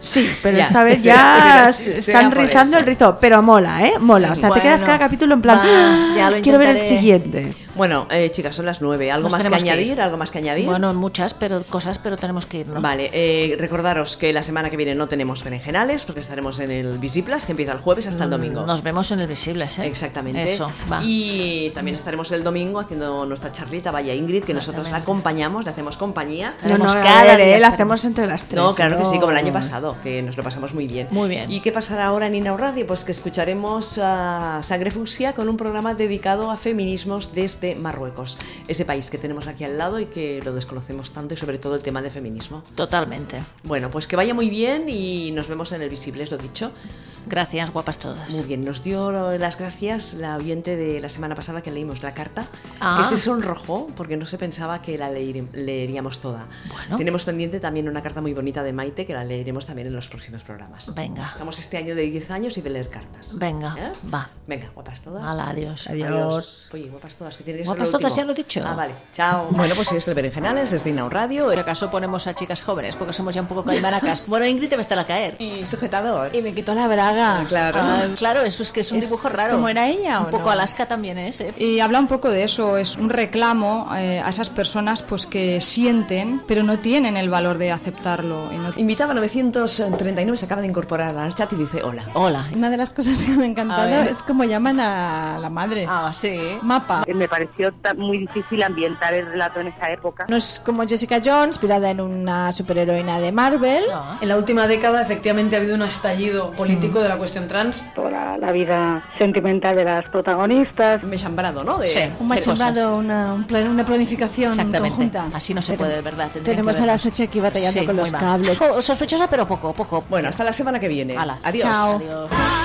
Speaker 5: Sí, pero
Speaker 2: Ya,
Speaker 5: esta vez
Speaker 2: será-
Speaker 5: ya
Speaker 2: será- será
Speaker 5: se están
Speaker 2: por
Speaker 5: rizando
Speaker 2: eso.
Speaker 5: el rizo. Pero mola, ¿eh? Mola. O sea, te quedas
Speaker 3: Bueno,
Speaker 5: cada capítulo en plan.
Speaker 3: va,
Speaker 5: "Ah,
Speaker 3: ya lo
Speaker 5: quiero ver el
Speaker 3: intentaré".
Speaker 5: siguiente.
Speaker 2: Bueno, eh, chicas, son las nueve. ¿Algo
Speaker 3: Nos
Speaker 2: más que
Speaker 3: tenemos que
Speaker 2: añadir?
Speaker 3: ir.
Speaker 2: ¿Algo más que añadir?
Speaker 3: Bueno, muchas pero cosas, pero tenemos que irnos.
Speaker 2: Vale, eh, recordaros que la semana que viene no tenemos berenjenales porque estaremos en el Visiplas que empieza el jueves hasta el
Speaker 5: Mm,
Speaker 2: domingo.
Speaker 3: Nos vemos en el Visibles, ¿eh?
Speaker 2: Exactamente.
Speaker 3: Eso, va.
Speaker 2: Y también estaremos el domingo haciendo nuestra charlita Vaya Ingrid, que nosotros la acompañamos, le hacemos compañía.
Speaker 5: No, no,
Speaker 3: Haremos
Speaker 5: a
Speaker 3: cada
Speaker 5: ver,
Speaker 3: día
Speaker 5: ¿eh?
Speaker 3: estaremos.
Speaker 5: la hacemos entre las tres.
Speaker 2: No, claro que sí, como el año
Speaker 5: no.
Speaker 2: pasado, que nos lo pasamos muy bien.
Speaker 3: Muy bien.
Speaker 2: ¿Y qué pasará ahora en Inau Radio? Pues que escucharemos a Sangre Fucsia con un programa dedicado a feminismos desde Marruecos, ese país que tenemos aquí al lado y que lo desconocemos tanto y sobre todo el tema de feminismo.
Speaker 3: Totalmente.
Speaker 2: Bueno, pues que vaya muy bien y nos vemos en el Visible, es lo dicho.
Speaker 3: Gracias, guapas todas.
Speaker 2: Muy bien, nos dio las gracias la oyente de la semana pasada que leímos la carta,
Speaker 3: Ah.
Speaker 2: que se sonrojó porque no se pensaba que la leer- leeríamos toda.
Speaker 3: Bueno.
Speaker 2: Tenemos pendiente también una carta muy bonita de Maite que la leeremos también en los próximos programas.
Speaker 3: Venga,
Speaker 2: Estamos este año de 10 años y de leer cartas.
Speaker 3: venga,
Speaker 2: ¿Eh?
Speaker 3: va.
Speaker 2: Venga, guapas todas.
Speaker 3: Hala, adiós.
Speaker 5: Adiós.
Speaker 2: Oye, guapas todas, que tiene que
Speaker 3: Guapas
Speaker 2: ser lo
Speaker 3: todas,
Speaker 2: último.
Speaker 3: ya lo he dicho.
Speaker 2: Ah, vale. Chao. Bueno, pues es el Berenjenales desde Inau Radio.
Speaker 3: Por acaso ponemos a chicas jóvenes, porque somos ya un poco calmaracas. Bueno, Ingrid te va a estar a caer.
Speaker 2: Y sujetador.
Speaker 5: Y me quitó la braga.
Speaker 7: Gaga.
Speaker 2: Claro.
Speaker 3: Ah, claro, eso es que es un
Speaker 6: Es-
Speaker 3: dibujo
Speaker 6: es
Speaker 3: raro.
Speaker 6: como era ella,
Speaker 3: Un
Speaker 6: ¿o
Speaker 3: poco
Speaker 6: no?
Speaker 3: Alaska también es, ¿eh?
Speaker 6: Y habla un poco de eso, es un reclamo eh, a esas personas pues que sienten, pero no tienen el valor de aceptarlo. y no-
Speaker 2: Invitaba a 939, se acaba de incorporar al chat y dice hola.
Speaker 3: Hola.
Speaker 6: Una de las cosas que me ha
Speaker 3: A
Speaker 6: encantado
Speaker 3: ver.
Speaker 6: es como llaman a la madre.
Speaker 3: Ah, sí.
Speaker 6: Mapa.
Speaker 4: Eh, Me pareció ta- muy difícil ambientar el relato en esa época.
Speaker 5: No es como Jessica Jones, inspirada en una superheroína de Marvel.
Speaker 3: No.
Speaker 8: En la última década, efectivamente, ha habido un estallido político
Speaker 2: Mm.
Speaker 8: de la cuestión trans.
Speaker 2: Pues
Speaker 4: Toda la
Speaker 3: Ah,
Speaker 4: vida sentimental de las protagonistas.
Speaker 2: Un chambrado, ¿no? De-
Speaker 3: Sí.
Speaker 5: Un
Speaker 3: de cosas.
Speaker 5: machembrado, una, un plan- una planificación
Speaker 3: Exactamente.
Speaker 5: conjunta.
Speaker 3: Así no se puede, de verdad. tendrían
Speaker 5: Tenemos
Speaker 3: que
Speaker 5: a la
Speaker 3: vernos.
Speaker 5: Sacha aquí batallando
Speaker 3: Sí,
Speaker 5: con los
Speaker 3: muy mal.
Speaker 5: cables.
Speaker 3: Jo- Sospechosa, pero poco, poco.
Speaker 2: Bueno, hasta la semana que viene.
Speaker 3: Hala.
Speaker 2: Adiós.
Speaker 5: Chao.
Speaker 3: Adiós.